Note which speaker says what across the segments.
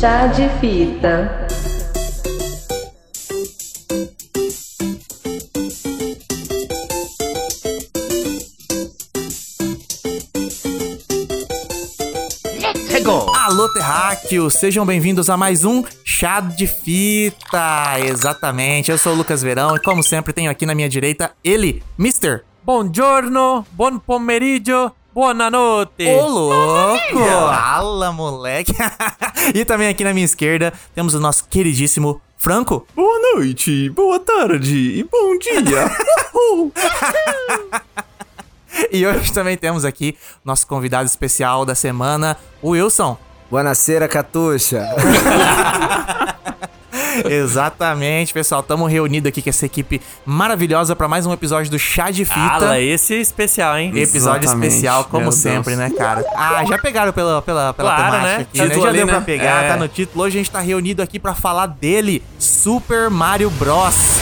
Speaker 1: Chá de fita.
Speaker 2: Alô, terráqueos! Sejam bem-vindos a mais um Chá de Fita! Exatamente, eu sou o Lucas Verão e, como sempre, tenho aqui na minha direita ele, Mr.
Speaker 3: Buongiorno, buon pomeriggio, buona notte.
Speaker 2: Ô, louco! Fala, moleque! e também aqui na minha esquerda temos o nosso queridíssimo Franco.
Speaker 4: Boa noite, boa tarde e bom dia. Uhul.
Speaker 2: E hoje também temos aqui nosso convidado especial da semana, o Wilson.
Speaker 5: Buonasera, Catuxa.
Speaker 2: Exatamente, pessoal. Estamos reunidos aqui com essa equipe maravilhosa para mais um episódio do Chá de Fita.
Speaker 3: Ala, esse é especial, hein?
Speaker 2: Episódio
Speaker 4: Exatamente.
Speaker 2: especial, como
Speaker 4: Meu Deus.
Speaker 2: sempre, né, cara? Ah, já pegaram pela, pela, pela
Speaker 3: Claro,
Speaker 2: temática
Speaker 3: né?
Speaker 2: aqui,
Speaker 3: Título
Speaker 2: Já
Speaker 3: ali,
Speaker 2: deu
Speaker 3: né?
Speaker 2: pra pegar,
Speaker 3: É.
Speaker 2: tá no título. Hoje a gente tá reunido aqui pra falar dele, Super Mario Bros.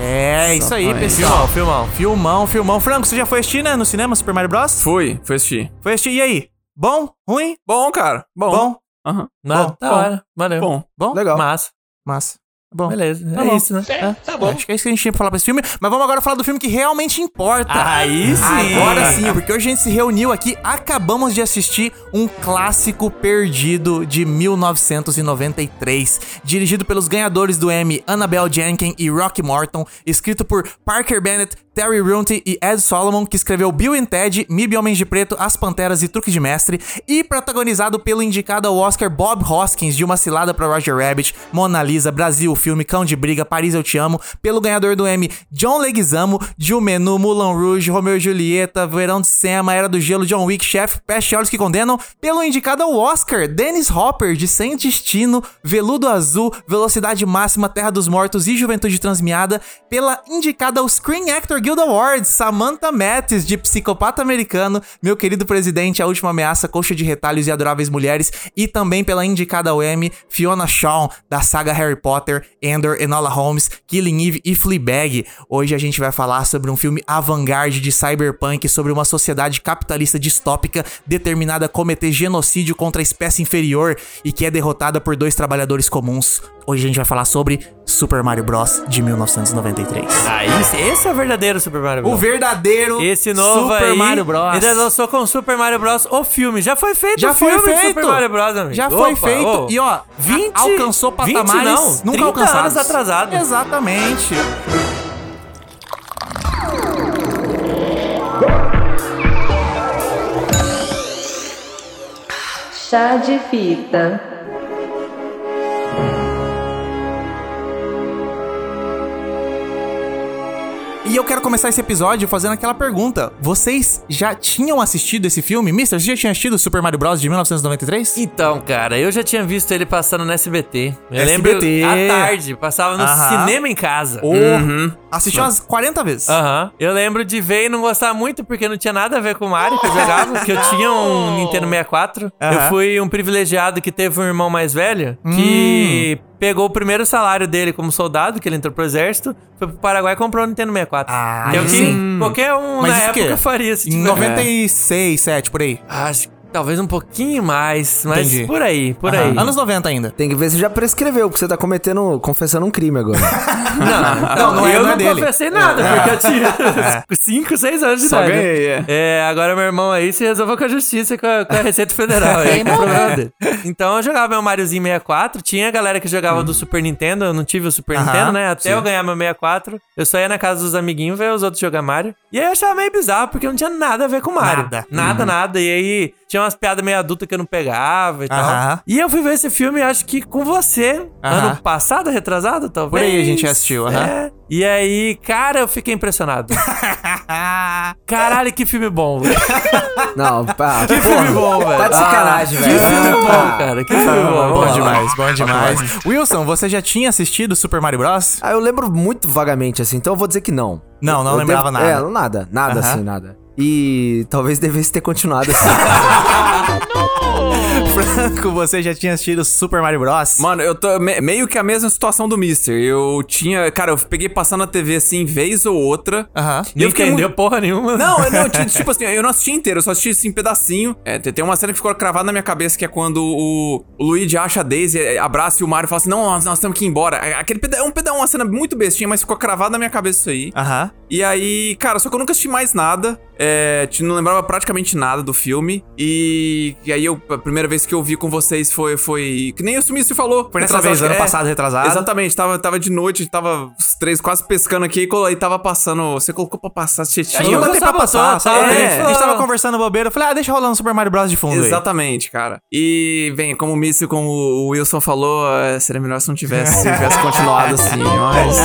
Speaker 2: É, isso aí,
Speaker 4: Exatamente.
Speaker 2: pessoal. Filmão, filmão. Filmão, Franco, você já foi assistir, né, no cinema, Super Mario Bros?
Speaker 4: Fui, fui assistir.
Speaker 2: Foi assistir, e aí? Bom? Ruim?
Speaker 4: Bom, cara. Bom.
Speaker 2: Bom?
Speaker 4: Aham.
Speaker 3: Na,
Speaker 2: Bom,
Speaker 3: da
Speaker 2: bom,
Speaker 3: hora. Valeu.
Speaker 4: Bom.
Speaker 2: Bom?
Speaker 5: Legal.
Speaker 3: Massa.
Speaker 2: Massa. Bom.
Speaker 3: Beleza.
Speaker 2: Tá
Speaker 3: é
Speaker 2: bom.
Speaker 3: isso, né?
Speaker 2: Tá bom. Acho que é isso que a gente tinha pra falar pra esse filme. Mas vamos agora falar do filme que realmente importa.
Speaker 3: Aí sim.
Speaker 2: Agora sim, porque hoje a gente se reuniu aqui, acabamos de assistir um clássico perdido de 1993, dirigido pelos ganhadores do Emmy Annabelle Jenkins e Rocky Morton, escrito por Parker Bennett, Terry Runty e Ed Solomon, que escreveu Bill and Ted, Mib e Homens de Preto, As Panteras e Truque de Mestre, e protagonizado pelo indicado ao Oscar Bob Hoskins de Uma Cilada para Roger Rabbit, Mona Lisa, Brasil, o filme Cão de Briga, Paris Eu Te Amo, pelo ganhador do Emmy, John Leguizamo, de O Menu, Moulin Rouge, Romeo e Julieta, Verão de Sema, Era do Gelo, John Wick, Chef, Peste e Olhos que Condenam, pelo indicado ao Oscar, Dennis Hopper, de Sem Destino, Veludo Azul, Velocidade Máxima, Terra dos Mortos e Juventude Transmiada, pela indicada ao Screen Actor Guild Awards, Samantha Mattis, de Psicopata Americano, Meu Querido Presidente, A Última Ameaça, Coxa de Retalhos e Adoráveis Mulheres, e também pela indicada ao Emmy, Fiona Shaw, da saga Harry Potter, Ender, Enola Holmes, Killing Eve e Fleabag. Hoje a gente vai falar sobre um filme avant-garde de cyberpunk, sobre uma sociedade capitalista distópica determinada a cometer genocídio contra a espécie inferior e que é derrotada por dois trabalhadores comuns. Hoje a gente vai falar sobre Super Mario Bros. de 1993.
Speaker 3: Aí sim. Esse é o verdadeiro Super Mario Bros.
Speaker 2: O verdadeiro
Speaker 3: Esse novo
Speaker 2: Super
Speaker 3: aí,
Speaker 2: Mario Bros.
Speaker 3: ele lançou com Super Mario Bros. o filme. Já foi feito
Speaker 2: Já
Speaker 3: o
Speaker 2: foi
Speaker 3: filme do
Speaker 2: feito.
Speaker 3: Super Mario Bros, amigo.
Speaker 2: Já foi
Speaker 3: Opa,
Speaker 2: feito.
Speaker 3: ô.
Speaker 2: E ó, 20,
Speaker 3: 20,
Speaker 2: alcançou
Speaker 3: 20
Speaker 2: patamares
Speaker 3: não, 30
Speaker 2: nunca alcançados.
Speaker 3: anos atrasado.
Speaker 2: Exatamente.
Speaker 1: Chá de fita.
Speaker 2: E eu quero começar esse episódio fazendo aquela pergunta. Vocês já tinham assistido esse filme? Mister, você já tinha assistido Super Mario Bros. de 1993?
Speaker 3: Então, cara, eu já tinha visto ele passando no SBT. Eu
Speaker 2: SBT.
Speaker 3: lembro à tarde, passava no
Speaker 2: Aham. Uhum.
Speaker 3: cinema em casa.
Speaker 2: Ou assistiu umas 40 vezes.
Speaker 3: Aham. Eu lembro de ver e não gostar muito, porque não tinha nada a ver com o Mario que eu jogava, porque eu tinha um Nintendo 64. Eu
Speaker 2: Aham.
Speaker 3: fui um privilegiado que teve um irmão mais velho que
Speaker 2: Hum.
Speaker 3: pegou o primeiro salário dele como soldado, que ele entrou pro exército, foi pro Paraguai e comprou um Nintendo 64.
Speaker 2: Ah,
Speaker 3: que é o
Speaker 2: sim.
Speaker 3: que qualquer um
Speaker 2: Mas
Speaker 3: na
Speaker 2: isso o quê?
Speaker 3: época faria se
Speaker 2: Em
Speaker 3: tiver.
Speaker 2: 96, 7, por aí.
Speaker 3: Acho que talvez um pouquinho mais, mas
Speaker 2: Entendi.
Speaker 3: por aí, por
Speaker 2: Aham. Ah,
Speaker 3: aí.
Speaker 2: Anos 90 ainda.
Speaker 5: Tem que ver se já prescreveu, porque você tá cometendo, confessando um crime agora.
Speaker 3: Não,
Speaker 2: Não, não é-
Speaker 3: eu
Speaker 2: não é
Speaker 3: não,
Speaker 2: dele. É.
Speaker 3: confessei nada, porque eu tinha 5, 6 anos de
Speaker 4: Só
Speaker 3: idade.
Speaker 4: ganhei, é.
Speaker 3: É, agora meu irmão aí se resolveu com a justiça, e com a, com a Receita Federal. aí, não é problema dele. Então eu jogava meu Mariozinho 64, tinha a galera que jogava do Super Nintendo, eu não tive o Super
Speaker 2: Aham,
Speaker 3: Nintendo, né? Até eu ganhar meu 64, eu só ia na casa dos amiguinhos ver os outros jogar Mario. E aí eu achava meio bizarro, porque não tinha nada a ver com Mario.
Speaker 2: Nada. Uhum.
Speaker 3: Nada, nada. E aí tinha umas piadas meio adultas que eu não pegava e
Speaker 2: Aham.
Speaker 3: tal. E eu fui ver esse filme, acho que com você, ano passado, retrasado,
Speaker 2: Por
Speaker 3: talvez.
Speaker 2: aí a gente assistiu, aham.
Speaker 3: É. E aí, cara, eu fiquei impressionado. Caralho, que filme bom, velho.
Speaker 5: Não, pá.
Speaker 3: Que filme bom, velho.
Speaker 5: Tá de sacanagem,
Speaker 3: Ah,
Speaker 5: velho.
Speaker 3: Que filme bom, cara. Que filme bom.
Speaker 2: Bom
Speaker 3: Vamos lá.
Speaker 2: demais, bom demais. Wilson, você já tinha assistido Super Mario Bros?
Speaker 5: Ah, eu lembro muito vagamente, assim, então eu vou dizer que não.
Speaker 2: Não, não
Speaker 5: Eu
Speaker 2: lembrava
Speaker 5: devo-
Speaker 2: nada.
Speaker 5: É, nada, nada,
Speaker 2: Aham.
Speaker 5: assim, nada. E talvez devesse ter continuado assim.
Speaker 2: Franco, você já tinha assistido Super Mario Bros?
Speaker 4: Mano, eu tô me- meio que a mesma situação do Mister. Eu tinha. Cara, eu peguei passando na TV assim, vez ou outra.
Speaker 2: Aham.
Speaker 4: E eu
Speaker 3: Não
Speaker 4: fiquei
Speaker 3: entendeu
Speaker 4: muito-
Speaker 3: porra nenhuma.
Speaker 4: Não, eu não, ti- tipo assim, eu não assisti inteiro, eu só assisti assim, pedacinho. É, tem tem uma cena que ficou cravada na minha cabeça, que é quando o, o Luigi acha a Daisy, é, abraça e o Mario fala assim, não, nós, nós temos que ir embora. É, Aquele peda é um pedaço, uma cena muito bestinha, mas ficou cravada na minha cabeça isso aí.
Speaker 2: Aham.
Speaker 4: E aí, cara, só que eu nunca assisti mais nada. É, te- não lembrava praticamente nada do filme. E, e aí eu, a primeira vez que eu vi com vocês foi. foi que nem o Sumiço falou.
Speaker 2: Foi nessa
Speaker 4: Retrasado,
Speaker 2: vez,
Speaker 4: acho que-
Speaker 3: né?
Speaker 4: é,
Speaker 2: ano passado,
Speaker 3: Ah.
Speaker 2: retrasado.
Speaker 4: Exatamente, tava, tava de noite, tava os três quase pescando aqui e colo- e tava passando. Você colocou pra passar, você
Speaker 2: A
Speaker 4: tinha.
Speaker 2: gente
Speaker 3: Eu
Speaker 2: não tem pra
Speaker 3: gostava
Speaker 2: passar,
Speaker 3: só,
Speaker 2: sabe?
Speaker 4: é.
Speaker 2: A gente tava conversando bobeira, eu falei, ah, deixa rolando Super Mario Bros de fundo aí.
Speaker 4: Exatamente, cara. E, bem, como o Mício, como o Wilson falou, é, seria melhor se não tivesse, se tivesse continuado assim, mas.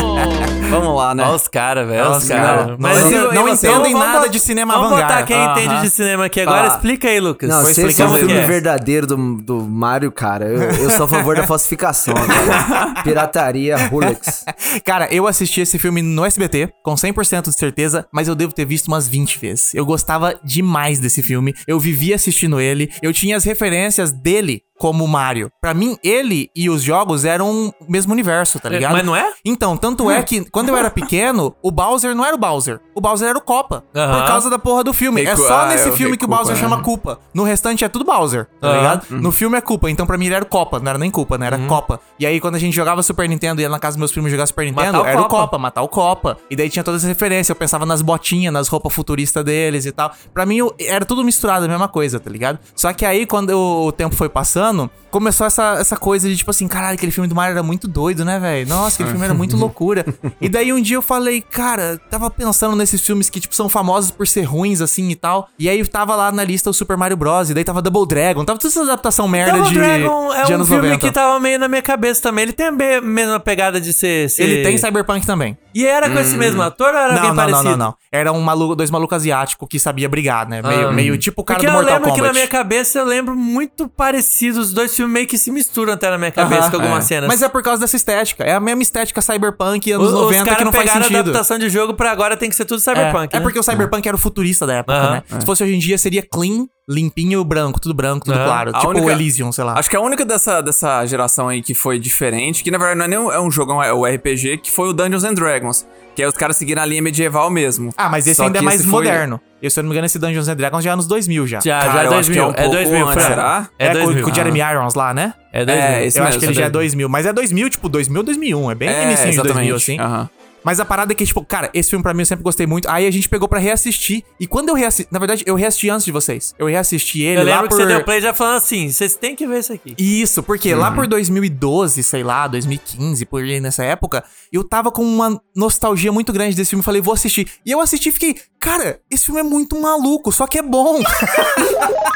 Speaker 4: Vamos lá, né?
Speaker 3: Olha os caras, velho. Olha os
Speaker 4: Não,
Speaker 3: caras.
Speaker 4: não,
Speaker 2: não
Speaker 3: e-
Speaker 2: não
Speaker 3: e você?
Speaker 2: entendem
Speaker 3: Vamos
Speaker 2: nada
Speaker 3: bot-
Speaker 2: de cinema
Speaker 3: Vamos botar
Speaker 2: avant-garde.
Speaker 3: quem
Speaker 4: Aham.
Speaker 3: entende de cinema aqui agora.
Speaker 4: Tá.
Speaker 3: Explica aí, Lucas.
Speaker 5: Não,
Speaker 3: Vou
Speaker 5: se esse é
Speaker 3: explicar
Speaker 5: o
Speaker 3: o que
Speaker 5: filme
Speaker 3: é.
Speaker 5: verdadeiro do, do Mario, cara, eu, eu sou a favor da falsificação. Né? Pirataria, Rolex.
Speaker 2: Cara, eu assisti esse filme no SBT, com 100% de certeza, mas eu devo ter visto umas 20 vezes. Eu gostava demais desse filme, eu vivia assistindo ele, eu tinha as referências dele como Mario. Pra mim, ele e os jogos eram o mesmo universo, tá ligado?
Speaker 3: Mas não é?
Speaker 2: Então, tanto é que quando eu era pequeno, o Bowser não era o Bowser. O Bowser era o Copa.
Speaker 3: Aham.
Speaker 2: Por causa da porra do filme.
Speaker 4: Rei
Speaker 2: é
Speaker 4: Cu-
Speaker 2: só
Speaker 4: ah,
Speaker 2: nesse
Speaker 4: é o
Speaker 2: filme
Speaker 4: Rei
Speaker 2: que o
Speaker 4: Cupa,
Speaker 2: Bowser
Speaker 4: né?
Speaker 2: chama Culpa. No restante é tudo Bowser, tá
Speaker 3: Aham. Uhum.
Speaker 2: ligado? No filme é Culpa. Então pra mim ele era o Copa, não era nem Culpa, né? Era Copa. E aí quando a gente jogava Super Nintendo e ia na casa dos meus primos jogar Super Nintendo,
Speaker 3: Matar o
Speaker 2: era o
Speaker 3: Copa.
Speaker 2: Copa, matar o Copa. E daí tinha toda essa referência. Eu pensava nas botinhas, nas roupas futuristas deles e tal. Pra mim eu- era tudo misturado, a mesma coisa, tá ligado? Só que aí quando eu- o tempo foi passando, começou essa, essa coisa de tipo assim, caralho, aquele filme do Mario era muito doido, né, velho? Nossa, aquele filme era muito loucura. E daí um dia eu falei, cara, tava pensando nesses filmes que, tipo, são famosos por ser ruins, assim, e tal. E aí tava lá na lista o Super Mario Bros. E daí tava Double Dragon, tava toda essa adaptação merda
Speaker 3: Double
Speaker 2: de,
Speaker 3: Dragon é
Speaker 2: de
Speaker 3: um
Speaker 2: anos
Speaker 3: filme
Speaker 2: 90.
Speaker 3: que tava meio na minha cabeça também. Ele tem a be- mesma pegada de ser. ser-
Speaker 2: Ele tem Cyberpunk também.
Speaker 3: E era com esse
Speaker 4: Hum.
Speaker 3: mesmo ator ou era
Speaker 2: Não,
Speaker 3: alguém
Speaker 2: não, não,
Speaker 3: parecido?
Speaker 2: não, não. Era um maluco, dois malucos asiáticos que sabia brigar, né? Meio,
Speaker 3: Ah.
Speaker 2: meio tipo o cara
Speaker 3: Porque
Speaker 2: do Mortal
Speaker 3: eu lembro
Speaker 2: Kombat.
Speaker 3: que na minha cabeça eu lembro muito parecido. Os dois filmes meio que se misturam até na minha cabeça
Speaker 2: Aham,
Speaker 3: com algumas
Speaker 2: é.
Speaker 3: cenas.
Speaker 2: Mas é por causa dessa estética. É a mesma estética cyberpunk anos
Speaker 3: os,
Speaker 2: 90 que
Speaker 3: caras
Speaker 2: não faz
Speaker 3: pegaram
Speaker 2: sentido.
Speaker 3: adaptação de jogo pra agora tem que ser tudo cyberpunk.
Speaker 2: É, é
Speaker 3: né?
Speaker 2: porque o Cyberpunk era o futurista da época,
Speaker 3: Aham,
Speaker 2: né? Se fosse hoje em dia, seria clean, limpinho, branco, tudo branco, tudo
Speaker 3: É.
Speaker 2: claro.
Speaker 4: A
Speaker 2: tipo o
Speaker 4: única-
Speaker 2: Elysium, sei lá.
Speaker 4: Acho que a única dessa, dessa geração aí que foi diferente, que na verdade não é nem um, é um jogo, é um RPG, que foi o Dungeons and Dragons. Que aí os caras seguiram a linha medieval mesmo.
Speaker 2: Ah, mas esse
Speaker 4: Só
Speaker 2: ainda é
Speaker 4: que
Speaker 2: mais
Speaker 4: esse foi-
Speaker 2: moderno. Eu, se eu não me engano, esse Dungeons and Dragons já é anos 2000 já.
Speaker 3: Já,
Speaker 4: Cara,
Speaker 3: já é
Speaker 4: eu acho que
Speaker 3: 2000.
Speaker 4: é um
Speaker 3: É
Speaker 4: pouco
Speaker 3: 2000,
Speaker 4: antes,
Speaker 3: Fran.
Speaker 4: será?
Speaker 3: É
Speaker 2: É, com-
Speaker 3: 2000.
Speaker 2: com o Jeremy Irons lá, né?
Speaker 3: É
Speaker 4: É,
Speaker 3: 2000.
Speaker 4: esse
Speaker 2: eu acho
Speaker 4: mesmo,
Speaker 2: que ele
Speaker 4: é
Speaker 2: já é 2000, mas é 2000, tipo, 2000, 2001, é bem início de 2000, assim.
Speaker 4: Aham.
Speaker 2: Mas a parada é que, tipo, cara, esse filme pra mim eu sempre gostei muito. Aí a gente pegou pra reassistir. E quando eu reassisti. Na verdade, eu reassisti antes de vocês. Eu reassisti ele
Speaker 3: Eu
Speaker 2: lá
Speaker 3: lembro
Speaker 2: por.
Speaker 3: que você deu play Uhum. já falando assim, vocês têm que ver isso aqui.
Speaker 2: Isso, porque lá por 2012, sei lá, 2015, por aí nessa época, eu tava com uma nostalgia muito grande desse filme. Falei, vou assistir. E eu assisti e fiquei, cara, esse filme é muito maluco, só que é bom.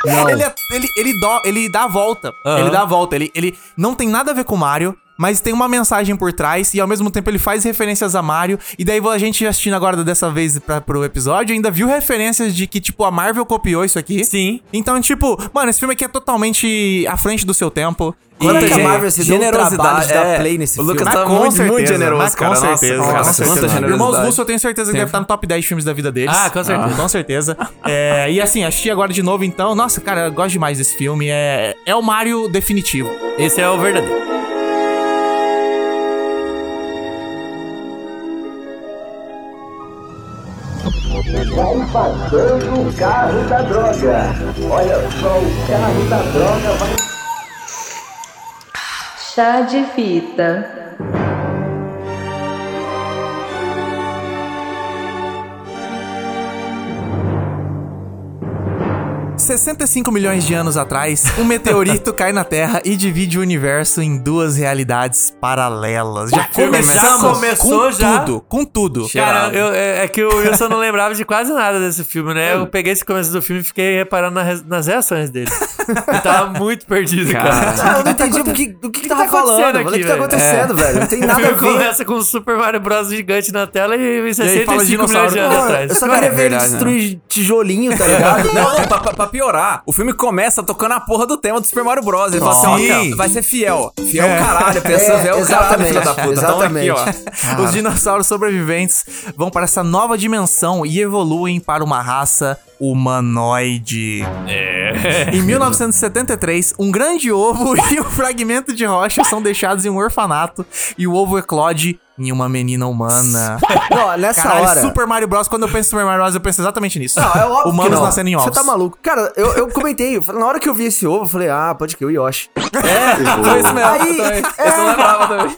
Speaker 5: Não.
Speaker 2: ele, é- ele, ele, dó- ele dá a volta.
Speaker 3: Aham.
Speaker 2: Ele dá a volta. Ele, ele não tem nada a ver com o Mario. Mas tem uma mensagem por trás e ao mesmo tempo ele faz referências a Mario. E daí a gente assistindo agora dessa vez pra, pro episódio, ainda viu referências de que, tipo, a Marvel copiou isso aqui.
Speaker 3: Sim.
Speaker 2: Então, tipo, mano, esse filme aqui é totalmente à frente do seu tempo.
Speaker 5: Quando
Speaker 2: E-
Speaker 5: é que a Marvel se deu um
Speaker 4: generosidade,
Speaker 5: trabalho de dar
Speaker 4: é.
Speaker 5: play nesse
Speaker 4: O
Speaker 5: filme?
Speaker 4: Lucas
Speaker 2: Mas
Speaker 4: tá
Speaker 2: com
Speaker 4: muito,
Speaker 2: certeza,
Speaker 4: muito generoso,
Speaker 2: mas com
Speaker 4: cara.
Speaker 2: certeza,
Speaker 4: nossa,
Speaker 2: cara,
Speaker 4: nossa,
Speaker 2: com certeza.
Speaker 4: quanta generosidade.
Speaker 2: Irmãos Russo, eu tenho certeza que
Speaker 4: Tem-
Speaker 2: deve estar no top 10 filmes da vida deles.
Speaker 3: Ah, com certeza.
Speaker 2: Com certeza. É, e assim, assisti agora de novo, então. Nossa, cara, eu gosto demais desse filme. É, é o Mario definitivo.
Speaker 3: Esse é o verdadeiro.
Speaker 1: Chá de fita.
Speaker 2: 65 milhões de anos atrás, um meteorito cai na Terra e divide o universo em duas realidades paralelas. Já começamos
Speaker 3: Já começou
Speaker 2: com
Speaker 3: já?
Speaker 2: tudo, com tudo.
Speaker 3: Cara, eu- é, é que o Wilson não lembrava de quase nada desse filme, né? Eu peguei esse começo do filme e fiquei reparando na re- nas reações dele. Eu tava muito perdido, cara.
Speaker 5: Ah, eu não entendi do que, do que, que tava
Speaker 3: acontecendo
Speaker 5: falando.
Speaker 3: aqui,
Speaker 5: O que tá
Speaker 3: velho?
Speaker 5: acontecendo,
Speaker 4: É.
Speaker 5: velho? Não tem
Speaker 3: O
Speaker 5: nada a
Speaker 3: filme
Speaker 5: ver.
Speaker 3: começa com um Super Mario Bros. gigante na tela e
Speaker 2: fala
Speaker 3: 65 milhões
Speaker 2: dinossauro.
Speaker 3: de anos
Speaker 5: Pô,
Speaker 3: atrás.
Speaker 5: Eu só
Speaker 3: Não é
Speaker 5: queria ver ele
Speaker 4: verdade, né?
Speaker 5: destruir tijolinho, tá ligado?
Speaker 4: Não, não, pra, pra- pra piorar, o filme começa tocando a porra do tema do Super Mario Bros. Ele fala assim, ó,
Speaker 2: Sim.
Speaker 4: cara, vai ser fiel. Fiel caralho, a pessoa
Speaker 5: É,
Speaker 4: fiel caralho,
Speaker 5: exatamente,
Speaker 4: filho da puta. Então aqui, ó.
Speaker 2: Os dinossauros sobreviventes vão para essa nova dimensão e evoluem para uma raça humanoide.
Speaker 4: É.
Speaker 2: Em 1973, um grande ovo e um fragmento de rocha são deixados em um orfanato e o ovo eclode em uma menina humana.
Speaker 5: Não, nessa
Speaker 2: Caralho,
Speaker 5: hora.
Speaker 2: Super Mario Bros. Quando eu penso em Super Mario Bros. eu penso exatamente nisso.
Speaker 5: Não, é óbvio
Speaker 2: Humanos
Speaker 5: que não.
Speaker 2: nascendo em
Speaker 5: Você
Speaker 2: ovos.
Speaker 5: tá maluco. Cara, eu, eu comentei. eu falei, Na hora que eu vi esse ovo, eu falei, ah, pode que o Yoshi. É,
Speaker 4: Foi isso mesmo.
Speaker 5: Aí,
Speaker 4: eu também.
Speaker 5: é.
Speaker 4: Eu não lembrava também.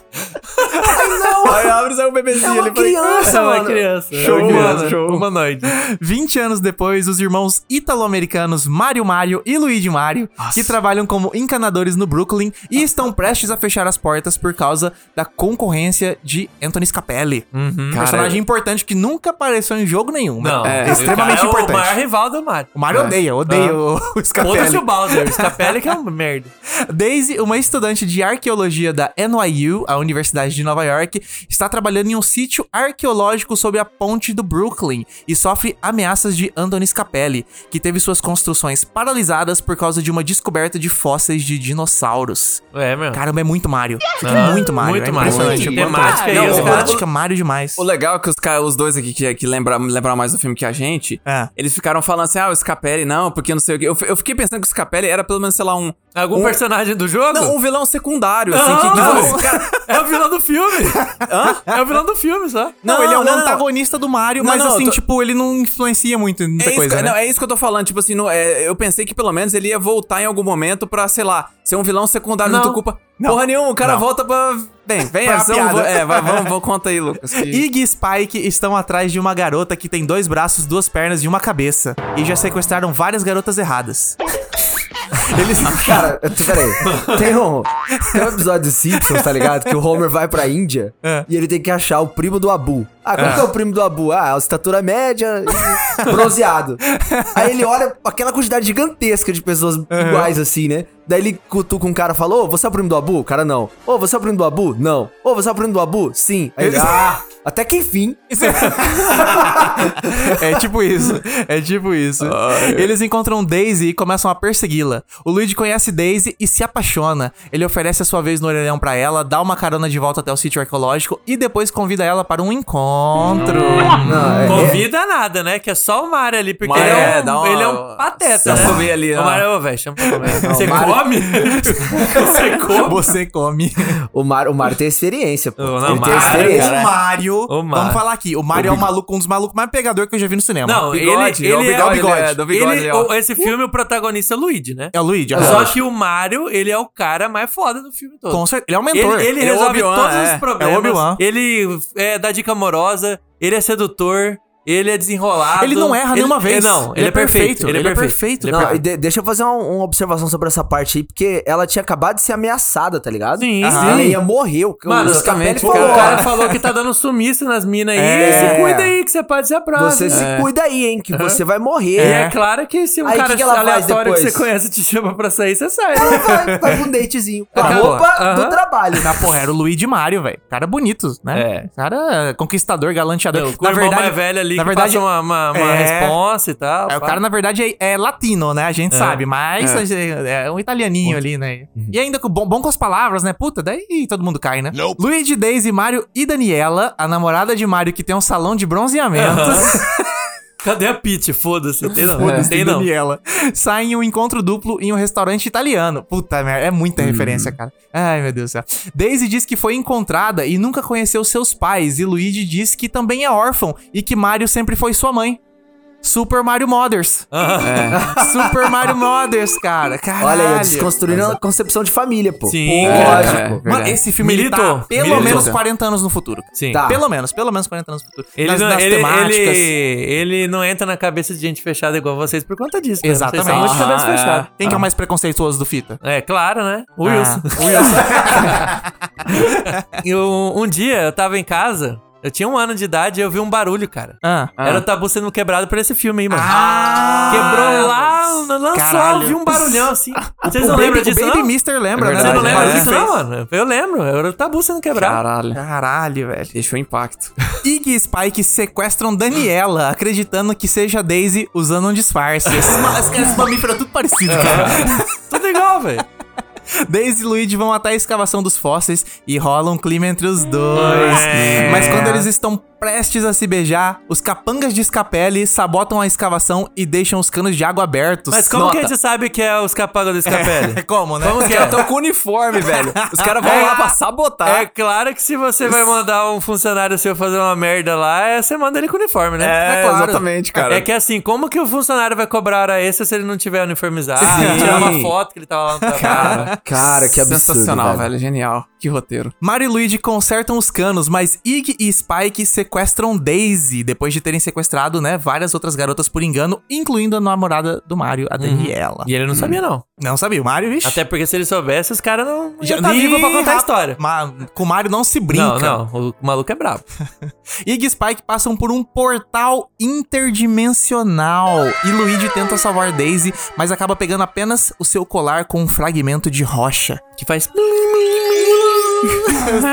Speaker 5: Aí não,
Speaker 4: Aí abre e sai um
Speaker 5: é
Speaker 4: bebezinho
Speaker 5: uma
Speaker 4: ali. falei,
Speaker 5: criança,
Speaker 3: Não, é
Speaker 5: mano.
Speaker 3: criança.
Speaker 2: Show,
Speaker 3: é humana,
Speaker 2: criança, show.
Speaker 3: humanoide.
Speaker 2: 20 anos depois, os irmãos italo-americanos Mario Mario e Luigi Mario, que trabalham como encanadores no Brooklyn
Speaker 3: Ah.
Speaker 2: e estão prestes a fechar as portas por causa da concorrência de Anthony Scapelli. Um personagem importante que nunca apareceu em jogo nenhum. né?
Speaker 3: Uhum. Não,
Speaker 2: é
Speaker 3: ele-
Speaker 2: extremamente
Speaker 3: é
Speaker 2: importante.
Speaker 3: o maior rival do Mario.
Speaker 2: O Mario odeia, odeia o, o
Speaker 3: Ah. Foda-se o
Speaker 2: Scapelli.
Speaker 3: Bowser, o Scapelli que é uma merda.
Speaker 2: Daisy, uma estudante de arqueologia da NYU, a Universidade de Nova York, está trabalhando em um sítio arqueológico sob a ponte do Brooklyn e sofre ameaças de Anthony Scapelli, que teve suas construções paralisadas por causa de uma descoberta de fósseis de dinossauros.
Speaker 3: É, meu.
Speaker 2: Caramba, é muito Mario.
Speaker 3: Não.
Speaker 2: muito Mario.
Speaker 3: Muito
Speaker 2: é
Speaker 3: Mario.
Speaker 2: impressionante.
Speaker 3: Muito. Temática
Speaker 2: Não, um
Speaker 4: aí, os caras-
Speaker 2: temática Mario demais.
Speaker 4: O legal é que os, ca- os dois aqui que, que lembram lembra mais do filme que a gente,
Speaker 2: É.
Speaker 4: eles ficaram falando assim, ah, o Scapelli não, porque não sei o quê. Eu, fi- eu fiquei pensando que o Scapelli era pelo menos, sei lá, um...
Speaker 3: Algum
Speaker 4: um-
Speaker 3: personagem do jogo?
Speaker 4: Não, um vilão secundário,
Speaker 3: Não,
Speaker 4: assim, que, que
Speaker 3: não.
Speaker 4: você- cara,
Speaker 3: É o vilão do filme. É o vilão do filme, só.
Speaker 2: Não,
Speaker 4: Não,
Speaker 2: ele é um
Speaker 4: não, não.
Speaker 2: antagonista do Mario,
Speaker 4: Não,
Speaker 2: mas
Speaker 4: não,
Speaker 2: assim,
Speaker 4: tô-
Speaker 2: tipo, ele não influencia muito em muita
Speaker 4: é isso,
Speaker 2: coisa,
Speaker 4: que-
Speaker 2: né?
Speaker 4: não, é isso que eu tô falando, tipo assim, não, é, eu pensei que pelo menos ele ia voltar em algum momento pra, sei lá, ser um vilão secundário, não,
Speaker 3: Não.
Speaker 4: tem culpa. Porra nenhuma, o cara
Speaker 2: Não.
Speaker 4: volta pra... Bem, vem,
Speaker 2: Pra
Speaker 4: ação,
Speaker 2: piada.
Speaker 4: vou- é, vai, vamos, vamos, conta aí, Lucas. que-
Speaker 2: Iggy e Spike estão atrás de uma garota que tem dois braços, duas pernas e uma cabeça. E já sequestraram várias garotas erradas.
Speaker 5: Eles, cara, eu tô- peraí. Tem um, tem um episódio de Simpsons, tá ligado? Que o Homer vai pra Índia e ele tem que achar o primo do Abu. Ah, qual que é o primo do Abu? Ah, a estatura média, e bronzeado. Aí ele olha aquela quantidade gigantesca de pessoas iguais assim, né? Daí ele cutuca um cara e fala: Ô, você é o primo do Abu? O cara não. Ô, você é o primo do Abu? Não. Ô, você é o primo do Abu? Sim. Aí ele, ah, até que enfim.
Speaker 2: É tipo isso. É tipo isso. Eles encontram Daisy e começam a persegui-la. O Luigi conhece Daisy e se apaixona. Ele oferece a sua vez no orelhão pra ela, dá uma carona de volta até o sítio arqueológico e depois convida ela para um encontro.
Speaker 5: Não, é-
Speaker 3: Convida nada, né? Que é só o Mario ali, porque
Speaker 4: Mario,
Speaker 3: ele, é
Speaker 4: é,
Speaker 3: um,
Speaker 4: dá uma-
Speaker 3: ele é um pateta,
Speaker 4: dá
Speaker 3: né?
Speaker 4: pra comer ali,
Speaker 3: o
Speaker 4: ó.
Speaker 3: Mario, ô, velho, chama pra comer. Você
Speaker 5: Mario-
Speaker 3: come? Você come?
Speaker 2: Você come.
Speaker 5: O Mário o Mário tem experiência, pô.
Speaker 3: Não,
Speaker 5: ele tem
Speaker 3: Mário,
Speaker 5: experiência.
Speaker 2: o Mario.
Speaker 3: O Mario.
Speaker 2: Vamos falar aqui. O Mario é um maluco, um dos malucos mais pegador que eu já vi no cinema.
Speaker 3: Não,
Speaker 4: um bigode,
Speaker 3: ele,
Speaker 4: ó,
Speaker 3: ele é
Speaker 4: bigode,
Speaker 3: o
Speaker 4: ele é do bigode,
Speaker 3: Ele-
Speaker 4: ele, ó.
Speaker 3: o- esse filme, o protagonista é o Luigi, né?
Speaker 2: É o Luigi. é o
Speaker 3: Só
Speaker 2: Luigi.
Speaker 3: que o Mario, ele é o cara mais foda do filme todo.
Speaker 2: Com certeza. Ele é um
Speaker 3: Ele,
Speaker 2: mentor.
Speaker 3: ele
Speaker 4: Ele é o
Speaker 3: resolve
Speaker 4: Obi-Wan,
Speaker 3: todos
Speaker 4: é.
Speaker 3: os problemas.
Speaker 2: É o Obi-Wan.
Speaker 3: ele é, dá dica amorosa, ele é sedutor, ele é desenrolado.
Speaker 2: Ele não erra
Speaker 3: Ele-
Speaker 2: nenhuma vez.
Speaker 3: Não, ele, é perfeito. Ele é perfeito.
Speaker 5: Não, e de- deixa eu fazer um- uma observação sobre essa parte aí, porque ela tinha acabado de ser ameaçada, tá ligado?
Speaker 3: Sim, sim.
Speaker 5: Ela ia morrer. O,
Speaker 3: Mano,
Speaker 5: o Scapelli
Speaker 4: exatamente,
Speaker 5: falou, "Ah,
Speaker 3: o cara
Speaker 5: ó,
Speaker 3: falou que tá dando sumiço nas minas aí.
Speaker 5: É.
Speaker 3: Se cuida aí que você pode se aproximar.
Speaker 5: você
Speaker 4: assim,
Speaker 5: se
Speaker 4: é.
Speaker 5: cuida aí, hein, que você vai morrer.
Speaker 3: E é claro que se um
Speaker 5: Aí,
Speaker 3: cara
Speaker 5: que que ela faz
Speaker 3: aleatório que
Speaker 5: depois?
Speaker 3: você conhece te chama pra sair, você sai. né?
Speaker 5: Ela vai, vai com um datezinho. Com a
Speaker 3: Acabou.
Speaker 5: roupa
Speaker 3: Aham.
Speaker 5: do trabalho.
Speaker 2: Na porra, era o Luigi Mario, velho. Cara bonito, né?
Speaker 3: É.
Speaker 2: Cara conquistador, galanteador.
Speaker 3: Não, com o irmão mais velho ali
Speaker 2: na
Speaker 3: que
Speaker 2: verdade,
Speaker 3: passa uma, uma, uma
Speaker 2: É.
Speaker 3: responsa e tal.
Speaker 2: é, o
Speaker 3: pá.
Speaker 2: cara, na verdade, é, é latino, né? A gente sabe, mas a gente- é. um italianinho ali, né?
Speaker 3: Uhum.
Speaker 2: E ainda com- bom, bom com as palavras, né? Puta, daí todo mundo cai, né? Luigi, Daisy, Mario e Daniela, a namorada de Mario que tem um salão de bronzeamento.
Speaker 3: Cadê a Peach? Foda-se. Tem não.
Speaker 2: Foda-se,
Speaker 3: tem não.
Speaker 2: Daniela. Saem em um encontro duplo em um restaurante italiano. Puta merda, é muita
Speaker 3: Uhum.
Speaker 2: referência, cara. Ai, meu Deus do céu. Daisy diz que foi encontrada e nunca conheceu seus pais. E Luigi diz que também é órfão e que Mario sempre foi sua mãe. Super Mario Mothers. Super Mario Mothers, cara. Caralho.
Speaker 5: Olha aí, um desconstruindo a concepção de família, pô.
Speaker 3: Sim,
Speaker 4: é,
Speaker 5: Pô,
Speaker 3: cara,
Speaker 5: lógico.
Speaker 4: cara.
Speaker 2: Mano,
Speaker 4: Verdade.
Speaker 2: esse filme ele tá
Speaker 3: Militou.
Speaker 2: pelo
Speaker 3: Militou.
Speaker 2: menos 40 anos no futuro.
Speaker 3: Sim.
Speaker 5: Tá.
Speaker 2: Pelo menos, pelo menos 40 anos no futuro.
Speaker 3: Ele,
Speaker 2: nas,
Speaker 3: não,
Speaker 2: nas
Speaker 3: ele,
Speaker 2: temáticas.
Speaker 3: ele, ele não entra na cabeça de gente fechada igual vocês por conta disso. né?
Speaker 2: Exatamente.
Speaker 3: Vocês são muito
Speaker 5: Ah,
Speaker 3: cabeça
Speaker 4: Aham, é.
Speaker 3: fechada.
Speaker 2: Quem que é o mais preconceituoso do Fita?
Speaker 3: É, claro, né? O Wilson.
Speaker 2: Ah,
Speaker 3: Eu- um dia eu tava em casa, eu tinha um ano de idade e eu vi um barulho, cara.
Speaker 2: Ah.
Speaker 3: Era o tabu sendo quebrado por esse filme aí, mano.
Speaker 2: Ah!
Speaker 3: Quebrou lá, lançou,
Speaker 2: Caralho.
Speaker 3: eu vi um barulhão assim. Vocês
Speaker 2: O
Speaker 3: não
Speaker 2: Baby-
Speaker 3: lembram disso,
Speaker 2: O Baby
Speaker 3: não?
Speaker 2: Mister lembra,
Speaker 4: É
Speaker 2: né?
Speaker 3: Você não
Speaker 4: verdade,
Speaker 3: lembra
Speaker 4: é.
Speaker 3: disso, não, mano? Eu lembro. Era o tabu sendo quebrado.
Speaker 4: Caralho.
Speaker 2: Caralho, velho.
Speaker 4: Deixou um impacto.
Speaker 2: Ig e Spike sequestram Daniela, acreditando que seja Daisy usando um disfarce. Esses, ma- esses mamíferos é tudo parecido, cara.
Speaker 3: Tudo igual, velho.
Speaker 2: Daisy e Luigi vão até a escavação dos fósseis e rola um clima entre os dois.
Speaker 3: É.
Speaker 2: Mas quando eles estão prestes a se beijar, os capangas de escapele sabotam a escavação e deixam os canos de água abertos.
Speaker 3: Mas como que a
Speaker 2: Nota.
Speaker 3: gente sabe que é os capanga do
Speaker 2: É
Speaker 3: escapele?
Speaker 2: como, né?
Speaker 3: Como que
Speaker 4: Os caras
Speaker 3: é?
Speaker 4: tão com uniforme, velho. Os caras vão lá pra sabotar.
Speaker 3: É claro que se você vai mandar um funcionário seu fazer uma merda lá, é, você manda ele com uniforme, né?
Speaker 4: É,
Speaker 3: claro.
Speaker 4: exatamente, cara.
Speaker 3: É que assim, como que o funcionário vai cobrar hora extra se ele não tiver uniformizado?
Speaker 4: Sim.
Speaker 3: Tirar uma foto que ele tava lá no trabalho.
Speaker 5: Cara, que absurdo.
Speaker 4: Sensacional, velho. Genial. Que roteiro.
Speaker 2: Mario e Luigi consertam os canos, mas Ig e Spike sequestram Daisy depois de terem sequestrado, né, várias outras garotas por engano, incluindo a namorada do Mario, a Daniela.
Speaker 3: E ele não sabia, não.
Speaker 2: Não sabia, o Mario, vixe.
Speaker 3: Uhum. Até porque se ele soubesse, os caras não não iam tá
Speaker 2: Ih,
Speaker 3: vivo pra contar a
Speaker 2: rapaz,
Speaker 3: história.
Speaker 2: ma- com o Mario não se
Speaker 3: Não,
Speaker 2: brinca.
Speaker 3: não. O maluco é brabo.
Speaker 2: Ig e Spike passam por um portal interdimensional e Luigi tenta salvar Daisy, mas acaba pegando apenas o seu colar com um fragmento de rocha.
Speaker 3: Que faz...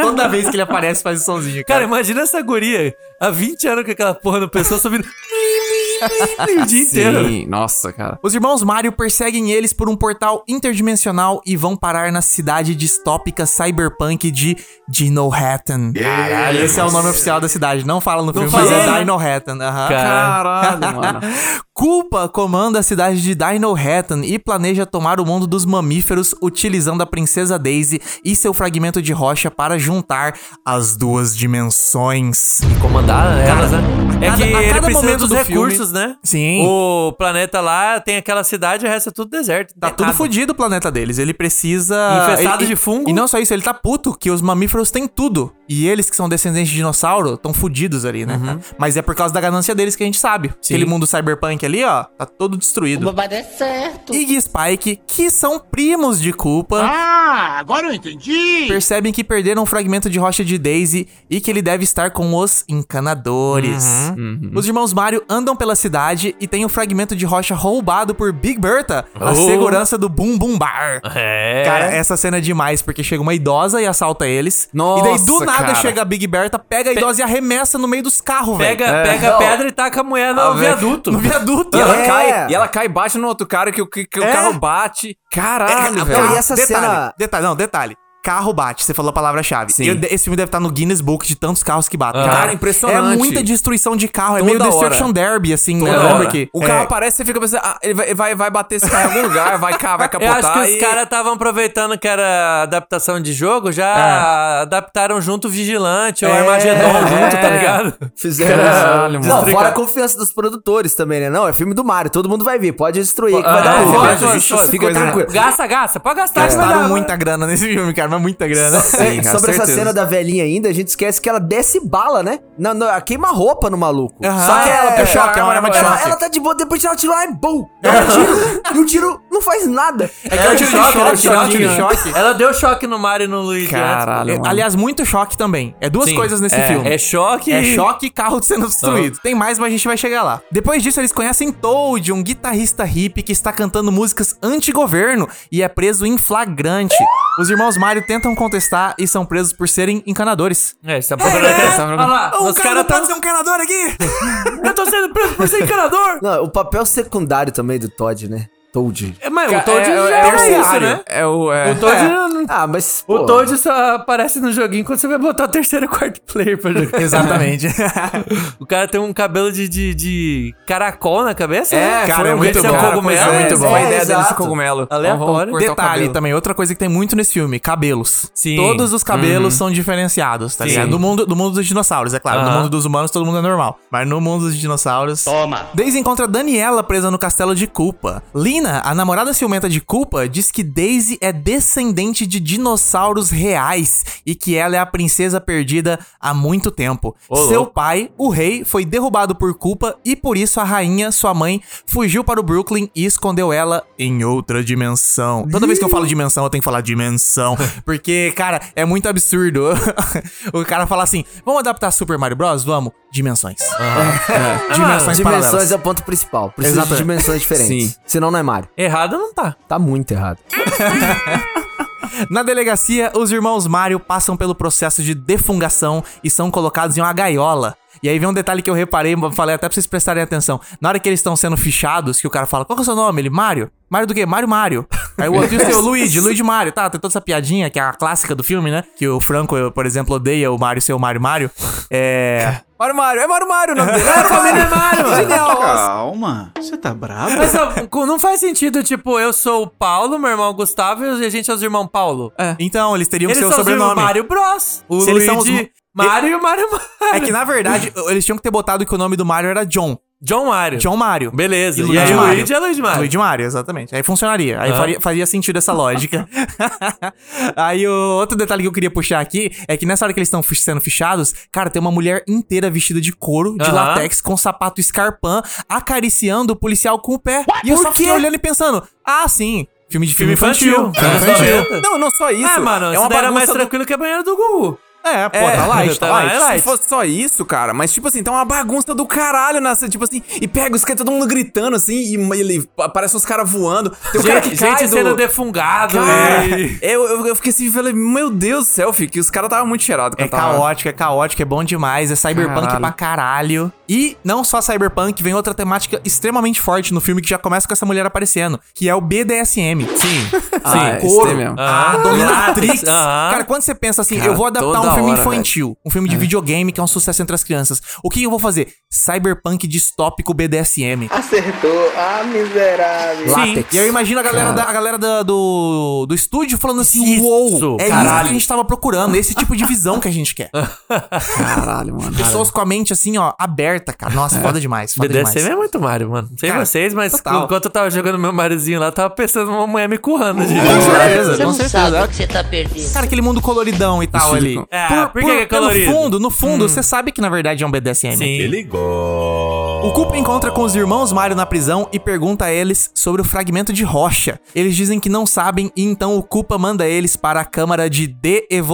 Speaker 2: Toda vez que ele aparece faz o sonzinho,
Speaker 3: um Cara,
Speaker 2: cara.
Speaker 3: imagina essa guria há 20 anos com aquela porra no pessoal subindo... o dia inteiro.
Speaker 4: Sim, nossa, cara.
Speaker 2: Os irmãos Mario perseguem eles por um portal interdimensional e vão parar na cidade distópica cyberpunk de Dinohattan. Caralho, esse é o nome oficial da cidade. Não fala no filme, mas
Speaker 3: fala,
Speaker 2: é
Speaker 3: né?
Speaker 2: Dinohattan. aham.
Speaker 4: Caralho, mano.
Speaker 2: Culpa comanda a cidade de Dinohattan e planeja tomar o mundo dos mamíferos utilizando a princesa Daisy e seu fragmento de rocha para juntar as duas dimensões.
Speaker 3: comandar elas, né? É
Speaker 2: cada-
Speaker 3: que
Speaker 2: a
Speaker 3: ele
Speaker 2: cada
Speaker 3: precisa
Speaker 2: momento
Speaker 3: dos
Speaker 2: do
Speaker 3: recursos, né?
Speaker 2: Sim.
Speaker 3: O planeta lá tem aquela cidade, o resto é tudo deserto.
Speaker 2: Tá tudo fodido o planeta deles. Ele precisa.
Speaker 3: Infestado
Speaker 2: ele-
Speaker 3: de fungo.
Speaker 2: E não só isso, ele tá puto que os mamíferos têm tudo. E eles que são descendentes de dinossauro estão fudidos ali, né?
Speaker 3: Uhum.
Speaker 2: cara? Mas é por causa da ganância deles que a gente sabe. Aquele mundo cyberpunk ali, ó, tá todo destruído.
Speaker 6: Vai dar certo.
Speaker 2: Iggy e Spike, que são primos de culpa,
Speaker 7: Ah, agora eu entendi!
Speaker 2: percebem que perderam um fragmento de rocha de Daisy e que ele deve estar com os encanadores.
Speaker 7: Uhum.
Speaker 3: Uhum.
Speaker 2: Os irmãos Mario andam pela cidade e tem um fragmento de rocha roubado por Big Bertha, a
Speaker 3: Oh.
Speaker 2: segurança do Boom Boom Bar.
Speaker 3: É.
Speaker 2: Cara, essa cena é demais, porque chega uma idosa e assalta eles. e daí do
Speaker 4: Nossa,
Speaker 2: nada
Speaker 4: cara.
Speaker 2: chega a Big Bertha, pega a idosa e arremessa no meio dos carros, velho.
Speaker 3: pega pega a pedra e taca a mulher no
Speaker 4: Ah, velho.
Speaker 3: viaduto.
Speaker 2: É. no viaduto.
Speaker 4: E ela,
Speaker 5: É.
Speaker 4: cai, e ela cai e bate no outro cara que, o- que- que
Speaker 3: É.
Speaker 4: o carro bate. Caralho,
Speaker 2: Não,
Speaker 4: velho.
Speaker 5: e essa
Speaker 2: Ah, detalhe,
Speaker 5: cena-
Speaker 2: Detalhe, não, detalhe. Carro bate, você falou a palavra-chave.
Speaker 4: Sim.
Speaker 2: Eu- Esse filme deve estar no Guinness Book de tantos carros que batem.
Speaker 3: Ah. Cara,
Speaker 4: impressionante.
Speaker 2: É muita destruição de carro, é
Speaker 4: Toda
Speaker 2: meio Destruction
Speaker 4: hora.
Speaker 2: Derby, assim, né?
Speaker 4: Toda
Speaker 2: Lembra
Speaker 4: hora.
Speaker 2: que...
Speaker 4: O carro
Speaker 2: é,
Speaker 4: aparece, você fica pensando, ah, ele vai, vai, vai bater esse carro em algum lugar, vai, ca- vai
Speaker 3: Eu
Speaker 4: capotar.
Speaker 3: acho que os
Speaker 4: e-
Speaker 3: caras estavam aproveitando que era adaptação de jogo, já adaptaram junto Vigilante ou
Speaker 2: É.
Speaker 3: Armagedon junto, tá
Speaker 4: É.
Speaker 3: ligado?
Speaker 5: Fizeram.
Speaker 4: Caralho, mano.
Speaker 5: não, fora
Speaker 4: Explica-
Speaker 5: a confiança dos produtores também, né? Não, é filme do Mario, todo mundo vai ver. Pode destruir, que vai
Speaker 3: Ah,
Speaker 2: um
Speaker 5: dar
Speaker 3: é,
Speaker 5: lucro.
Speaker 3: pode,
Speaker 5: Fica
Speaker 3: pode,
Speaker 2: assim,
Speaker 3: pode.
Speaker 5: Fica
Speaker 4: Coisa, né?
Speaker 5: tranquilo.
Speaker 3: Gasta, gasta, pode gastar. que vai
Speaker 2: Gastaram
Speaker 3: dar.
Speaker 2: muita grana nesse filme, cara, mas muita grana.
Speaker 5: É,
Speaker 4: cara,
Speaker 5: sobre essa
Speaker 4: certeza.
Speaker 5: cena da velhinha ainda, a gente esquece que ela desce bala, né? Na, na- queima roupa no maluco.
Speaker 2: Aham.
Speaker 5: Só que ela,
Speaker 2: É,
Speaker 5: pô,
Speaker 2: é choque, é uma arma de
Speaker 5: ela,
Speaker 2: choque.
Speaker 5: ela tá de boa, depois de ela tira lá e bum! Dá um tiro, e o tiro não faz nada.
Speaker 3: É que é o tiro de choque,
Speaker 2: choque,
Speaker 3: é o tiro
Speaker 2: choque,
Speaker 3: de
Speaker 2: choque.
Speaker 3: choque. Ela deu choque no Mario e no Luigi. antes.
Speaker 4: Caralho,
Speaker 2: É,
Speaker 4: mano.
Speaker 2: aliás, muito choque também. É duas
Speaker 3: Sim,
Speaker 2: coisas nesse
Speaker 3: é,
Speaker 2: filme.
Speaker 3: É choque.
Speaker 2: É choque e carro sendo destruído. Tem mais, mas a gente vai chegar lá. Depois disso, eles conhecem Toad, um guitarrista hippie que está cantando músicas anti-governo e é preso em flagrante. Os irmãos Mario tentam contestar e são presos por serem encanadores.
Speaker 3: É, você tá procurando. Olha lá, os caras tão.
Speaker 2: um encanador aqui!
Speaker 3: Eu tô sendo preso por ser encanador!
Speaker 5: Não, o papel secundário também do Todd, né? Toad.
Speaker 3: É, Mas
Speaker 4: Ca-
Speaker 3: o Toad
Speaker 4: é-
Speaker 3: já
Speaker 4: é-
Speaker 3: é,
Speaker 4: é o
Speaker 3: isso,
Speaker 4: terciário.
Speaker 3: né?
Speaker 4: É o. é-
Speaker 3: O Toad,
Speaker 4: é.
Speaker 3: não-
Speaker 5: Ah, mas.
Speaker 3: o
Speaker 5: pô,
Speaker 3: Toad só aparece no joguinho quando você vai botar o terceiro e quarto player pra jogar.
Speaker 2: Exatamente.
Speaker 3: O cara tem um cabelo de, de, de caracol na cabeça? né?
Speaker 4: cara, é
Speaker 3: Foram ver
Speaker 4: muito
Speaker 3: se
Speaker 4: bom.
Speaker 3: é um cogumelo.
Speaker 4: Cara,
Speaker 5: é
Speaker 4: muito bom.
Speaker 5: é,
Speaker 4: a ideia dele
Speaker 5: exato.
Speaker 4: desse cogumelo.
Speaker 3: Aleatório. então.
Speaker 4: Vamos- vamos cortar o
Speaker 2: Detalhe
Speaker 4: cabelo.
Speaker 2: também, outra coisa que tem muito nesse filme, cabelos.
Speaker 3: Sim.
Speaker 2: Todos os
Speaker 4: Uhum.
Speaker 2: cabelos são diferenciados, tá
Speaker 3: Sim.
Speaker 2: ligado? Do mundo, do mundo dos dinossauros, é claro. No
Speaker 3: Aham.
Speaker 2: mundo dos humanos todo mundo é normal. Mas no mundo dos dinossauros...
Speaker 7: Toma.
Speaker 2: Daisy encontra Daniela presa no castelo de Culpa. Lina, a namorada ciumenta de Culpa, diz que Daisy é descendente de dinossauros reais e que ela é a princesa perdida há muito tempo. Seu pai, o rei, foi derrubado por Culpa e por isso a rainha, sua mãe, fugiu para o Brooklyn e escondeu ela em outra dimensão. Toda vez que eu falo dimensão, eu tenho que falar dimensão, porque, cara, é muito absurdo. o cara fala assim: "Vamos adaptar Super Mario Bros, vamos, dimensões".
Speaker 4: tá?
Speaker 2: É. Dimensões paralelas.
Speaker 5: Dimensões é o ponto principal. Precisa
Speaker 2: Exatamente.
Speaker 5: de dimensões diferentes.
Speaker 4: Sim.
Speaker 5: Senão não é Mario.
Speaker 3: Errado não tá.
Speaker 5: Tá muito errado.
Speaker 2: Na delegacia, os irmãos Mario passam pelo processo de defungação e são colocados em uma gaiola. E aí vem um detalhe que eu reparei, falei até pra vocês prestarem atenção. Na hora que eles estão sendo fichados, que o cara fala, qual que é o seu nome? Ele, Mario. Mario do quê? Mario Mario. Aí o outro, e o seu? Luigi, Luigi Mario. Tá, tem toda essa piadinha, que é a clássica do filme, né? Que o Franco, eu, por exemplo, odeia o Mario ser o Mario Mario. É...
Speaker 4: Mario Mario, é Mario Mario o nome dele.
Speaker 3: A família é Mario, mano.
Speaker 7: Calma. Você tá bravo?
Speaker 3: Mas ó, não faz sentido, tipo, eu sou o Paulo, meu irmão Gustavo e a gente é os irmãos Paulo. É.
Speaker 2: Então, eles teriam
Speaker 3: Eles
Speaker 2: que ser
Speaker 3: são
Speaker 2: o
Speaker 3: os irmãos
Speaker 2: sobrenome.
Speaker 3: Mario Bros. O
Speaker 2: Se
Speaker 3: Luigi,
Speaker 2: eles são os-
Speaker 3: Mario e o Mario Mario.
Speaker 2: É que, na verdade, eles tinham que ter botado que o nome do Mario era John.
Speaker 3: John Mario.
Speaker 2: John Mario.
Speaker 3: Beleza. E,
Speaker 2: Luigi
Speaker 3: aí o
Speaker 2: Mario.
Speaker 3: Luigi é Luigi Mario.
Speaker 2: Luigi Mario, exatamente. Aí funcionaria. Aí
Speaker 3: Ah.
Speaker 2: faria, faria sentido essa lógica. Aí o outro detalhe que eu queria puxar aqui é que nessa hora que eles estão fi- sendo fichados, cara, tem uma mulher inteira vestida de couro, de
Speaker 3: Aham.
Speaker 2: látex, com sapato escarpã, acariciando o policial com o pé. E eu só fiquei olhando e pensando, ah, sim, filme de filme,
Speaker 3: Filme
Speaker 2: infantil.
Speaker 3: infantil.
Speaker 2: Filme
Speaker 3: Anos 90.
Speaker 4: Não, não só isso.
Speaker 3: É, mano,
Speaker 4: é
Speaker 3: isso
Speaker 4: uma
Speaker 3: daí era mais
Speaker 4: bagunça do
Speaker 3: tranquilo que a banheira do Gugu.
Speaker 2: É, pô,
Speaker 3: É,
Speaker 2: tá light, tá
Speaker 3: tá
Speaker 2: light.
Speaker 3: light.
Speaker 4: Se fosse é só isso, cara, mas tipo assim, tá uma bagunça do caralho nessa, tipo assim, e pega os caras, todo mundo gritando assim, e ele, aparece uns caras voando. Tem um cara que
Speaker 3: Gente,
Speaker 4: cai
Speaker 3: gente
Speaker 4: do...
Speaker 3: sendo defungado.
Speaker 4: Cara,
Speaker 3: e-
Speaker 4: eu, eu, eu fiquei assim, falei, meu Deus do céu, filho, que os caras estavam muito cheirados.
Speaker 2: É caótico, é caótico, é bom demais, é cyberpunk
Speaker 4: Caralho.
Speaker 2: pra caralho. E não só cyberpunk, vem outra temática extremamente forte no filme que já começa com essa mulher aparecendo, que é o BDSM. Sim.
Speaker 4: Ah,
Speaker 2: Sim,
Speaker 4: isso
Speaker 2: couro.
Speaker 4: tem mesmo.
Speaker 2: A
Speaker 3: Ah.
Speaker 2: dominatrix.
Speaker 3: Aham.
Speaker 2: Cara, quando você pensa assim,
Speaker 4: Cara,
Speaker 2: eu vou adaptar
Speaker 4: toda
Speaker 2: um filme
Speaker 4: hora,
Speaker 2: infantil, um filme de videogame que é um sucesso entre as crianças. O que eu vou fazer? Cyberpunk distópico BDSM.
Speaker 6: Acertou. Ah, miserável.
Speaker 5: Látex.
Speaker 2: E eu imagino a galera, da, a galera da- do, do estúdio falando assim:
Speaker 3: Isso,
Speaker 2: Uou, é isso que
Speaker 3: caralho."
Speaker 2: a gente tava procurando, esse tipo de visão que a gente quer.
Speaker 4: Caralho, mano. É.
Speaker 2: Pessoas com a mente assim, ó, aberta, cara. Nossa, foda demais. Foda
Speaker 3: BDSM
Speaker 2: demais.
Speaker 3: é muito Mario, mano. Não sei
Speaker 2: Cara,
Speaker 3: vocês, mas
Speaker 2: total.
Speaker 3: enquanto eu tava jogando meu Mariozinho lá, eu tava pensando numa mulher me currando. De...
Speaker 2: certeza,
Speaker 8: Você não sabe o que você tá perdendo.
Speaker 2: Cara, aquele mundo coloridão e tal ali.
Speaker 3: É, por que é colorido? Hum.
Speaker 2: No fundo, no fundo, você sabe que na verdade é um BDSM. O Koopa encontra com os irmãos Mario na prisão e pergunta a eles sobre o fragmento de rocha. Eles dizem que não sabem e então o Koopa manda eles para a câmara de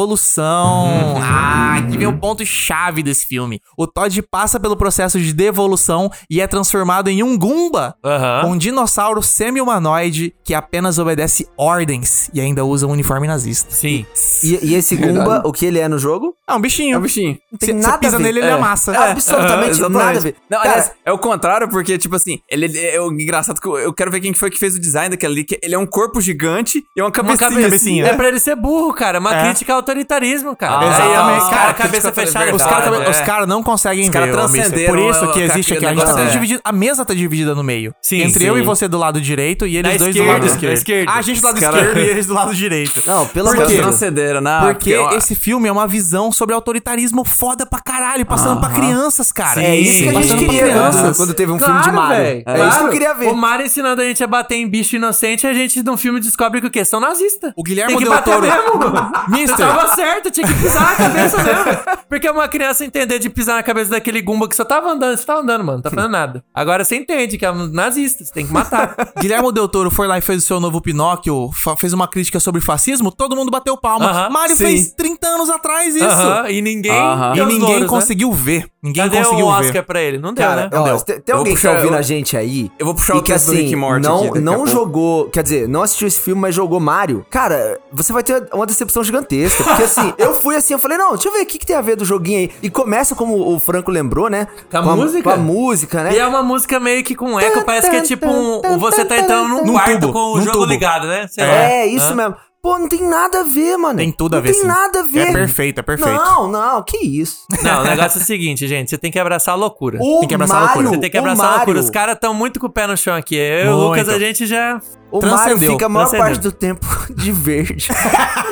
Speaker 2: de-evolução. ah, que vem o ponto-chave desse filme. O Todd passa pelo processo de devolução e é transformado em um Goomba.
Speaker 3: Aham.
Speaker 2: Um dinossauro semi-humanoide que apenas obedece ordens e ainda usa um uniforme nazista.
Speaker 3: Sim.
Speaker 5: E, e esse Goomba, o que ele é no jogo?
Speaker 2: É um bichinho.
Speaker 4: É o bichinho.
Speaker 5: Não
Speaker 2: Cê- cê pisa
Speaker 5: a ver.
Speaker 2: nele, ele
Speaker 5: É.
Speaker 2: amassa.
Speaker 5: É, absolutamente
Speaker 4: Exatamente.
Speaker 5: nada a ver.
Speaker 4: Não,
Speaker 5: Cara,
Speaker 4: aliás, é o contrário, porque, tipo assim, ele, ele- é o engraçado que eu, eu quero ver quem que foi que fez o design daquele ali, que ele é um corpo gigante e uma cabecinha. assim.
Speaker 2: cabecinha.
Speaker 3: É pra ele ser burro, cara. Uma
Speaker 2: É.
Speaker 3: crítica ao autoritarismo, cara.
Speaker 2: Ah,
Speaker 3: Aí, ó,
Speaker 2: exatamente,
Speaker 3: os
Speaker 2: cara,
Speaker 3: cara,
Speaker 4: crítica
Speaker 3: cabeça
Speaker 4: ao
Speaker 3: fechada.
Speaker 4: autoritarismo.
Speaker 2: Os caras
Speaker 3: Verdade, é.
Speaker 2: não conseguem
Speaker 4: Os cara
Speaker 2: ver, ô, Amice.
Speaker 4: transcenderam
Speaker 2: Por isso
Speaker 4: o-
Speaker 2: que
Speaker 4: o-
Speaker 2: existe aqui.
Speaker 4: aquele
Speaker 2: A gente tá
Speaker 4: negócio, é.
Speaker 2: dividido. A mesa tá dividida no meio.
Speaker 3: Sim,
Speaker 2: Entre
Speaker 3: sim.
Speaker 2: eu e você do lado direito e eles
Speaker 3: Da
Speaker 2: dois do
Speaker 3: esquerda,
Speaker 2: lado
Speaker 3: da
Speaker 2: esquerdo.
Speaker 3: esquerda.
Speaker 2: A gente do lado
Speaker 4: Os cara-
Speaker 2: esquerdo e eles do lado direito.
Speaker 5: Não, pelo
Speaker 4: Os
Speaker 5: amor
Speaker 4: caras
Speaker 5: de Deus.
Speaker 4: transcenderam, né?
Speaker 2: Porque
Speaker 4: ó,
Speaker 2: esse filme é uma visão sobre autoritarismo foda pra caralho, passando pra crianças, cara.
Speaker 5: É isso que a gente
Speaker 2: Passando pra
Speaker 5: queria quando,
Speaker 2: crianças.
Speaker 5: quando teve um
Speaker 3: Claro,
Speaker 5: filme de Mario.
Speaker 3: velho.
Speaker 5: É isso que eu queria
Speaker 3: O
Speaker 5: ver.
Speaker 3: Mario ensinando a gente a bater em bicho inocente, a gente num filme descobre que o quê? São nazistas.
Speaker 2: O Guilherme
Speaker 3: Tem que
Speaker 2: Del
Speaker 3: bater
Speaker 2: Toro-
Speaker 3: mesmo.
Speaker 2: Mister.
Speaker 3: Eu tava certo, tinha que pisar na cabeça mesmo. Porque uma criança entender de pisar na cabeça daquele gumba que só tava andando, você tava andando, mano, não tá fazendo nada. Agora você entende que é um nazista, você tem que matar.
Speaker 2: Guilherme Del Toro foi lá e fez o seu novo Pinóquio, fa- fez uma crítica sobre fascismo, todo mundo bateu palma.
Speaker 3: Aham,
Speaker 2: Mario
Speaker 3: sim.
Speaker 2: fez 30 anos atrás isso.
Speaker 3: Aham, E ninguém.
Speaker 4: Aham.
Speaker 2: E
Speaker 3: deu os
Speaker 2: ninguém
Speaker 3: louros, né?
Speaker 2: conseguiu ver. Ninguém
Speaker 3: Cadê
Speaker 2: conseguiu
Speaker 3: o
Speaker 2: ver.
Speaker 3: Oscar pra ele? Não deu,
Speaker 5: Cara,
Speaker 3: né?
Speaker 5: ó,
Speaker 2: Deu.
Speaker 5: se tem, tem
Speaker 4: Eu vou
Speaker 5: alguém que
Speaker 4: puxar
Speaker 5: tá
Speaker 4: o-
Speaker 5: ouvindo
Speaker 4: eu-
Speaker 5: a gente aí.
Speaker 4: eu vou puxar
Speaker 5: e
Speaker 4: o
Speaker 5: que,
Speaker 4: texto do
Speaker 5: assim,
Speaker 4: Rick Morty aqui
Speaker 5: Não,
Speaker 4: daqui a
Speaker 5: não
Speaker 4: pouco.
Speaker 5: jogou, quer dizer, não assistiu esse filme, mas jogou Mario. Cara, você vai ter uma decepção gigantesca. Porque assim, eu fui assim, eu falei, não, deixa eu ver o que, que tem a ver do joguinho aí. E começa, como o Franco lembrou, né?
Speaker 3: Com a música?
Speaker 5: Com a música, né?
Speaker 3: E é uma música meio que com eco, parece que é tipo um. um- Você tá entrando num
Speaker 2: Num
Speaker 3: quarto
Speaker 2: tubo,
Speaker 3: com o
Speaker 2: num
Speaker 3: jogo
Speaker 2: tubo.
Speaker 3: ligado, né? Sei lá.
Speaker 5: É, isso
Speaker 3: Hã?
Speaker 5: mesmo. Pô, não tem nada a ver, mano.
Speaker 2: Tem tudo a ver,
Speaker 5: Não tem
Speaker 2: sim.
Speaker 5: nada a ver.
Speaker 2: É perfeito, é perfeito.
Speaker 5: Não, não, que isso.
Speaker 3: Não, o negócio é o seguinte, gente. Você tem que abraçar a loucura.
Speaker 5: O
Speaker 2: Tem que abraçar a loucura.
Speaker 5: Mario,
Speaker 3: Você tem que abraçar a loucura. Os caras estão muito com o pé no chão aqui. Eu e o
Speaker 2: Muito.
Speaker 3: Lucas, a gente já.
Speaker 5: O Mario
Speaker 2: Transcendeu,
Speaker 5: fica a maior
Speaker 3: transcendeu.
Speaker 5: parte do tempo de verde.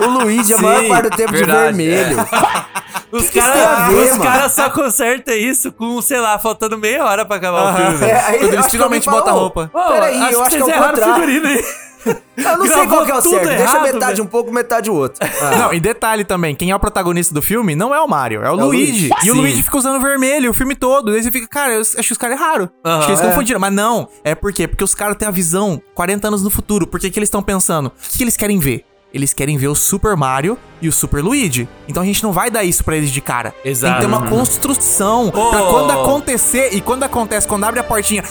Speaker 5: o Luigi a
Speaker 4: Sim,
Speaker 5: maior parte do tempo
Speaker 4: verdade,
Speaker 5: de vermelho.
Speaker 3: é. Os
Speaker 5: que isso tem a
Speaker 3: caras
Speaker 5: ver,
Speaker 3: os
Speaker 5: mano?
Speaker 3: cara só consertam isso com, sei lá, faltando meia hora pra acabar o filme.
Speaker 5: É, aí eu
Speaker 2: Quando eles
Speaker 5: acho que
Speaker 2: finalmente
Speaker 5: alguém
Speaker 2: botam a
Speaker 5: "Ô,
Speaker 2: roupa."
Speaker 3: Ô,
Speaker 5: Peraí, eu acho que é
Speaker 3: vocês
Speaker 5: o
Speaker 3: erraram o
Speaker 5: contrário.
Speaker 3: figurino aí.
Speaker 5: Eu não sei
Speaker 3: Gravou
Speaker 5: qual que é o
Speaker 3: tudo
Speaker 5: certo. Deixa
Speaker 3: errado,
Speaker 5: metade
Speaker 3: velho.
Speaker 5: um pouco, metade o outro. Ah,
Speaker 2: Não, e detalhe também, quem é o protagonista do filme não é o Mario, é o
Speaker 5: É o
Speaker 2: Luigi.
Speaker 5: Luigi.
Speaker 2: E o
Speaker 5: Sim.
Speaker 2: Luigi fica usando vermelho o filme todo. Daí você fica, cara, eu acho que os caras erraram.
Speaker 3: Aham,
Speaker 2: acho que eles
Speaker 3: é.
Speaker 2: confundiram. Mas não, é por quê? Porque os caras têm a visão 40 anos no futuro. Por que, que eles estão pensando? O que, que eles querem ver? Eles querem ver o Super Mario e o Super Luigi. Então a gente não vai dar isso pra eles de cara. Tem que
Speaker 3: Exato. Oh.
Speaker 2: ter uma construção. Pra
Speaker 3: Pô.
Speaker 2: quando acontecer, e quando acontece, quando abre a portinha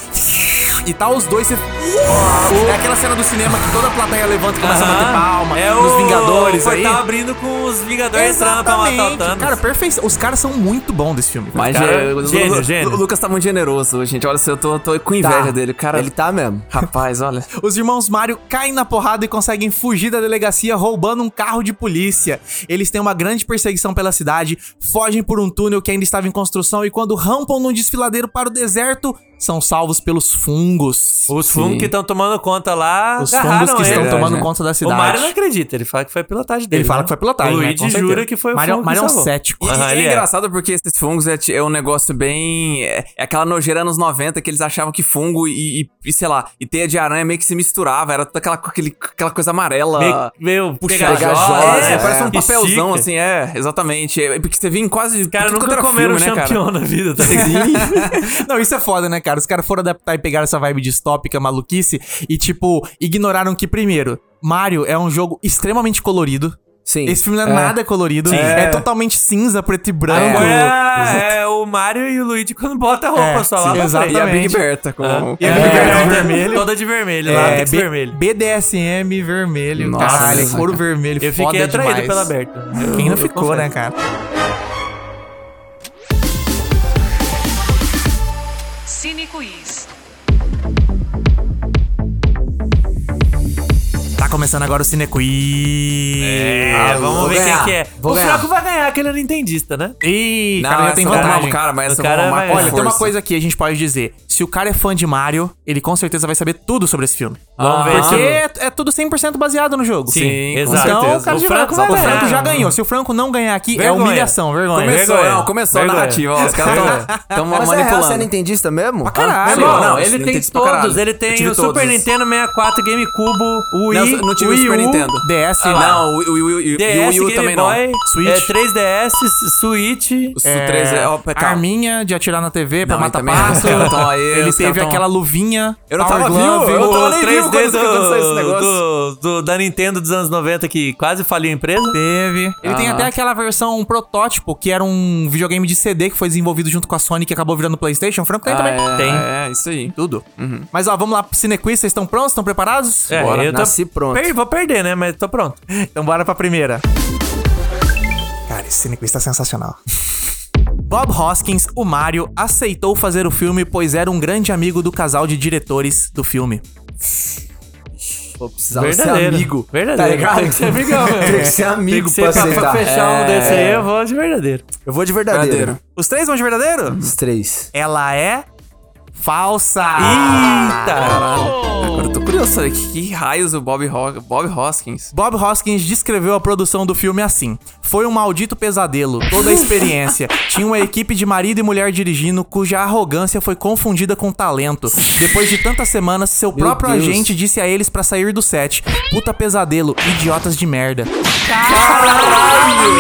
Speaker 2: e tá os dois, você. É aquela cena do cinema que toda a plateia levanta e começa a bater
Speaker 3: Aham.
Speaker 2: palma.
Speaker 3: É
Speaker 2: nos
Speaker 3: o
Speaker 2: Vingadores
Speaker 3: o
Speaker 2: aí.
Speaker 3: portal abrindo com os Vingadores entrando pra matar o
Speaker 2: Exatamente.
Speaker 3: Thanos.
Speaker 2: Cara, perfeição. Os caras são muito bons desse filme.
Speaker 4: Mas
Speaker 2: cara.
Speaker 3: Cara,
Speaker 4: é, o Lu-
Speaker 3: gênio,
Speaker 4: Lu-
Speaker 3: gênio.
Speaker 4: O Lucas tá muito generoso hoje, gente. Olha, eu tô, tô com
Speaker 5: tá.
Speaker 4: inveja dele. Cara,
Speaker 5: Ele tá mesmo.
Speaker 4: rapaz, olha.
Speaker 2: Os irmãos Mario caem na porrada e conseguem fugir da delegacia roubando um carro de polícia. Eles têm uma grande perseguição pela cidade, fogem por um túnel que ainda estava em construção e quando rampam num desfiladeiro para o deserto, são salvos pelos fungos.
Speaker 3: Os fungos que estão tomando conta lá,
Speaker 2: Os
Speaker 3: agarraram
Speaker 2: fungos que
Speaker 3: ele. É.
Speaker 2: estão
Speaker 4: verdade,
Speaker 2: tomando
Speaker 4: né?
Speaker 2: conta da
Speaker 3: O
Speaker 2: cidade.
Speaker 3: Mario não acredita, ele fala que foi pilotagem dele.
Speaker 2: Ele fala
Speaker 4: é
Speaker 3: né?
Speaker 2: que foi pilotagem,
Speaker 3: O
Speaker 2: né?
Speaker 3: Luigi
Speaker 2: Com certeza.
Speaker 3: jura que foi o
Speaker 2: Mario-
Speaker 3: fungo que
Speaker 2: Mario é um
Speaker 3: salvou.
Speaker 2: cético.
Speaker 4: E,
Speaker 3: Aham,
Speaker 4: e
Speaker 3: ele
Speaker 4: é
Speaker 3: é.
Speaker 4: engraçado porque esses fungos é, ti- é um negócio bem. É, é aquela nojeira anos 90 que eles achavam que fungo e, e- e, sei lá, e teia de aranha meio que se misturava. Era toda aquela, co- aquele, aquela coisa amarela.
Speaker 3: Meio, meio
Speaker 4: puxada.
Speaker 3: pegajosa.
Speaker 4: É,
Speaker 2: né?
Speaker 5: é.
Speaker 4: parece um papelzão,
Speaker 3: Estica.
Speaker 4: assim, é, exatamente. É, porque você via em quase.
Speaker 3: Os caras
Speaker 4: tudo quanto
Speaker 3: nunca
Speaker 4: era
Speaker 3: comeram um
Speaker 4: filme, né, cara?
Speaker 3: champion na vida, tá ligado?
Speaker 2: Não, isso é foda, né, cara? Os caras foram adaptar e pegaram essa vibe distópica, maluquice, e, tipo, ignoraram que, primeiro, Mario é um jogo extremamente colorido.
Speaker 5: Sim.
Speaker 2: Esse filme não é, nada colorido. É. totalmente cinza, preto e branco.
Speaker 3: É, é o Mario e o Luigi quando bota a roupa
Speaker 2: É,
Speaker 3: só
Speaker 2: sim,
Speaker 3: lá pra frente.
Speaker 4: E a Big
Speaker 2: Exatamente.
Speaker 4: Berta com.
Speaker 3: Ah, E
Speaker 4: É.
Speaker 3: a Big
Speaker 2: É,
Speaker 3: Berta
Speaker 2: vermelho.
Speaker 3: toda de vermelho, lá,
Speaker 2: É,
Speaker 3: látex
Speaker 2: B-
Speaker 3: vermelho.
Speaker 2: BDSM vermelho,
Speaker 4: Nossa,
Speaker 2: caralho, é couro vermelho,
Speaker 3: Eu
Speaker 2: foda
Speaker 3: fiquei atraído
Speaker 2: demais.
Speaker 3: pela Berta.
Speaker 2: Quem
Speaker 3: Eu-
Speaker 2: não
Speaker 3: eu
Speaker 2: ficou,
Speaker 3: confesso.
Speaker 2: né, cara?
Speaker 1: Cine Quiz.
Speaker 2: Tá começando agora o Cine Quiz.
Speaker 3: É, vamos
Speaker 5: vou
Speaker 3: ver quem
Speaker 5: ganhar,
Speaker 3: que é.
Speaker 5: vou
Speaker 3: o
Speaker 5: ganhar.
Speaker 3: Fraco vai ganhar, que ele é nintendista, né?
Speaker 2: Ih,
Speaker 4: Não,
Speaker 2: cara, já
Speaker 4: essa
Speaker 2: tem
Speaker 4: eu vou arrumar
Speaker 2: vantagem.
Speaker 4: pro cara, mas
Speaker 3: O
Speaker 4: essa eu
Speaker 3: cara
Speaker 4: vou arrumar
Speaker 3: vai-
Speaker 4: com
Speaker 2: Olha, tem uma
Speaker 4: força.
Speaker 2: coisa que a gente pode dizer. Se o cara é fã de Mario, ele com certeza vai saber tudo sobre esse filme.
Speaker 4: Ah,
Speaker 3: Vamos ver
Speaker 2: Porque
Speaker 3: se-
Speaker 2: é, é tudo 100% baseado no jogo.
Speaker 3: Sim, Sim, exato. com
Speaker 2: Então, o,
Speaker 3: certeza.
Speaker 2: cara
Speaker 3: O
Speaker 2: já
Speaker 3: Franco
Speaker 2: vai,
Speaker 3: vai
Speaker 2: o
Speaker 3: ganhar.
Speaker 2: Franco já ganhou. Se o Franco não ganhar aqui, é
Speaker 3: Vergonha.
Speaker 2: humilhação, vergonha.
Speaker 3: Começou.
Speaker 4: Começou,
Speaker 3: vergonha.
Speaker 4: não, começou a
Speaker 3: Vergonha.
Speaker 4: narrativa. ó, Os caras estão
Speaker 5: Mas é real, você é
Speaker 4: manipulando.
Speaker 5: nintendista mesmo? Pra
Speaker 2: caralho.
Speaker 4: Sim,
Speaker 3: Não,
Speaker 4: não,
Speaker 3: não,
Speaker 4: esse
Speaker 3: ele tem
Speaker 4: Nintendo pra
Speaker 3: todos.
Speaker 4: caralho.
Speaker 3: Ele
Speaker 4: Eu
Speaker 3: tem
Speaker 4: tive
Speaker 3: o Super
Speaker 4: todos.
Speaker 3: Nintendo 64, GameCube, o Wii,
Speaker 4: Não, eu não tive o
Speaker 3: Wii
Speaker 4: Super
Speaker 3: U,
Speaker 4: Nintendo.
Speaker 2: DS,
Speaker 3: Ah,
Speaker 2: né?
Speaker 4: Não, o Wii- o Wii- o Wii- o
Speaker 3: DS,
Speaker 4: Wii U
Speaker 3: Game
Speaker 4: também
Speaker 3: Boy,
Speaker 4: não.
Speaker 2: Switch.
Speaker 3: é, 3DS, Switch.
Speaker 4: Su- 3 é- ó, calma.
Speaker 2: Arminha de atirar na TV pra
Speaker 4: Não,
Speaker 2: matar
Speaker 4: também-
Speaker 2: passo.
Speaker 4: Os caras tão aí,
Speaker 2: Ele
Speaker 4: os
Speaker 2: teve
Speaker 4: caras tão-
Speaker 2: aquela luvinha.
Speaker 4: Eu não
Speaker 2: Power
Speaker 4: tava vivo, eu não tava nem vivo quando
Speaker 3: 3D
Speaker 4: você lançou esse negócio.
Speaker 3: do, do- da Nintendo dos anos 90 que quase faliu a empresa.
Speaker 2: Teve. Ele tem
Speaker 4: Aham.
Speaker 2: até aquela versão protótipo, que era um videogame de CD que foi desenvolvido junto com a Sony que acabou virando PlayStation. O Franco tem também.
Speaker 4: Ah, é,
Speaker 3: Tem.
Speaker 4: É, isso aí. Uhum.
Speaker 2: Tudo. Mas ó, vamos lá pro Cinequiz. Vocês estão prontos? Estão preparados?
Speaker 3: É,
Speaker 5: Bora,
Speaker 3: eu tô
Speaker 5: nasci pronto.
Speaker 3: Per- vou perder, né? Mas tô pronto.
Speaker 2: Então bora pra primeira. Cara, esse cinequiz tá sensacional. Bob Hoskins, o Mario, aceitou fazer o filme pois era um grande amigo do casal de diretores do filme.
Speaker 5: Pô, precisava ser
Speaker 3: Verdadeiro,
Speaker 5: amigo.
Speaker 3: verdadeiro.
Speaker 5: Tá ligado?
Speaker 3: Tem que ser amigão, é.
Speaker 5: Tem que ser
Speaker 3: Tem
Speaker 5: amigo
Speaker 3: que
Speaker 5: pra
Speaker 3: ser pra, pra
Speaker 5: aceitar.
Speaker 3: fechar um
Speaker 5: É.
Speaker 3: desse aí, eu vou de verdadeiro.
Speaker 5: Eu vou de verdadeiro.
Speaker 4: Verdadeiro.
Speaker 2: Os três vão de verdadeiro?
Speaker 5: Os três.
Speaker 2: Ela é falsa.
Speaker 4: Ah.
Speaker 3: Eita!
Speaker 4: Agora eu tô curioso, olha, que, que raios o Bob, Ho Bob Hoskins.
Speaker 2: Bob Hoskins descreveu a produção do filme assim: Foi um maldito pesadelo, toda a experiência. Tinha uma equipe de marido e mulher dirigindo, cuja arrogância foi confundida com talento. Depois de tantas semanas, seu próprio
Speaker 5: Deus.
Speaker 2: agente disse a eles pra sair do set: Puta pesadelo, idiotas de merda.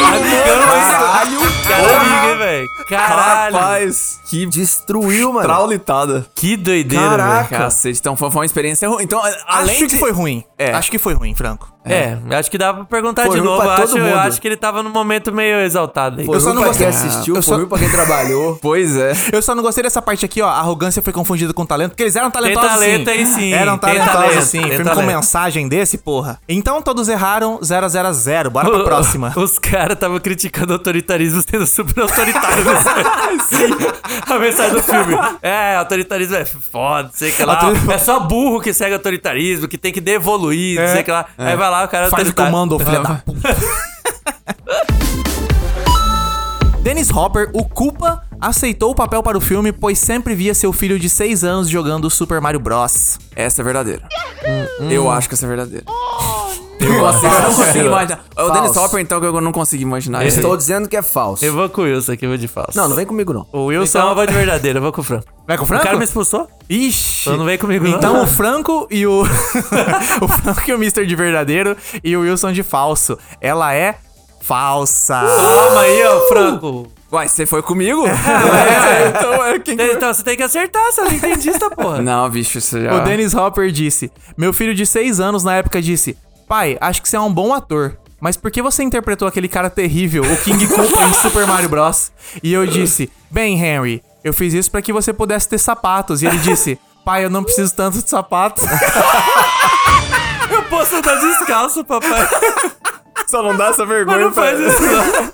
Speaker 4: Caralho!
Speaker 3: Cara, amiga, hein, velho. Caralho.
Speaker 4: Rapaz, que
Speaker 5: Destruiu, mano.
Speaker 4: traulitada.
Speaker 3: Que doideira, velho.
Speaker 4: Cacete, então foi, foi uma experiência ruim. Então Então, além
Speaker 2: acho
Speaker 4: de...
Speaker 2: que foi ruim.
Speaker 4: É.
Speaker 2: Acho que foi ruim, Franco.
Speaker 3: É, acho que dá pra perguntar
Speaker 5: Foi
Speaker 3: de
Speaker 5: ruim
Speaker 3: novo. Eu
Speaker 5: pra todo
Speaker 3: acho, eu
Speaker 5: mundo.
Speaker 3: acho que ele tava num momento meio exaltado aí.
Speaker 5: Foi
Speaker 2: Eu só
Speaker 5: ruim
Speaker 2: não
Speaker 5: pra quem
Speaker 2: gostei.
Speaker 5: assistiu,
Speaker 2: Eu
Speaker 5: foi
Speaker 2: só-
Speaker 5: ruim pra quem trabalhou.
Speaker 4: Pois é.
Speaker 2: Eu só não gostei dessa parte aqui, ó. A arrogância foi confundida com talento, porque eles eram talentosos
Speaker 3: talento
Speaker 2: sim.
Speaker 3: aí sim,
Speaker 2: Eram
Speaker 3: tem
Speaker 2: talentosos
Speaker 3: talento,
Speaker 2: sim.
Speaker 3: tem
Speaker 2: Filme com
Speaker 3: talento.
Speaker 2: mensagem desse, porra. Então todos erraram 000. Bora pra próxima.
Speaker 3: Os caras estavam criticando o autoritarismo sendo super autoritário. né? A mensagem do filme. É, autoritarismo é foda, sei que lá.
Speaker 2: Autoritarismo-
Speaker 3: É só burro que segue autoritarismo, que tem que devoluir,
Speaker 2: É,
Speaker 3: sei que lá. Aí vai lá, o cara é
Speaker 2: Faz o
Speaker 3: autoritário.
Speaker 2: comando, filha da puta. Dennis Hopper, o Culpa, aceitou o papel para o filme, pois sempre via seu filho de 6 anos jogando Super Mario Bros.
Speaker 4: Essa é verdadeira.
Speaker 5: Hum.
Speaker 4: Eu acho que essa é verdadeira. Eu acho que eu não consigo imaginar. O Dennis
Speaker 5: Falso.
Speaker 4: Hopper, então, que eu não consigo imaginar.
Speaker 5: Eu
Speaker 4: ele.
Speaker 5: estou dizendo que é falso.
Speaker 3: Eu vou com o Wilson aqui, eu vou de falso.
Speaker 5: Não, não vem comigo, não.
Speaker 3: O Wilson é uma voz de verdadeira, eu vou com o Franco.
Speaker 2: Vai com o Franco?
Speaker 3: O cara me expulsou?
Speaker 2: Ixi!
Speaker 3: Então não vem comigo, não.
Speaker 2: Então o Franco e o. o Franco e o Mr. de verdadeiro e o Wilson de falso. Ela é falsa.
Speaker 3: Calma aí, ó, Franco.
Speaker 4: Uai, você foi comigo?
Speaker 3: então, você tem que acertar, você não entendista, porra.
Speaker 4: Não, bicho, isso já...
Speaker 2: O Dennis Hopper disse: Meu filho de 6 anos na época disse: Pai, acho que você é um bom ator. Mas por que você interpretou aquele cara terrível, o King Koopa em Super Mario Bros? E eu disse: Bem, Henry, eu fiz isso pra que você pudesse ter sapatos. E ele disse: Pai, eu não preciso tanto de sapatos.
Speaker 3: Eu posso andar descalço, papai.
Speaker 2: Só não dá essa
Speaker 3: Mas
Speaker 2: vergonha
Speaker 3: não faz isso, não.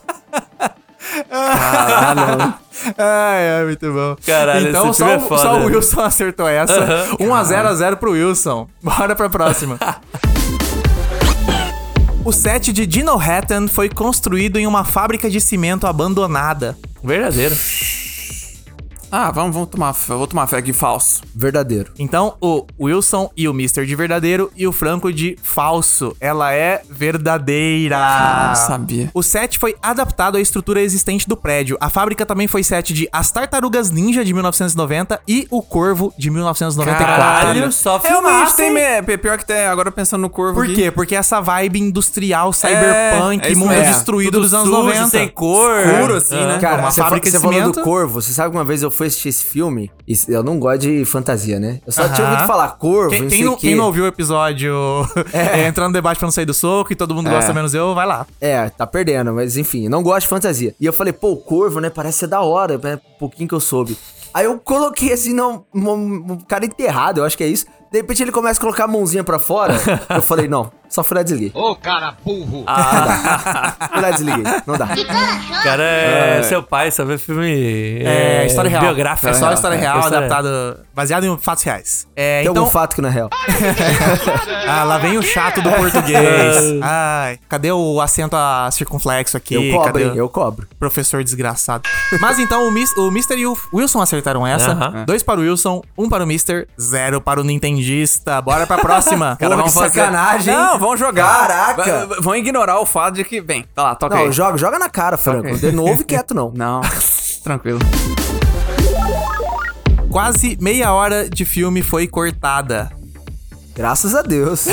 Speaker 2: Ai, é muito bom.
Speaker 3: Caralho,
Speaker 2: então
Speaker 3: esse
Speaker 2: só,
Speaker 3: filme é
Speaker 2: o-
Speaker 3: foda.
Speaker 2: só o Wilson acertou essa. 1x0x0 pro Wilson. Bora pra próxima. o set de Dino Hatton foi construído em uma fábrica de cimento abandonada.
Speaker 3: Verdadeiro.
Speaker 4: Ah, vamos, vamos tomar... fé. Eu vou tomar fé aqui, falso.
Speaker 5: Verdadeiro.
Speaker 2: Então, o Wilson e o Mr. de verdadeiro e o Franco de falso. Ela é verdadeira.
Speaker 4: Não sabia.
Speaker 2: O set foi adaptado à estrutura existente do prédio. A fábrica também foi set de As Tartarugas Ninja de 1990 e O Corvo de 1994.
Speaker 3: Caralho, só
Speaker 4: Realmente,
Speaker 3: filmaço,
Speaker 4: tem...
Speaker 3: hein?
Speaker 4: me- é, Pior que tem... Agora pensando no corvo
Speaker 2: Por
Speaker 4: aqui.
Speaker 2: quê? Porque essa vibe industrial, cyberpunk,
Speaker 4: é isso
Speaker 2: mundo
Speaker 4: mesmo.
Speaker 2: destruído
Speaker 3: Tudo
Speaker 2: dos anos
Speaker 3: sujo,
Speaker 2: 90.
Speaker 3: sem cor.
Speaker 4: Escuro, assim, né?
Speaker 5: É. Cara,
Speaker 2: uma
Speaker 5: você, fa-
Speaker 2: fábrica de
Speaker 5: você falou
Speaker 2: cimento.
Speaker 5: do Corvo, você sabe que uma vez eu fui assistir esse filme, e eu não gosto de fantasia, né? Eu só tinha ouvido falar Corvo,
Speaker 2: Quem,
Speaker 5: não
Speaker 2: quem
Speaker 5: sei
Speaker 2: não,
Speaker 5: o quê.
Speaker 2: quem não ouviu o episódio é. Entrando no Debate pra não sair do soco e todo
Speaker 3: É.
Speaker 2: mundo gosta menos eu, vai lá.
Speaker 5: É, tá perdendo, mas enfim, não gosto de fantasia. E eu falei, pô, o Corvo, né, parece ser da hora, né, pouquinho que eu soube. Aí eu coloquei assim, não, um, um cara enterrado, eu acho que é isso. De repente ele começa a colocar a mãozinha pra fora. eu falei, não, só fui lá e desliguei. Ô, cara burro! Ah, dá. fui lá e desliguei, não dá.
Speaker 3: O cara é, seu pai, só vê filme.
Speaker 2: É, história real.
Speaker 3: Biográfica. né?
Speaker 2: É só história real,
Speaker 3: história
Speaker 2: adaptado, baseado em fatos reais. É,
Speaker 5: Tem
Speaker 2: então,
Speaker 5: algum fato que não é real.
Speaker 2: ah, lá vem o chato do português. Ai, cadê o acento a circunflexo aqui?
Speaker 5: É. Eu cobro,
Speaker 2: Cadê
Speaker 5: hein, eu cobro.
Speaker 2: Professor desgraçado. Mas então o, Mis o Mr. e o Wilson acertaram essa.
Speaker 3: Aham.
Speaker 2: Dois para o Wilson, um para o Mr., zero para o Nintendista. Bora pra próxima. Cara,
Speaker 5: Porra, que
Speaker 2: fazer-
Speaker 5: sacanagem. hein?
Speaker 4: Não, vão jogar.
Speaker 5: Caraca.
Speaker 4: V- v- Vão ignorar o fato de que... Bem, tá lá, toca
Speaker 5: Não,
Speaker 4: aí.
Speaker 5: joga, joga na cara, Franco.
Speaker 4: Ok.
Speaker 5: De novo, quieto não.
Speaker 4: Não, tranquilo.
Speaker 2: Quase meia hora de filme foi cortada.
Speaker 5: Graças a Deus.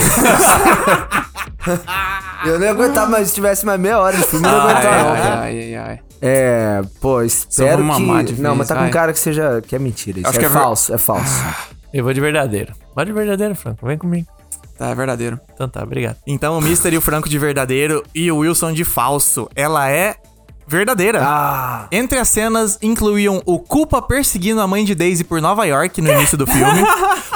Speaker 5: eu não ia aguentar, mas se tivesse mais meia hora de filme, eu não ia
Speaker 2: Ah, é,
Speaker 4: Ai,
Speaker 5: aguentar, não,
Speaker 4: ai,
Speaker 5: cara.
Speaker 4: ai, ai, ai.
Speaker 5: É, pô, espero
Speaker 4: vou mamar de
Speaker 5: que... Não,
Speaker 4: vez,
Speaker 5: mas tá
Speaker 4: vai.
Speaker 5: com cara que seja... Que é mentira isso.
Speaker 4: Acho
Speaker 5: é,
Speaker 4: que é ver-
Speaker 5: falso, é falso.
Speaker 3: Eu vou de verdadeiro. Vai de verdadeiro, Franco. Vem comigo.
Speaker 4: Tá, é verdadeiro.
Speaker 3: Então tá, obrigado.
Speaker 2: Então o Mr. e o Franco de verdadeiro e o Wilson de falso. Ela é verdadeira.
Speaker 5: Ah,
Speaker 2: Entre as cenas incluíam o Culpa perseguindo a mãe de Daisy por Nova York no início do filme,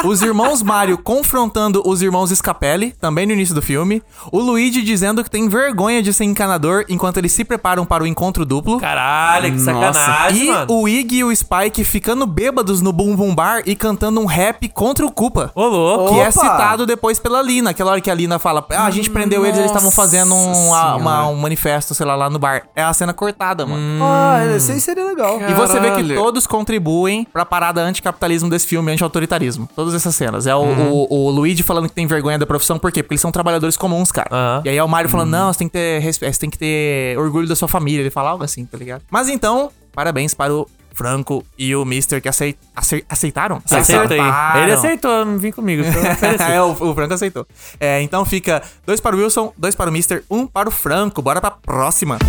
Speaker 2: os irmãos Mario confrontando os irmãos Scapelli, também no início do filme, o Luigi dizendo que tem vergonha de ser encanador enquanto eles se preparam para o encontro duplo.
Speaker 3: Caralho, que
Speaker 4: Nossa.
Speaker 3: sacanagem,
Speaker 2: E
Speaker 3: mano.
Speaker 2: o Iggy e o Spike ficando bêbados no Boom Boom Bar e cantando um rap contra o Culpa.
Speaker 3: Ô, louco.
Speaker 2: Que é
Speaker 5: Opa!
Speaker 2: citado depois pela Lina. Aquela hora que a Lina fala, ah, a gente prendeu eles, eles estavam fazendo um, a- uma- um manifesto, sei lá, lá no bar. É a cena cortada, mano.
Speaker 5: ah, isso aí seria legal.
Speaker 2: E você vê que
Speaker 4: Caralho.
Speaker 2: todos contribuem pra parada anticapitalismo desse filme, anti-autoritarismo. Todas essas cenas. É o, o- o Luigi falando que tem vergonha da profissão, por quê? Porque eles são trabalhadores comuns, cara.
Speaker 3: Aham.
Speaker 2: E aí é o Mario falando, não, você tem que ter respe- você tem que ter orgulho da sua família. Ele fala algo assim, tá ligado? Mas então, parabéns para o Franco e o Mister que acei- acer- aceitaram?
Speaker 3: Aceitei.
Speaker 2: Acertaram.
Speaker 3: Ele aceitou, não vim comigo. então eu ofereci.
Speaker 2: é, o, o Franco aceitou. É, então fica dois para o Wilson, dois para o Mister, um para o Franco. Bora pra próxima.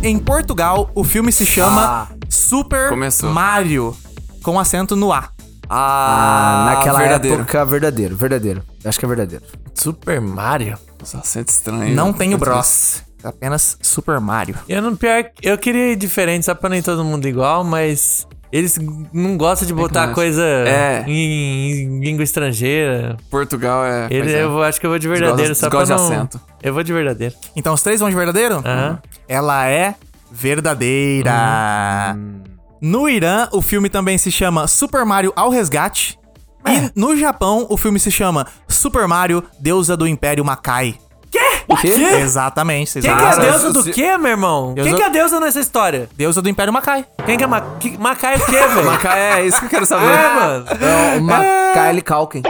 Speaker 2: Em Portugal, o filme se chama Super
Speaker 4: Começou.
Speaker 2: Mario, com acento no A.
Speaker 5: Ah,
Speaker 4: Ah,
Speaker 5: naquela
Speaker 4: verdadeiro.
Speaker 5: época, verdadeiro, verdadeiro. Eu Acho que é verdadeiro.
Speaker 2: Super Mario?
Speaker 4: Só sente estranho.
Speaker 2: Não tem o Bros. Apenas Super Mario.
Speaker 3: Eu não pior, que- eu queria ir diferente só pra nem todo mundo igual, mas eles n- não gostam de botar
Speaker 4: mais.
Speaker 3: coisa
Speaker 4: É.
Speaker 3: em, em língua estrangeira.
Speaker 4: Portugal é.
Speaker 3: Ele,
Speaker 4: pois é.
Speaker 3: eu vou- acho que eu vou de verdadeiro
Speaker 4: Eles
Speaker 3: só
Speaker 4: gostam-
Speaker 3: pra
Speaker 4: eles
Speaker 3: não.
Speaker 4: gostam de acento.
Speaker 3: Eu vou de verdadeiro.
Speaker 2: Então os três vão de verdadeiro?
Speaker 3: Aham.
Speaker 2: Ela é verdadeira.
Speaker 4: Hum.
Speaker 2: No Irã, o filme também se chama Super Mario ao Resgate.
Speaker 4: É.
Speaker 2: E no Japão, o filme se chama Super Mario, Deusa do Império Makai.
Speaker 4: O quê?
Speaker 2: Exatamente, vocês
Speaker 3: Quem que é a
Speaker 2: acharam?
Speaker 4: Cara,
Speaker 3: deusa do
Speaker 4: se-
Speaker 3: quê, meu irmão?
Speaker 2: Eu
Speaker 3: Quem
Speaker 2: sou-
Speaker 3: que é a deusa nessa história?
Speaker 2: Deusa do Império Makai.
Speaker 3: Quem que é ma... que... Macai o quê, velho?
Speaker 4: Macaé, é isso que eu quero saber.
Speaker 3: É, mano.
Speaker 5: Então, uma Kylie Calkin.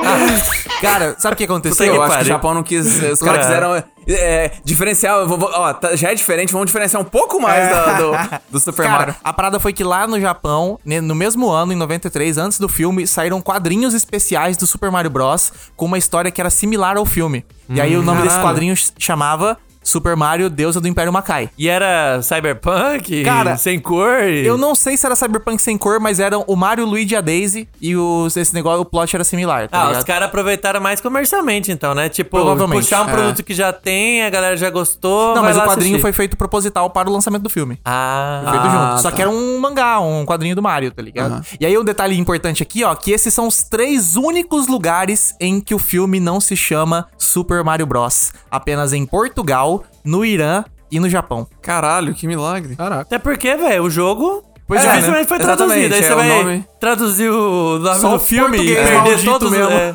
Speaker 2: Cara, sabe o que
Speaker 4: Puta
Speaker 2: aconteceu?
Speaker 4: É. Ah, eu
Speaker 3: que
Speaker 4: acho que o
Speaker 3: pariu.
Speaker 4: Japão não quis. Os caras
Speaker 3: É.
Speaker 4: quiseram é, é, diferenciar. eu vou- vou- ó, tá- já é diferente, vamos diferenciar um pouco mais
Speaker 5: É.
Speaker 4: da- do, do Super
Speaker 2: Cara,
Speaker 4: Mario.
Speaker 2: a parada foi que lá no Japão, né, no mesmo ano, em 93, antes do filme, saíram quadrinhos especiais do Super Mario Bros. com uma história que era similar ao filme. e aí o nome desse
Speaker 3: caralho.
Speaker 2: quadrinho ch- chamava Super Mario, Deusa do Império Makai.
Speaker 3: E era cyberpunk?
Speaker 2: Cara,
Speaker 3: sem cor? e-
Speaker 2: Eu não sei se era Cyberpunk sem cor, mas eram o Mario, o Luigi e a Daisy. E os, esse negócio, o plot era similar, tá
Speaker 3: Ah,
Speaker 2: ligado?
Speaker 3: os caras aproveitaram mais comercialmente, então, né? Tipo,
Speaker 2: Provavelmente,
Speaker 3: puxar um
Speaker 2: é.
Speaker 3: produto que já tem, a galera já gostou.
Speaker 2: Não,
Speaker 3: vai
Speaker 2: mas o
Speaker 3: lá
Speaker 2: quadrinho
Speaker 3: assistir.
Speaker 2: foi feito proposital para o lançamento do filme.
Speaker 3: Ah,
Speaker 2: feito
Speaker 4: Ah,
Speaker 2: junto. Só
Speaker 4: tá.
Speaker 2: que era um mangá, um quadrinho do Mario, tá ligado? E aí um detalhe importante aqui, ó, que esses são os três únicos lugares em que o filme não se chama Super Mario Bros. Apenas em Portugal, no Irã e no Japão.
Speaker 4: Caralho, que milagre.
Speaker 5: Caraca.
Speaker 3: até porque, velho, o jogo.
Speaker 4: Pois é,
Speaker 3: dificilmente
Speaker 4: né?
Speaker 3: foi traduzido. Aí
Speaker 4: Exatamente,
Speaker 3: você
Speaker 4: é, o
Speaker 3: vai
Speaker 4: nome-
Speaker 3: traduzir o nome
Speaker 2: Só
Speaker 3: do
Speaker 2: o
Speaker 3: filme e
Speaker 2: português
Speaker 3: perder
Speaker 2: maldito
Speaker 3: todos
Speaker 2: mesmo.
Speaker 3: é.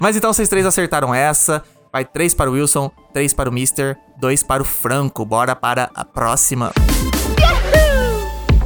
Speaker 2: Mas então vocês três acertaram essa. Vai três para o Wilson, três para o Mister, dois para o Franco. Bora para a próxima.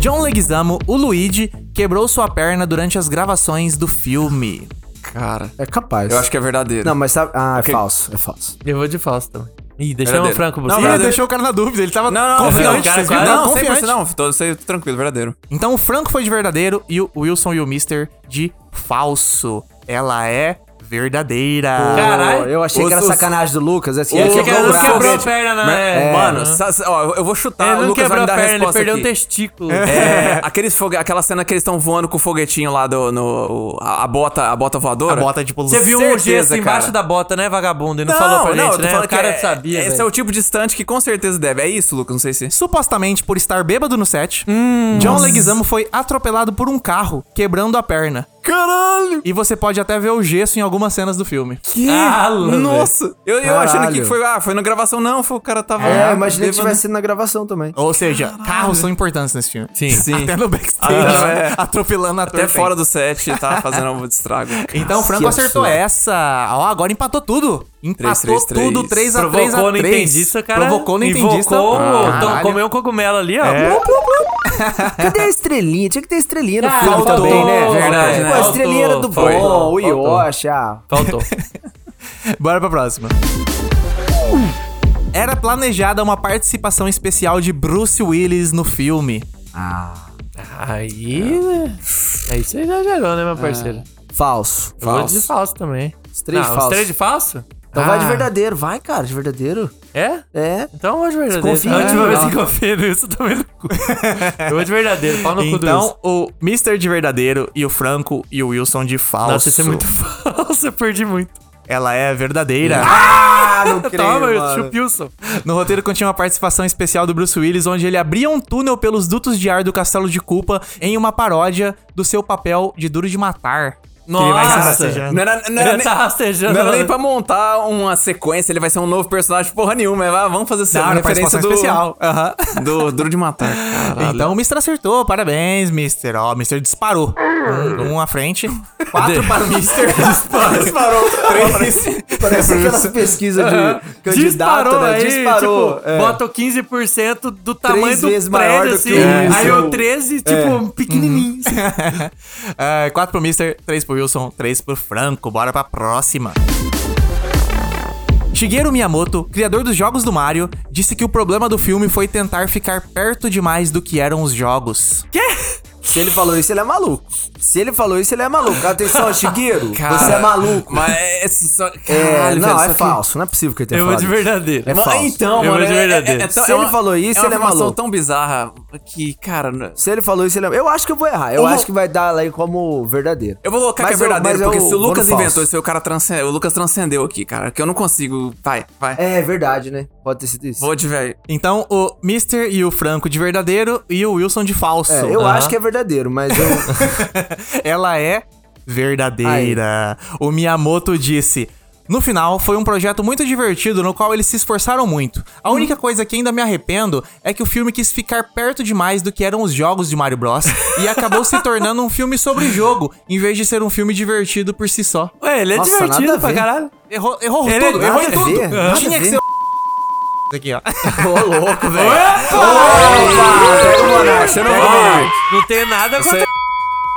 Speaker 2: John Leguizamo, o Luigi, quebrou sua perna durante as gravações do filme.
Speaker 4: Cara,
Speaker 5: É capaz.
Speaker 4: eu acho que é verdadeiro.
Speaker 5: Não, mas sabe. Ah, é falso. É falso.
Speaker 3: Eu vou de falso também. Ih, deixamos o
Speaker 4: Verdadeiro.
Speaker 3: Franco
Speaker 4: Não,
Speaker 3: você.
Speaker 4: verdadeiro.
Speaker 2: o cara na dúvida, ele tava
Speaker 4: não, não,
Speaker 3: Confiante,
Speaker 4: não, cara, é
Speaker 3: vocês viram?
Speaker 4: Não,
Speaker 2: Não,
Speaker 4: confiante.
Speaker 2: confiante.
Speaker 4: Não, tô, sei, tô tranquilo, verdadeiro.
Speaker 2: Então o Franco foi de verdadeiro e o Wilson e o Mister de falso. Ela é verdadeira.
Speaker 3: Caralho.
Speaker 5: Eu achei
Speaker 4: Os-
Speaker 5: que era
Speaker 4: os-
Speaker 5: sacanagem do Lucas. Assim,
Speaker 3: Eu achei que
Speaker 5: quebrou
Speaker 4: é?
Speaker 3: ele
Speaker 5: o
Speaker 3: não
Speaker 5: braço.
Speaker 3: quebrou a perna, né?
Speaker 4: Mano, sa- sa- Tá, ó, eu- eu vou chutar.
Speaker 3: Ele
Speaker 4: o
Speaker 3: não
Speaker 4: Lucas vai
Speaker 3: quebrou
Speaker 4: me
Speaker 3: a
Speaker 4: dar a
Speaker 3: perna, ele
Speaker 4: resposta
Speaker 3: perdeu
Speaker 4: aqui.
Speaker 3: um testículo.
Speaker 4: É, aqueles fogue... aquela cena que eles estão voando com o foguetinho lá do. No, o- a, a bota, a bota
Speaker 2: A
Speaker 4: voadora.
Speaker 2: bota tipo, de pulo.
Speaker 3: Você viu o gesso
Speaker 4: tipo, certeza,
Speaker 3: embaixo
Speaker 4: cara.
Speaker 3: da bota, né, vagabundo? E não, falou pra
Speaker 4: eu
Speaker 3: gente,
Speaker 4: tô
Speaker 3: né?
Speaker 4: falando
Speaker 3: O cara
Speaker 4: que é-
Speaker 3: sabia,
Speaker 4: Esse é
Speaker 3: velho.
Speaker 4: o tipo de estante que com certeza deve. É isso, Lucas, não sei se.
Speaker 2: Supostamente por estar bêbado no set,
Speaker 4: Hum.
Speaker 2: John Leguizamo foi atropelado por um carro, quebrando a perna.
Speaker 4: Caralho!
Speaker 2: E você pode até ver o gesso em algumas cenas do filme.
Speaker 4: Que?
Speaker 5: Ah,
Speaker 3: Ala, velho.
Speaker 4: Nossa! Eu, eu achando que
Speaker 5: Caralho.
Speaker 4: foi. Ah, foi na gravação, não. Foi o cara tava.
Speaker 5: É,
Speaker 4: Ah,
Speaker 5: eu imaginei que
Speaker 4: bêbado.
Speaker 5: tivesse sido na gravação também.
Speaker 2: Ou seja, carros são importantes nesse filme.
Speaker 3: Sim.
Speaker 4: Sim.
Speaker 2: Até no backstage, né?
Speaker 4: Ah, é.
Speaker 2: atropelando a
Speaker 4: Até fora do set, tá fazendo um estrago.
Speaker 2: Então o Franco
Speaker 5: Que
Speaker 2: acertou
Speaker 5: absurdo.
Speaker 2: essa. Ó, agora empatou tudo. Empatou
Speaker 4: três, três.
Speaker 2: tudo, 3 a 3 a 3.
Speaker 3: Provocou o Nintendista, cara.
Speaker 2: Provocou o Nintendista.
Speaker 3: Invocou,
Speaker 2: Ah,
Speaker 3: então,
Speaker 2: caralho.
Speaker 3: comeu um cogumelo ali, ó.
Speaker 5: Cadê a estrelinha? Tinha que ter estrelinha no
Speaker 3: Ah,
Speaker 5: filme
Speaker 3: faltou,
Speaker 5: também, né?
Speaker 4: verdade, né?
Speaker 5: Pô, a estrelinha era do
Speaker 3: Faltou,
Speaker 5: bom, o
Speaker 3: faltou.
Speaker 5: Yoshi, ah.
Speaker 3: Faltou. então,
Speaker 2: Bora pra próxima. Era planejada uma participação especial de Bruce Willis no filme.
Speaker 3: Aí, né? Aí você exagerou, né, meu parceiro?
Speaker 5: Falso.
Speaker 3: Eu vou de falso também.
Speaker 5: Os três
Speaker 3: Não,
Speaker 5: falsos.
Speaker 3: Os três de falso?
Speaker 5: Então vai de
Speaker 3: Ah,
Speaker 5: verdadeiro, vai, cara, de verdadeiro.
Speaker 3: É?
Speaker 5: É.
Speaker 3: Então eu vou de verdadeiro.
Speaker 5: Desconfia,
Speaker 3: a última
Speaker 5: né?
Speaker 3: vez que eu fiz isso, eu tomei no cu. eu vou de verdadeiro, pau no cu do Wilson.
Speaker 2: Então, o Mr. de verdadeiro e o Franco e o Wilson de falso.
Speaker 3: Nossa, isso é muito falso, eu perdi muito.
Speaker 2: Ela é verdadeira.
Speaker 5: Ah, não
Speaker 3: Toma, Wilson, chupa Wilson.
Speaker 2: No roteiro continha uma participação especial do Bruce Willis, onde ele abria um túnel pelos dutos de ar do Castelo de Culpa em uma paródia do seu papel de Duro de Matar. Que ele vai se
Speaker 3: Nossa.
Speaker 2: rastejando.
Speaker 4: Não era,
Speaker 5: é
Speaker 4: não era
Speaker 3: Ele
Speaker 4: nem,
Speaker 3: tá rastejando.
Speaker 4: não era
Speaker 3: lá.
Speaker 4: nem pra montar uma sequência, ele vai ser um novo personagem, porra nenhuma. mas vai- Vamos fazer essa
Speaker 2: Não, era participação especial. Aham.
Speaker 4: Do Duro de Matar. Caralho.
Speaker 2: Então o Mr. acertou, parabéns, Mr. Ó, o Mr. disparou. Um, um à frente, quatro para o Mr. disparou. Três.
Speaker 5: Parece aquelas pesquisas de candidato,
Speaker 3: Disparou
Speaker 5: né?
Speaker 3: aí,
Speaker 5: Disparou.
Speaker 3: tipo,
Speaker 5: é.
Speaker 3: bota o 15% do tamanho do
Speaker 5: vezes
Speaker 3: prédio,
Speaker 5: maior do
Speaker 3: assim,
Speaker 5: que É. o
Speaker 3: aí
Speaker 5: seu-
Speaker 3: o 13, tipo, pequenininho. assim.
Speaker 2: É, quatro pro Mister, três pro Wilson, três pro Franco. Bora pra próxima. Shigeru Miyamoto, criador dos jogos do Mario, disse que o problema do filme foi tentar ficar perto demais do que eram os jogos.
Speaker 5: Se ele falou isso, ele é maluco. Se ele falou isso, ele é maluco. Atenção, Shigeiro,
Speaker 4: Cara,
Speaker 5: você é maluco.
Speaker 4: Mas é esse só.
Speaker 5: É,
Speaker 4: Caralho,
Speaker 5: não,
Speaker 4: velho,
Speaker 5: é
Speaker 4: só que-
Speaker 5: falso. Não é possível que ele tenha
Speaker 3: Eu vou
Speaker 5: falado
Speaker 3: de
Speaker 5: isso.
Speaker 3: verdadeiro.
Speaker 5: É
Speaker 4: Mas,
Speaker 5: falso.
Speaker 4: então,
Speaker 3: Eu
Speaker 4: mano,
Speaker 3: vou de
Speaker 4: é- é-
Speaker 3: verdadeiro.
Speaker 4: é tão-
Speaker 5: Se
Speaker 4: é
Speaker 5: ele
Speaker 4: uma-
Speaker 5: falou isso,
Speaker 4: é uma
Speaker 5: ele é
Speaker 4: informação
Speaker 5: maluco.
Speaker 4: tão bizarra. que, cara. n-
Speaker 5: Se ele falou isso, ele... é- eu acho que eu vou errar. Eu,
Speaker 4: Eu vou-
Speaker 5: acho que vai dar lá como verdadeiro.
Speaker 4: Eu vou colocar
Speaker 5: Mas
Speaker 4: que é
Speaker 5: eu-
Speaker 4: verdadeiro,
Speaker 5: mas eu
Speaker 4: porque se o
Speaker 5: vou no
Speaker 4: Lucas
Speaker 5: falso.
Speaker 4: inventou isso, aí o cara transcendeu. O Lucas transcendeu aqui, cara. Que eu não consigo. Vai, vai.
Speaker 5: É verdade, né? Pode ter sido isso.
Speaker 4: Vou de velho.
Speaker 2: Então, o Mr. e o Franco de verdadeiro e o Wilson de falso.
Speaker 5: É, eu
Speaker 2: Aham.
Speaker 5: acho que é verdadeiro, mas eu.
Speaker 2: Ela é verdadeira. O Miyamoto disse. No final, foi um projeto muito divertido no qual eles se esforçaram muito. A
Speaker 4: Hum.
Speaker 2: única coisa que ainda me arrependo é que o filme quis ficar perto demais do que eram os jogos de Mario Bros. e acabou se tornando um filme sobre jogo, em vez de ser um filme divertido por si só.
Speaker 3: Ué, ele é
Speaker 5: Nossa, nada
Speaker 3: divertido
Speaker 5: a
Speaker 3: pra
Speaker 5: ver.
Speaker 3: caralho.
Speaker 2: Errou, errou
Speaker 4: é
Speaker 3: Ele-
Speaker 2: tudo,
Speaker 3: nada
Speaker 2: errou em
Speaker 5: a
Speaker 2: tudo.
Speaker 5: ver, nada
Speaker 2: Tinha
Speaker 5: a
Speaker 2: que
Speaker 5: ver.
Speaker 2: ser o aqui, ó.
Speaker 5: Ô, louco, velho.
Speaker 4: Pega o Monark, você não
Speaker 3: Ó,
Speaker 4: vai.
Speaker 3: não tem nada contra aqui,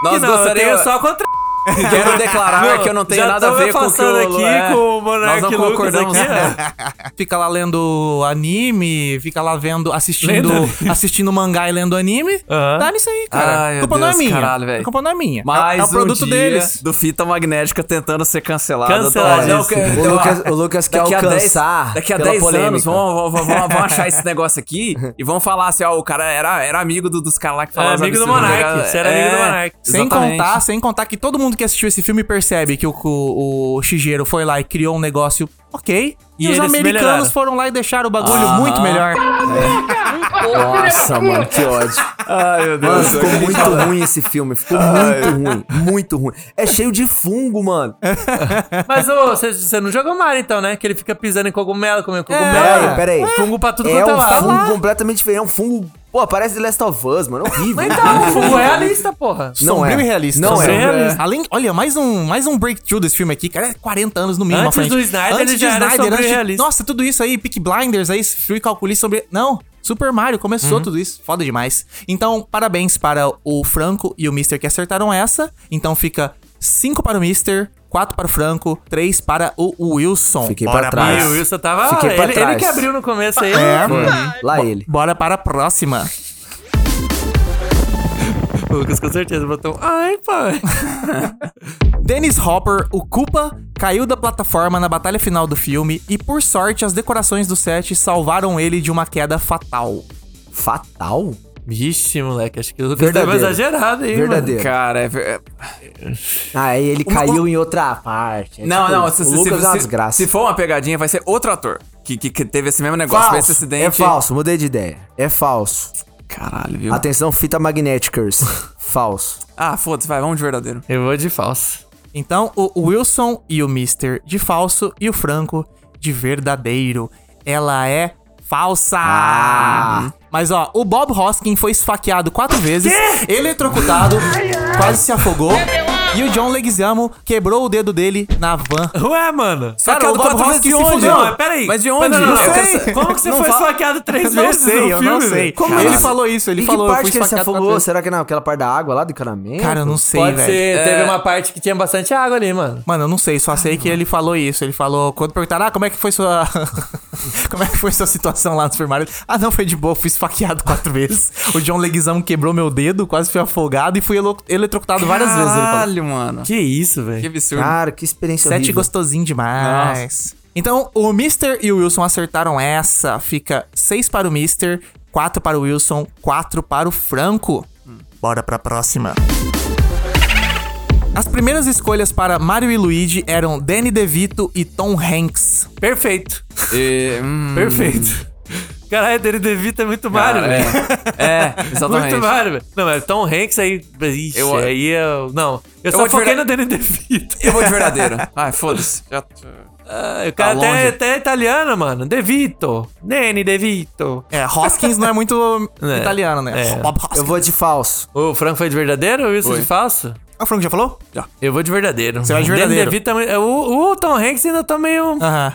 Speaker 4: Nós
Speaker 3: não. Eu tenho
Speaker 4: gostaríamos.
Speaker 3: só contra
Speaker 4: Quero
Speaker 2: é,
Speaker 4: declarar
Speaker 3: Meu,
Speaker 4: que eu não tenho
Speaker 3: já
Speaker 4: nada a
Speaker 3: tô
Speaker 4: ver com o que
Speaker 3: afastando
Speaker 4: o
Speaker 3: aqui
Speaker 4: é.
Speaker 3: com o Monark
Speaker 4: Nós não
Speaker 3: Lucas
Speaker 4: concordamos
Speaker 3: aqui,
Speaker 4: nada.
Speaker 2: Fica lá lendo anime, fica lá vendo, assistindo,
Speaker 3: Lendo anime.
Speaker 2: assistindo mangá e lendo anime.
Speaker 3: Aham.
Speaker 2: Dá nisso aí, cara.
Speaker 4: Ai, meu
Speaker 2: culpa não é
Speaker 4: Deus,
Speaker 2: minha.
Speaker 4: caralho, velho.
Speaker 2: a culpa não é minha.
Speaker 4: Mais
Speaker 2: é, é o produto
Speaker 4: um dia
Speaker 2: deles.
Speaker 4: do fita magnética tentando ser cancelado.
Speaker 3: Cancelado,
Speaker 4: Não,
Speaker 3: isso.
Speaker 4: que- Então,
Speaker 5: O Lucas, o Lucas quer
Speaker 4: Daqui a
Speaker 5: alcançar.
Speaker 4: 10, daqui a
Speaker 5: pela
Speaker 4: 10 anos,
Speaker 5: polêmica.
Speaker 4: vão, vão, vão, vão- vão achar esse negócio aqui e vão falar assim: ó, o cara era, era amigo do- dos caras lá que falaram. os
Speaker 3: amigo do
Speaker 4: absurdos,
Speaker 3: Monark,
Speaker 4: né?
Speaker 3: você era amigo do Monark.
Speaker 2: Sem
Speaker 4: exatamente.
Speaker 2: contar, sem contar que todo mundo que assistiu esse filme percebe que o, o, o Shigeru foi lá e criou um negócio ok. E,
Speaker 3: E
Speaker 2: os
Speaker 3: eles
Speaker 2: americanos
Speaker 3: melhoraram.
Speaker 2: foram lá e deixaram o bagulho muito melhor.
Speaker 5: Nossa, mano, que ódio.
Speaker 4: Ai, meu
Speaker 5: Mano,
Speaker 4: Deus.
Speaker 5: ficou muito ruim esse filme. Ficou muito ruim. Muito ruim. É cheio de fungo, mano.
Speaker 4: É
Speaker 3: Mas ô, você- você não jogou Mario então, né? Que ele fica pisando em cogumelo, comendo cogumelo.
Speaker 5: Peraí, peraí.
Speaker 3: Fungo pra tudo
Speaker 5: É
Speaker 3: quanto é
Speaker 5: um
Speaker 3: lado.
Speaker 5: fungo completamente diferente. É um fungo. Pô, parece The Last of Us, mano. Horrível.
Speaker 4: tá
Speaker 5: Né?
Speaker 3: Então, o fungo é realista, porra.
Speaker 5: Não é.
Speaker 2: Sombrio e realista.
Speaker 5: Não
Speaker 3: Sombrio e
Speaker 5: é.
Speaker 3: realista.
Speaker 2: Além, olha, mais um, mais um breakthrough desse filme aqui, cara. É 40 anos no mínimo.
Speaker 3: Antes
Speaker 2: à frente.
Speaker 3: do Snyder, ele
Speaker 2: antes
Speaker 3: já era sombrio
Speaker 2: antes
Speaker 3: e realista.
Speaker 2: Nossa, tudo isso aí, Peak Blinders, aí, Free Calculista sobre. Não, Super Mario começou
Speaker 5: Uhum.
Speaker 2: tudo isso. Foda demais. Então, parabéns para o Franco e o Mister que acertaram essa. Então fica 5 para o Mister, 4 para o Franco, 3 para o Wilson.
Speaker 5: Fiquei
Speaker 2: Bora
Speaker 5: pra trás.
Speaker 3: E o Wilson tava.
Speaker 5: Fiquei pra
Speaker 3: ele,
Speaker 5: trás.
Speaker 3: ele que abriu no começo aí. né,
Speaker 2: É,
Speaker 5: Lá ele.
Speaker 2: Bora para a próxima.
Speaker 3: O Lucas com certeza botou. Ai, pai.
Speaker 2: Dennis Hopper, o Koopa, caiu da plataforma na batalha final do filme e, por sorte, as decorações do set salvaram ele de uma queda fatal.
Speaker 5: Fatal?
Speaker 3: Vixe, moleque, acho que o Lucas tava
Speaker 5: Verdadeiro.
Speaker 3: exagerado aí, mano.
Speaker 5: Verdadeiro. Ah,
Speaker 4: Cara, é ver-
Speaker 5: Aí ele caiu em outra parte. É
Speaker 4: não,
Speaker 5: tipo,
Speaker 4: não. Se,
Speaker 5: o
Speaker 4: se-
Speaker 5: Lucas
Speaker 4: se-
Speaker 5: é uma
Speaker 4: se-
Speaker 5: desgraça.
Speaker 4: se for uma pegadinha, vai ser outro ator que, que, que teve esse mesmo negócio.
Speaker 5: Falso.
Speaker 4: Foi esse acidente.
Speaker 5: É falso, mudei de ideia. É falso.
Speaker 4: Caralho, viu?
Speaker 5: Atenção, fita magnéticas. falso.
Speaker 4: Ah, foda-se, vai, vamos de verdadeiro.
Speaker 3: Eu vou de falso.
Speaker 2: Então, o Wilson e o Mister de falso e o Franco de verdadeiro. Ela é falsa! Mas ó, o Bob Hoskin foi esfaqueado quatro vezes, eletrocutado, quase se afogou, e o John Leguizamo quebrou o dedo dele na van.
Speaker 3: Ué, mano.
Speaker 2: Cara, o Bob Hoskin se fudeu.
Speaker 3: Não, mas peraí.
Speaker 4: Mas de onde?
Speaker 3: Não,
Speaker 4: Eu
Speaker 3: não, eu
Speaker 4: quero
Speaker 3: quero
Speaker 4: sa-
Speaker 3: sa- Como que você
Speaker 2: Não
Speaker 3: foi
Speaker 2: fala-
Speaker 3: esfaqueado três
Speaker 2: Eu não
Speaker 3: vezes
Speaker 2: sei,
Speaker 3: no
Speaker 2: eu
Speaker 3: filme?
Speaker 2: não sei.
Speaker 3: velho?
Speaker 2: ele
Speaker 5: isso?
Speaker 2: falou isso, ele
Speaker 5: Em
Speaker 2: falou.
Speaker 5: que
Speaker 2: eu
Speaker 5: parte
Speaker 2: fui
Speaker 5: que ele se
Speaker 2: esfaqueado quatro
Speaker 5: afogou?
Speaker 2: vezes.
Speaker 5: Será que não? Aquela parte da água lá do encanamento?
Speaker 2: Cara, eu não sei,
Speaker 3: Pode
Speaker 2: velho.
Speaker 3: ser, teve uma parte que tinha bastante água ali, mano.
Speaker 2: Mano, eu não sei, só sei que ele falou isso. Ele falou, quando perguntaram, ah, como é que foi sua. como é que foi sua situação lá no Super Mario? Ah, não, foi de boa, fui esfaqueado quatro vezes. O John Leguizamo quebrou meu dedo, quase fui afogado e fui elo- eletrocutado várias vezes. Ele falou.
Speaker 4: Caralho, mano.
Speaker 3: Que isso,
Speaker 4: Que
Speaker 3: velho.
Speaker 4: absurdo.
Speaker 5: Cara, que experiência
Speaker 2: Sete
Speaker 5: horrível.
Speaker 2: gostosinho demais. Então, o Mr. e o Wilson acertaram essa. Fica seis para o Mr., quatro para o Wilson, quatro para o Franco. Bora pra próxima. As primeiras escolhas para Mario e Luigi eram Danny DeVito e Tom Hanks.
Speaker 3: Perfeito.
Speaker 4: E, hum,
Speaker 3: Perfeito. Caralho, Danny DeVito é muito Mario,
Speaker 4: cara,
Speaker 3: velho.
Speaker 4: é. é, exatamente.
Speaker 3: Muito Mario, velho. Não, mas Tom Hanks aí... Ixi,
Speaker 4: Eu-
Speaker 3: aí eu... Não, eu,
Speaker 4: vou
Speaker 3: só
Speaker 4: de
Speaker 3: foquei
Speaker 4: verdade-
Speaker 3: no Danny DeVito.
Speaker 4: Eu vou de verdadeiro. Ai, foda-se. Já-
Speaker 3: Ah, o cara
Speaker 4: Tá
Speaker 3: até,
Speaker 4: longe.
Speaker 3: até é italiano, mano. DeVito. Danny DeVito.
Speaker 2: É, Hoskins não é muito
Speaker 3: É,
Speaker 2: italiano, né?
Speaker 3: é.
Speaker 2: Bob Hoskins.
Speaker 5: Eu vou de falso.
Speaker 3: O Franco foi de verdadeiro ou isso
Speaker 4: Foi.
Speaker 3: de falso?
Speaker 2: Ah, O Franco já falou? Já.
Speaker 3: Eu vou de verdadeiro. Você
Speaker 2: vai de verdadeiro.
Speaker 3: Danny DeVito é muito- o, o Tom Hanks ainda tá
Speaker 4: Ah,
Speaker 3: meio...
Speaker 2: Aham.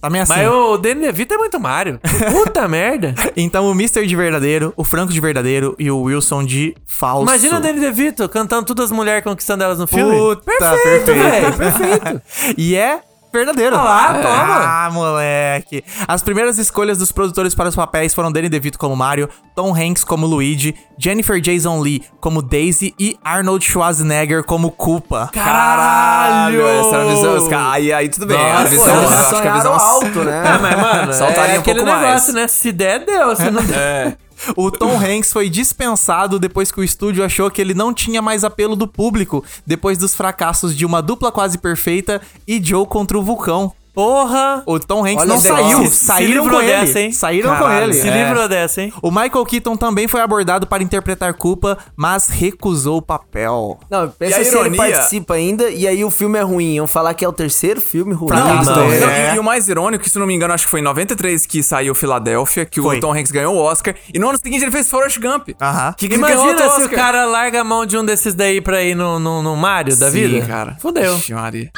Speaker 2: Tá meio assim.
Speaker 3: Mas o Danny DeVito é muito Mario. Puta merda.
Speaker 2: Então, o Mr. de verdadeiro, o Franco de verdadeiro e o Wilson de falso.
Speaker 3: Imagina o Danny DeVito cantando todas as mulheres conquistando elas no filme.
Speaker 2: Puta,
Speaker 3: perfeito,
Speaker 2: perfeito.
Speaker 3: velho. Perfeito.
Speaker 2: E é verdadeiro.
Speaker 3: Olha lá, toma.
Speaker 2: Ah, moleque. As primeiras escolhas dos produtores para os papéis foram Danny DeVito como Mario, Tom Hanks como Luigi, Jennifer Jason Lee como Daisy e Arnold Schwarzenegger como Culpa.
Speaker 4: Caralho! Essa era a visão. Os caras- Aí, aí tudo bem. a
Speaker 3: Nossa,
Speaker 4: visão,
Speaker 3: eles
Speaker 4: acho que a
Speaker 5: sonharam
Speaker 4: visão.
Speaker 5: alto, né?
Speaker 3: Ah, mas, mano,
Speaker 4: Saltaria
Speaker 3: é
Speaker 4: um
Speaker 3: aquele
Speaker 4: pouco mais.
Speaker 3: negócio, né? Se der, deu. Se não der.
Speaker 2: O Tom Hanks foi dispensado depois que o estúdio achou que ele não tinha mais apelo do público, depois dos fracassos de Uma Dupla Quase Perfeita e Joe contra o Vulcão.
Speaker 3: Porra!
Speaker 2: O Tom Hanks
Speaker 5: Olha
Speaker 2: não
Speaker 5: só,
Speaker 2: saiu,
Speaker 5: se-
Speaker 3: se
Speaker 2: saíram
Speaker 3: livrou
Speaker 2: com
Speaker 3: dessa,
Speaker 2: ele.
Speaker 3: hein?
Speaker 2: Saíram com
Speaker 3: Caralho,
Speaker 2: ele.
Speaker 3: Se
Speaker 2: É.
Speaker 3: livrou dessa, hein?
Speaker 2: O Michael Keaton também foi abordado para interpretar culpa, mas recusou o papel.
Speaker 5: Não,
Speaker 4: E a
Speaker 5: pensa se ele
Speaker 4: ironia-
Speaker 5: participa ainda e aí o filme é ruim. Iam falar que é o terceiro filme ruim.
Speaker 2: Não,
Speaker 5: do
Speaker 2: não,
Speaker 5: Tom
Speaker 2: é.
Speaker 4: Não,
Speaker 5: Hanks.
Speaker 4: e, e o mais irônico, que se não me engano, acho que foi em 93 que saiu Filadélfia, que
Speaker 2: Foi.
Speaker 4: o Tom Hanks ganhou o Oscar. E no ano seguinte ele fez Forrest Gump.
Speaker 2: Aham.
Speaker 4: Que ganhou
Speaker 3: Imagina
Speaker 4: outro
Speaker 3: se o
Speaker 4: Oscar.
Speaker 3: cara larga a mão de um desses daí pra ir no, no, no Mario da vida.
Speaker 4: Sim, cara.
Speaker 3: Fudeu.
Speaker 4: Ixi, Maria.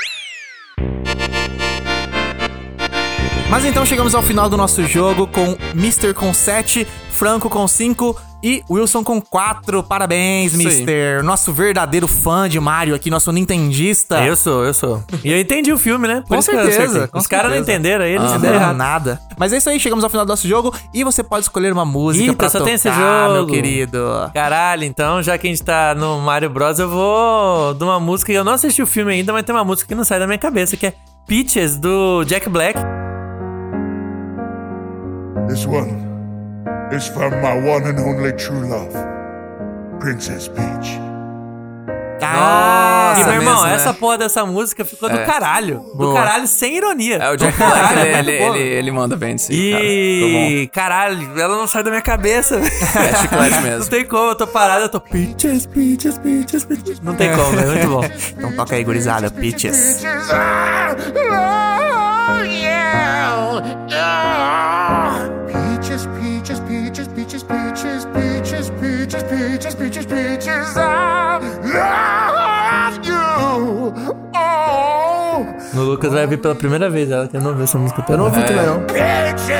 Speaker 2: Mas então chegamos ao final do nosso jogo com Mr. com 7, Franco com 5 e Wilson com 4. Parabéns,
Speaker 4: Isso aí.
Speaker 2: Mr. Nosso verdadeiro fã de Mario aqui, nosso nintendista.
Speaker 3: Eu sou, eu sou. E eu entendi o filme, né? Por
Speaker 2: Com
Speaker 3: isso que eu
Speaker 2: certeza,
Speaker 3: acertei.
Speaker 2: com
Speaker 3: Os caras não
Speaker 2: certeza.
Speaker 3: entenderam, aí eles
Speaker 2: Não
Speaker 3: entenderam
Speaker 2: deram
Speaker 3: errado.
Speaker 2: nada. Mas é isso aí, chegamos ao final do nosso jogo e você pode escolher uma música
Speaker 3: Eita,
Speaker 2: é pra
Speaker 3: só
Speaker 2: tocar,
Speaker 3: tem esse jogo.
Speaker 2: meu querido.
Speaker 3: Caralho, então, já que a gente tá no Mario Bros, eu vou de uma música. Eu não assisti o filme ainda, mas tem uma música que não sai da minha cabeça, que é Peaches, do Jack Black.
Speaker 9: This one is from my one and only true love, Princess Peach.
Speaker 2: Nossa,
Speaker 3: e, meu irmão,
Speaker 4: mesmo, né?
Speaker 3: essa porra dessa música ficou do caralho. Do
Speaker 2: Boa.
Speaker 3: caralho, sem ironia.
Speaker 4: É, o Jack
Speaker 3: Do
Speaker 4: Black,
Speaker 3: caralho,
Speaker 4: ele, ele,
Speaker 3: muito bom.
Speaker 4: ele, ele manda bem disso aí, cara. Ficou
Speaker 3: E caralho, ela não sai da minha cabeça. velho.
Speaker 4: bom. É chiclete
Speaker 3: Não
Speaker 4: mesmo.
Speaker 3: tem como, eu tô parado, eu tô peaches, peaches, peaches, peaches. Não tem como, é muito bom.
Speaker 2: Então toca aí, gurizada, Peaches.
Speaker 9: Ah, oh, yeah. Ah. Peaches, peaches, peaches, peaches, peaches, peaches, peaches, peaches, peaches, peaches. I love you. Oh.
Speaker 3: No Lucas vai vir pela primeira vez, ela que não viu essa música até
Speaker 5: Eu não ouvi também, não.
Speaker 9: Bitches!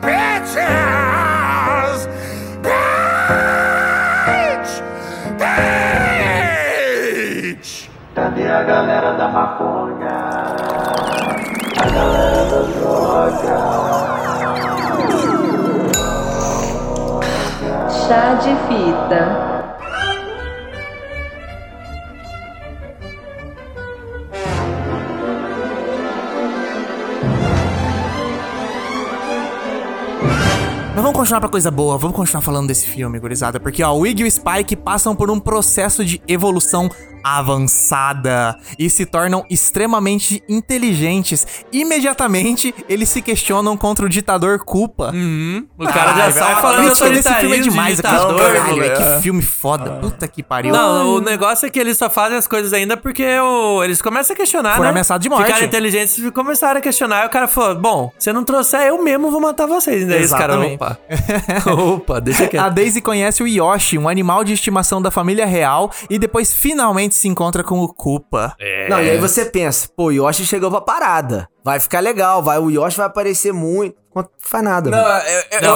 Speaker 9: Bitches! Bitch! Bitch!
Speaker 10: Chá de fita.
Speaker 2: Mas vamos continuar pra coisa boa, vamos continuar falando desse filme, gurizada, porque ó, o Iggy e o Spike passam por um processo de evolução avançada e se tornam extremamente inteligentes. Imediatamente, eles se questionam contra o ditador Culpa.
Speaker 3: O cara já sai Hum, ah, falando tá
Speaker 2: Vixe, esse filme é
Speaker 3: autoritarismo,
Speaker 2: demais, aqui,
Speaker 3: ditador,
Speaker 2: caralho,
Speaker 3: moleque.
Speaker 2: que filme foda, puta que pariu.
Speaker 3: Ah. Não, o negócio é que eles só fazem as coisas ainda porque o- eles começam a questionar,
Speaker 2: Foram
Speaker 3: né?
Speaker 2: ameaçados de morte.
Speaker 3: Ficaram inteligentes e começaram a questionar. E o cara falou, bom, se eu não trouxer, eu mesmo vou matar vocês. E daí esse cara,
Speaker 2: Exatamente.
Speaker 3: opa. opa, deixa
Speaker 2: A
Speaker 3: quieto.
Speaker 2: Daisy conhece o Yoshi, um animal de estimação da família real, e depois finalmente se encontra com o Culpa.
Speaker 3: É.
Speaker 5: Não, e aí você pensa, pô, o Yoshi chegou pra parada. Vai ficar legal, vai, o Yoshi vai aparecer muito. Não faz nada. mano.
Speaker 3: Não,
Speaker 4: eu-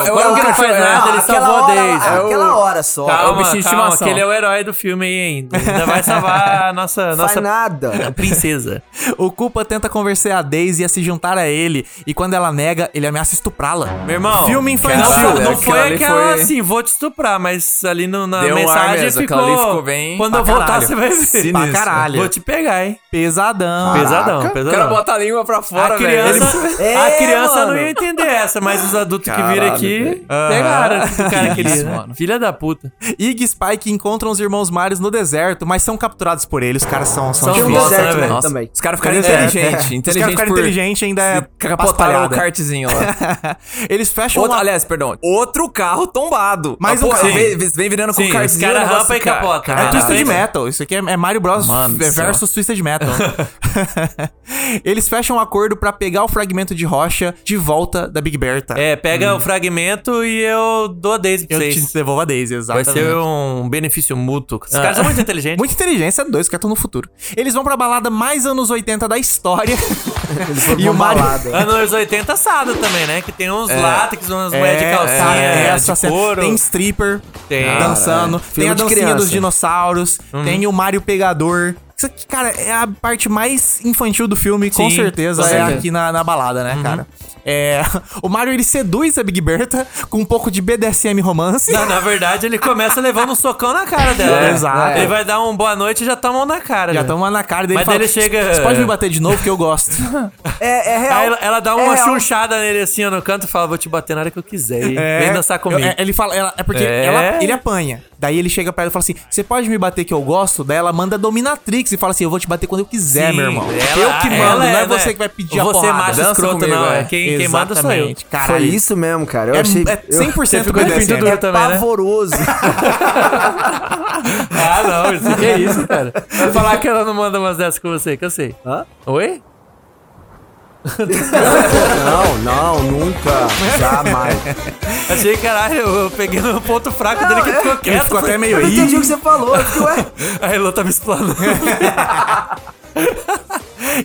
Speaker 4: eu-
Speaker 3: quando
Speaker 4: eu-
Speaker 3: que ele
Speaker 4: eu-
Speaker 3: faz
Speaker 4: eu-
Speaker 3: nada,
Speaker 5: Ah,
Speaker 3: ele
Speaker 5: aquela
Speaker 3: salvou a
Speaker 5: hora,
Speaker 3: Daisy.
Speaker 5: ah, Aquela hora só.
Speaker 3: É Calma,
Speaker 5: Não
Speaker 4: bicho de
Speaker 3: calma,
Speaker 4: estimação.
Speaker 3: que ele é o herói do filme aí ainda. Ainda vai salvar a nossa,
Speaker 5: faz
Speaker 3: nossa
Speaker 5: nada.
Speaker 3: princesa.
Speaker 2: O Culpa tenta convencer a Daisy a se juntar a ele, e quando ela nega, ele ameaça estuprá-la.
Speaker 3: Meu irmão,
Speaker 2: Filme infantil.
Speaker 3: Não, foi- não
Speaker 4: Aquilo
Speaker 3: foi
Speaker 4: ali
Speaker 3: aquela
Speaker 4: foi-
Speaker 3: assim, vou te estuprar, mas ali no- na
Speaker 4: Deu um ar
Speaker 3: mensagem
Speaker 4: mesmo,
Speaker 3: ficou,
Speaker 4: aquela ali ficou bem
Speaker 3: Quando
Speaker 4: pra
Speaker 3: eu voltar,
Speaker 4: caralho.
Speaker 3: você vai ver.
Speaker 4: Sinistro.
Speaker 3: Pra caralho. Ah, Vou te pegar, hein?
Speaker 2: Pesadão.
Speaker 3: Pesadão,
Speaker 4: O cara
Speaker 3: pesadão.
Speaker 4: bota a língua pra fora,
Speaker 3: a criança,
Speaker 4: velho. Ele-
Speaker 3: a
Speaker 5: É,
Speaker 3: criança
Speaker 5: mano.
Speaker 3: não ia entender essa, mas os adultos
Speaker 4: Caralho,
Speaker 3: que viram aqui
Speaker 4: velho.
Speaker 3: pegaram o que o cara queria,
Speaker 4: Isso,
Speaker 3: né?
Speaker 4: mano.
Speaker 3: Filha da puta.
Speaker 2: Iggy e Spike encontram os irmãos Marios no deserto, mas são capturados por ele. Os caras são...
Speaker 3: São
Speaker 2: são, difíceis.
Speaker 5: Tinha um
Speaker 3: Nossa, né,
Speaker 5: deserto,
Speaker 3: velho?
Speaker 5: mano,
Speaker 4: Nossa,
Speaker 5: também.
Speaker 4: os caras ficaram
Speaker 2: É.
Speaker 4: inteligentes.
Speaker 2: Os caras
Speaker 4: Inteligentes
Speaker 2: ficaram
Speaker 4: por...
Speaker 2: inteligentes ainda é...
Speaker 4: Capotaram o
Speaker 2: paspalhada.
Speaker 3: né?
Speaker 4: kartzinho lá.
Speaker 2: Eles fecham
Speaker 4: Outro,
Speaker 2: uma...
Speaker 4: aliás, perdão. Outro carro tombado.
Speaker 2: Mais
Speaker 4: Ah,
Speaker 2: um
Speaker 4: pô,
Speaker 2: carro.
Speaker 4: Vem, vem virando com
Speaker 3: Sim,
Speaker 4: o
Speaker 3: os
Speaker 4: kartzinho.
Speaker 3: caras
Speaker 4: o negócio
Speaker 3: rampam e
Speaker 4: fica-
Speaker 3: capota.
Speaker 2: É
Speaker 4: Caralho.
Speaker 2: Twisted Metal. Isso aqui é, é Mario Bros
Speaker 4: Mano do
Speaker 2: versus
Speaker 4: céu.
Speaker 2: Twisted Metal. Eles fecham um acordo pra pegar o fragmento de rocha de volta da Big Bertha.
Speaker 3: É, pega o fragmento e eu dou a Daisy pra
Speaker 2: Eu te
Speaker 3: vocês.
Speaker 2: devolvo a Daisy,
Speaker 3: Vai
Speaker 2: exatamente.
Speaker 3: ser um benefício mútuo. Os caras são Ah. muito inteligentes.
Speaker 2: Muita inteligência, dois, que estão no futuro. Eles vão pra balada mais anos 80 da história.
Speaker 5: Eles foram
Speaker 2: E
Speaker 5: pra
Speaker 2: o Mario-
Speaker 5: balada.
Speaker 3: Anos 80 assado também, né? Que tem uns látex, umas moedas de calcinha,
Speaker 2: é,
Speaker 3: essa
Speaker 2: essa
Speaker 3: de
Speaker 2: cena.
Speaker 3: couro.
Speaker 2: Tem stripper
Speaker 3: Tem.
Speaker 2: dançando, tem
Speaker 5: Filme
Speaker 2: a
Speaker 5: de
Speaker 2: dancinha
Speaker 5: criança.
Speaker 3: Uhum.
Speaker 2: dos dinossauros, tem o Mario pegador, Isso aqui, cara, é a parte mais infantil do filme, com
Speaker 3: Sim,
Speaker 2: certeza,
Speaker 3: com
Speaker 2: é
Speaker 3: certeza. Uhum.
Speaker 2: aqui na, na balada, né, cara? É, o Mario, ele seduz a Big Bertha com um pouco de BDSM romance.
Speaker 3: Não, na verdade, ele começa levando um socão na cara dela.
Speaker 2: É, exato.
Speaker 3: Ele vai dar um boa noite e já toma um na cara.
Speaker 2: Já
Speaker 3: né?
Speaker 2: estamos na cara dele.
Speaker 3: Mas
Speaker 2: fala,
Speaker 3: daí ele chega-
Speaker 2: Você pode me bater de novo que eu gosto.
Speaker 5: É, é real.
Speaker 3: Aí ela, ela dá uma
Speaker 5: real.
Speaker 3: churchada nele assim ó, no canto e fala: Vou te bater na hora que eu quiser. hein? Vem dançar comigo.
Speaker 2: É, ele fala, ela- é porque
Speaker 3: É.
Speaker 2: ela- ele apanha. Daí ele chega pra ela e fala assim: Você pode me bater que eu gosto? Daí ela manda a Dominatrix e fala assim: Eu vou te bater quando eu quiser,
Speaker 3: Sim,
Speaker 2: meu irmão.
Speaker 3: ela-
Speaker 2: eu que
Speaker 3: ela
Speaker 2: mando, não é
Speaker 3: né?
Speaker 2: você que vai pedir a
Speaker 3: Você
Speaker 2: porrada.
Speaker 3: macho
Speaker 2: Dança
Speaker 3: escroto,
Speaker 2: comigo,
Speaker 3: não.
Speaker 2: é.
Speaker 3: É. Quem, quem mata sou eu.
Speaker 2: Exatamente, Caralho.
Speaker 5: Foi isso mesmo, cara. Eu
Speaker 2: É,
Speaker 5: achei.
Speaker 2: é 100%
Speaker 5: eu-
Speaker 2: com
Speaker 5: é
Speaker 2: BDSM.
Speaker 5: É
Speaker 3: também, né?
Speaker 5: pavoroso.
Speaker 3: Ah, não, isso que é isso, cara. Vai falar que ela não manda umas dessas com você, que eu sei.
Speaker 5: Hã?
Speaker 3: Oi?
Speaker 5: não, não, nunca. Jamais.
Speaker 3: Achei, caralho, eu peguei no ponto fraco dele que ficou quieto.
Speaker 2: ficou
Speaker 3: foi-
Speaker 2: até meio
Speaker 5: Eu não
Speaker 2: aí.
Speaker 5: entendi o que você falou. Eu fiquei, ué.
Speaker 3: A Elô tá me explanando.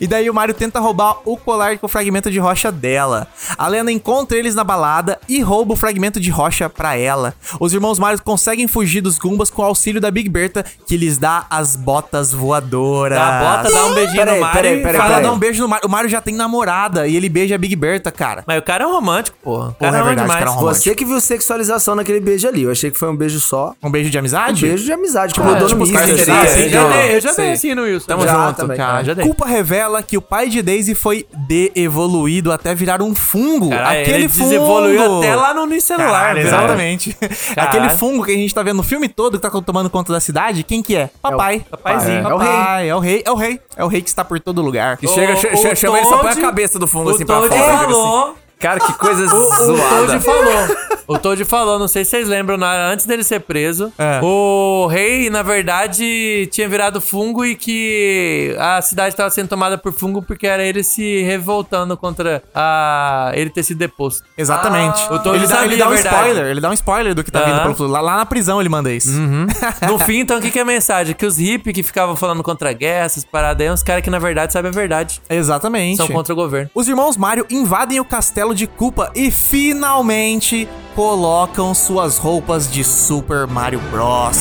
Speaker 2: E daí o Mario tenta roubar o colar com o fragmento de rocha dela. A Lena encontra eles na balada e rouba o fragmento de rocha pra ela. Os irmãos Mario conseguem fugir dos Gumbas com o auxílio da Big Bertha, que lhes dá as botas voadoras.
Speaker 3: Dá a bota, dá um beijinho
Speaker 5: Peraí,
Speaker 3: no Mario.
Speaker 5: peraí,
Speaker 3: e
Speaker 5: peraí,
Speaker 3: fala,
Speaker 2: Fala,
Speaker 5: peraí.
Speaker 2: dá um beijo no Mario. O Mario já tem namorada e ele beija a Big Bertha, cara.
Speaker 3: Mas o cara é um romântico, porra. O cara
Speaker 2: Porra, é
Speaker 3: é, um
Speaker 2: verdade,
Speaker 3: demais.
Speaker 2: cara é um romântico.
Speaker 5: Você que viu sexualização naquele beijo ali. Eu achei que foi um beijo só.
Speaker 2: Um beijo de
Speaker 5: Um
Speaker 2: amizade?
Speaker 5: beijo de amizade, como eu dou no
Speaker 2: tipo, os
Speaker 5: Mister,
Speaker 2: caras
Speaker 5: assim,
Speaker 2: interessados,
Speaker 5: assim,
Speaker 3: Eu já
Speaker 5: ó.
Speaker 3: dei, eu já
Speaker 5: Sei.
Speaker 3: dei assim no Wilson.
Speaker 5: Tamo
Speaker 3: já,
Speaker 5: junto,
Speaker 3: cara.
Speaker 5: cara.
Speaker 3: Já dei.
Speaker 2: Culpa revela que o pai de Daisy foi de-evoluído até virar um fungo.
Speaker 3: Caralho,
Speaker 2: Aquele
Speaker 3: ele
Speaker 2: fungo.
Speaker 3: desevoluiu até lá no, no celular,
Speaker 2: Caralho,
Speaker 3: velho.
Speaker 2: exatamente.
Speaker 3: Caralho.
Speaker 2: Aquele fungo que a gente tá vendo no filme todo, que tá tomando conta da cidade, quem que é? Papai.
Speaker 3: Papaizinho.
Speaker 2: É,
Speaker 5: É o
Speaker 2: o
Speaker 5: rei.
Speaker 2: rei. É o rei, é o rei. É o rei que está por todo lugar.
Speaker 4: E chega,
Speaker 3: O-
Speaker 4: che-
Speaker 3: o
Speaker 4: che- chama ele só põe a
Speaker 3: Toad-
Speaker 4: cabeça do fundo
Speaker 3: O
Speaker 4: assim pra
Speaker 3: Toad
Speaker 4: fora. joga assim.
Speaker 3: falou...
Speaker 4: Cara, que coisa
Speaker 3: O
Speaker 2: Tá.
Speaker 4: zoada.
Speaker 3: Toad falou. O Toad falou, não sei se vocês lembram, na- antes dele ser preso,
Speaker 2: É.
Speaker 3: o rei, na verdade, tinha virado fungo e que a cidade estava sendo tomada por fungo porque era ele se revoltando contra a... ele ter sido deposto.
Speaker 2: Exatamente.
Speaker 3: Ah. O Toad
Speaker 2: ele, dá,
Speaker 3: sabia
Speaker 2: ele dá
Speaker 3: a
Speaker 2: um
Speaker 3: verdade.
Speaker 2: spoiler. Ele dá um spoiler do que tá vindo
Speaker 3: Aham.
Speaker 2: pelo futuro. Lá, lá na prisão ele manda isso.
Speaker 3: No fim, então, o que, que é a mensagem? Que os hippies que ficavam falando contra a guerra, essas paradas aí, é uns caras que, na verdade, sabem a verdade.
Speaker 2: Exatamente.
Speaker 3: São contra o governo.
Speaker 2: Os irmãos Mario invadem o castelo de Koopa e finalmente colocam suas roupas de Super Mario Bros.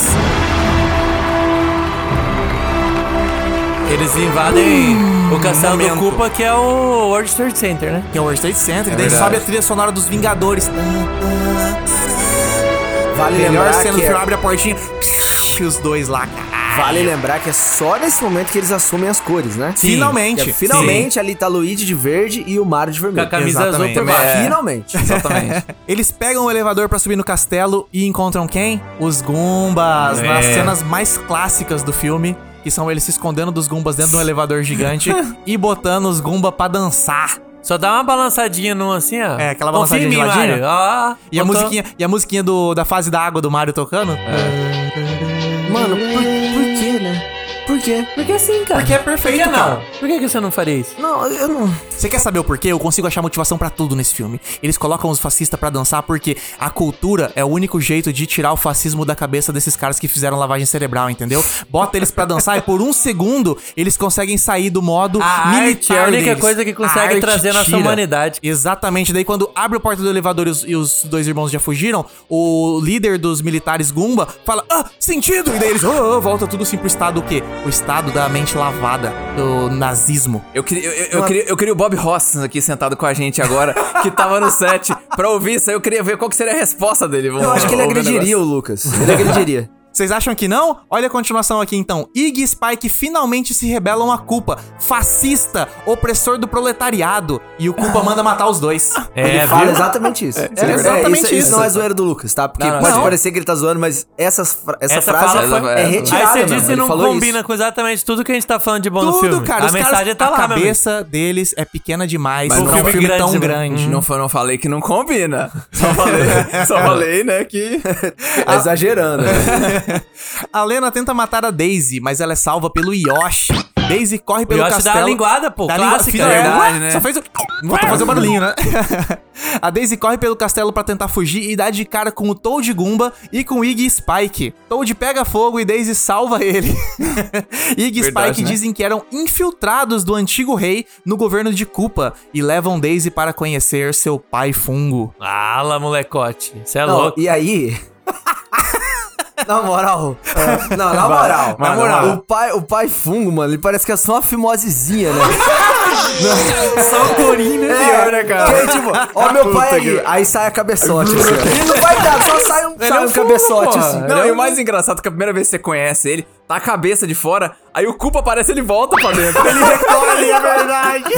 Speaker 3: Eles invadem o castelo do
Speaker 2: momento.
Speaker 3: Koopa, que é o World Trade Center, né?
Speaker 2: Que é o World Trade Center. e daí sobe a trilha sonora dos Vingadores. Hum,
Speaker 5: Vale
Speaker 2: Melhor
Speaker 5: lembrar
Speaker 2: cena do
Speaker 5: que
Speaker 2: filme,
Speaker 5: é,
Speaker 2: abre a portinha. E os dois lá, cara.
Speaker 5: Vale lembrar que é só nesse momento que eles assumem as cores, né?
Speaker 3: Sim.
Speaker 2: Finalmente.
Speaker 5: É, finalmente ali tá Luigi de verde e o Mario de
Speaker 3: Com a
Speaker 5: vermelho.
Speaker 3: camisa azul
Speaker 2: Exatamente.
Speaker 3: por baixo.
Speaker 5: É. Finalmente.
Speaker 4: Exatamente.
Speaker 2: Eles pegam o elevador pra subir no castelo e encontram quem? Os Gumbas,
Speaker 5: É.
Speaker 2: nas cenas mais clássicas do filme, que são eles se escondendo dos Gumbas dentro de um elevador gigante e botando os Gumba pra dançar.
Speaker 3: Só dá uma balançadinha num assim, ó.
Speaker 2: É, aquela
Speaker 3: Confia em
Speaker 2: balançadinha
Speaker 3: mim,
Speaker 2: de ladinho.
Speaker 3: Mário. Ó,
Speaker 2: E a
Speaker 3: botou- É.
Speaker 2: musiquinha, e a musiquinha do, da fase da água do Mario tocando? É.
Speaker 5: Mano, por, por quê, né? Por quê?
Speaker 3: Por que assim, cara?
Speaker 2: Porque é perfeito,
Speaker 3: Por que não?
Speaker 2: cara.
Speaker 3: Por que, que você não faria isso?
Speaker 5: Não, eu não.
Speaker 2: Você quer saber o porquê? Eu consigo achar motivação pra tudo nesse filme. Eles colocam os fascistas pra dançar porque a cultura é o único jeito de tirar o fascismo da cabeça desses caras que fizeram lavagem cerebral, entendeu? Bota eles pra dançar e por um segundo eles conseguem sair do modo
Speaker 3: A arte
Speaker 2: militar
Speaker 3: é a única
Speaker 2: deles.
Speaker 3: coisa que consegue
Speaker 2: A arte
Speaker 3: trazer a nossa
Speaker 2: tira.
Speaker 3: humanidade.
Speaker 2: Exatamente. Daí quando abre a porta do elevador e os, e os dois irmãos já fugiram, o líder dos militares Gumba fala, ah, sentido! E daí eles, oh, oh", volta tudo assim pro estado o quê? O estado da mente lavada, do nazismo.
Speaker 4: Eu queria, eu, eu- eu queria, eu queria o Bob Ross aqui sentado com a gente agora, que tava no set. Pra ouvir isso aí, eu queria ver qual que seria a resposta dele.
Speaker 5: Eu acho que ele agrediria o Lucas. Ele agrediria.
Speaker 2: Vocês acham que não? Olha a continuação aqui então. Ig e Spike finalmente se rebelam à culpa. Fascista, opressor do proletariado. E o culpa manda matar os dois.
Speaker 3: É,
Speaker 5: ele fala exatamente isso. É,
Speaker 2: exatamente
Speaker 5: isso,
Speaker 2: isso.
Speaker 5: não é zoeira do Lucas, tá? Porque
Speaker 4: Não, não,
Speaker 5: pode
Speaker 4: não.
Speaker 5: parecer que ele tá zoando, mas essas, fra- essa,
Speaker 3: Essa
Speaker 5: frase
Speaker 3: fala foi-
Speaker 5: é
Speaker 4: Aí
Speaker 3: Aí
Speaker 5: retirada.
Speaker 3: você
Speaker 5: mesmo.
Speaker 3: disse que
Speaker 5: Ele
Speaker 3: não
Speaker 5: falou isso.
Speaker 3: combina com exatamente tudo que a gente tá falando de bom no
Speaker 2: Tudo,
Speaker 3: filme.
Speaker 2: cara.
Speaker 3: a
Speaker 2: os caras-
Speaker 3: mensagem tá
Speaker 2: a
Speaker 3: lá, meu amigo.
Speaker 2: cabeça deles é pequena demais
Speaker 4: Mas
Speaker 2: pra
Speaker 4: não
Speaker 2: um
Speaker 4: foi
Speaker 2: filme
Speaker 3: grande
Speaker 2: tão
Speaker 3: demais.
Speaker 2: grande.
Speaker 4: Não, fa- não falei que não combina. Só falei,
Speaker 3: é.
Speaker 4: só falei né, que...
Speaker 5: Tá exagerando. né?
Speaker 2: A Lena tenta matar a Daisy, mas ela é salva pelo Yoshi. Daisy corre pelo
Speaker 3: Yoshi dá
Speaker 2: castelo.
Speaker 3: a linguada, pô,
Speaker 2: Dá a
Speaker 3: clássica,
Speaker 2: linguada,
Speaker 4: é
Speaker 2: final,
Speaker 4: verdade,
Speaker 2: ué,
Speaker 4: né?
Speaker 2: Só fez o... Vou fazer um barulhinho, né? a Daisy corre pelo castelo pra tentar fugir e dá de cara com o Toad Goomba e com Iggy e Spike. Toad pega fogo e Daisy salva ele. Iggy e
Speaker 4: Verdade,
Speaker 2: Spike
Speaker 4: né?
Speaker 2: dizem que eram infiltrados do antigo rei no governo de Koopa e levam Daisy para conhecer seu pai fungo.
Speaker 3: Fala, molecote. Você é
Speaker 5: Não,
Speaker 3: louco.
Speaker 5: e aí. Na moral. é, Não, na moral.
Speaker 4: vai, na moral.
Speaker 5: O pai, o pai fungo, mano, ele parece que é só uma fimosezinha, né?
Speaker 3: Só o corinho,
Speaker 2: é
Speaker 3: né? Pior, né, cara?
Speaker 5: Que, tipo, ó meu pai aí. Aí sai a cabeçote, assim. ó. E não vai dar, só sai um, sai
Speaker 3: é um
Speaker 5: um
Speaker 3: fungo,
Speaker 5: cabeçote,
Speaker 3: porra.
Speaker 5: assim.
Speaker 4: Não, e o mais engraçado é que a primeira vez que você conhece ele, tá a cabeça de fora, aí o culpa aparece ele volta pra dentro. Ele recolhe, é verdade.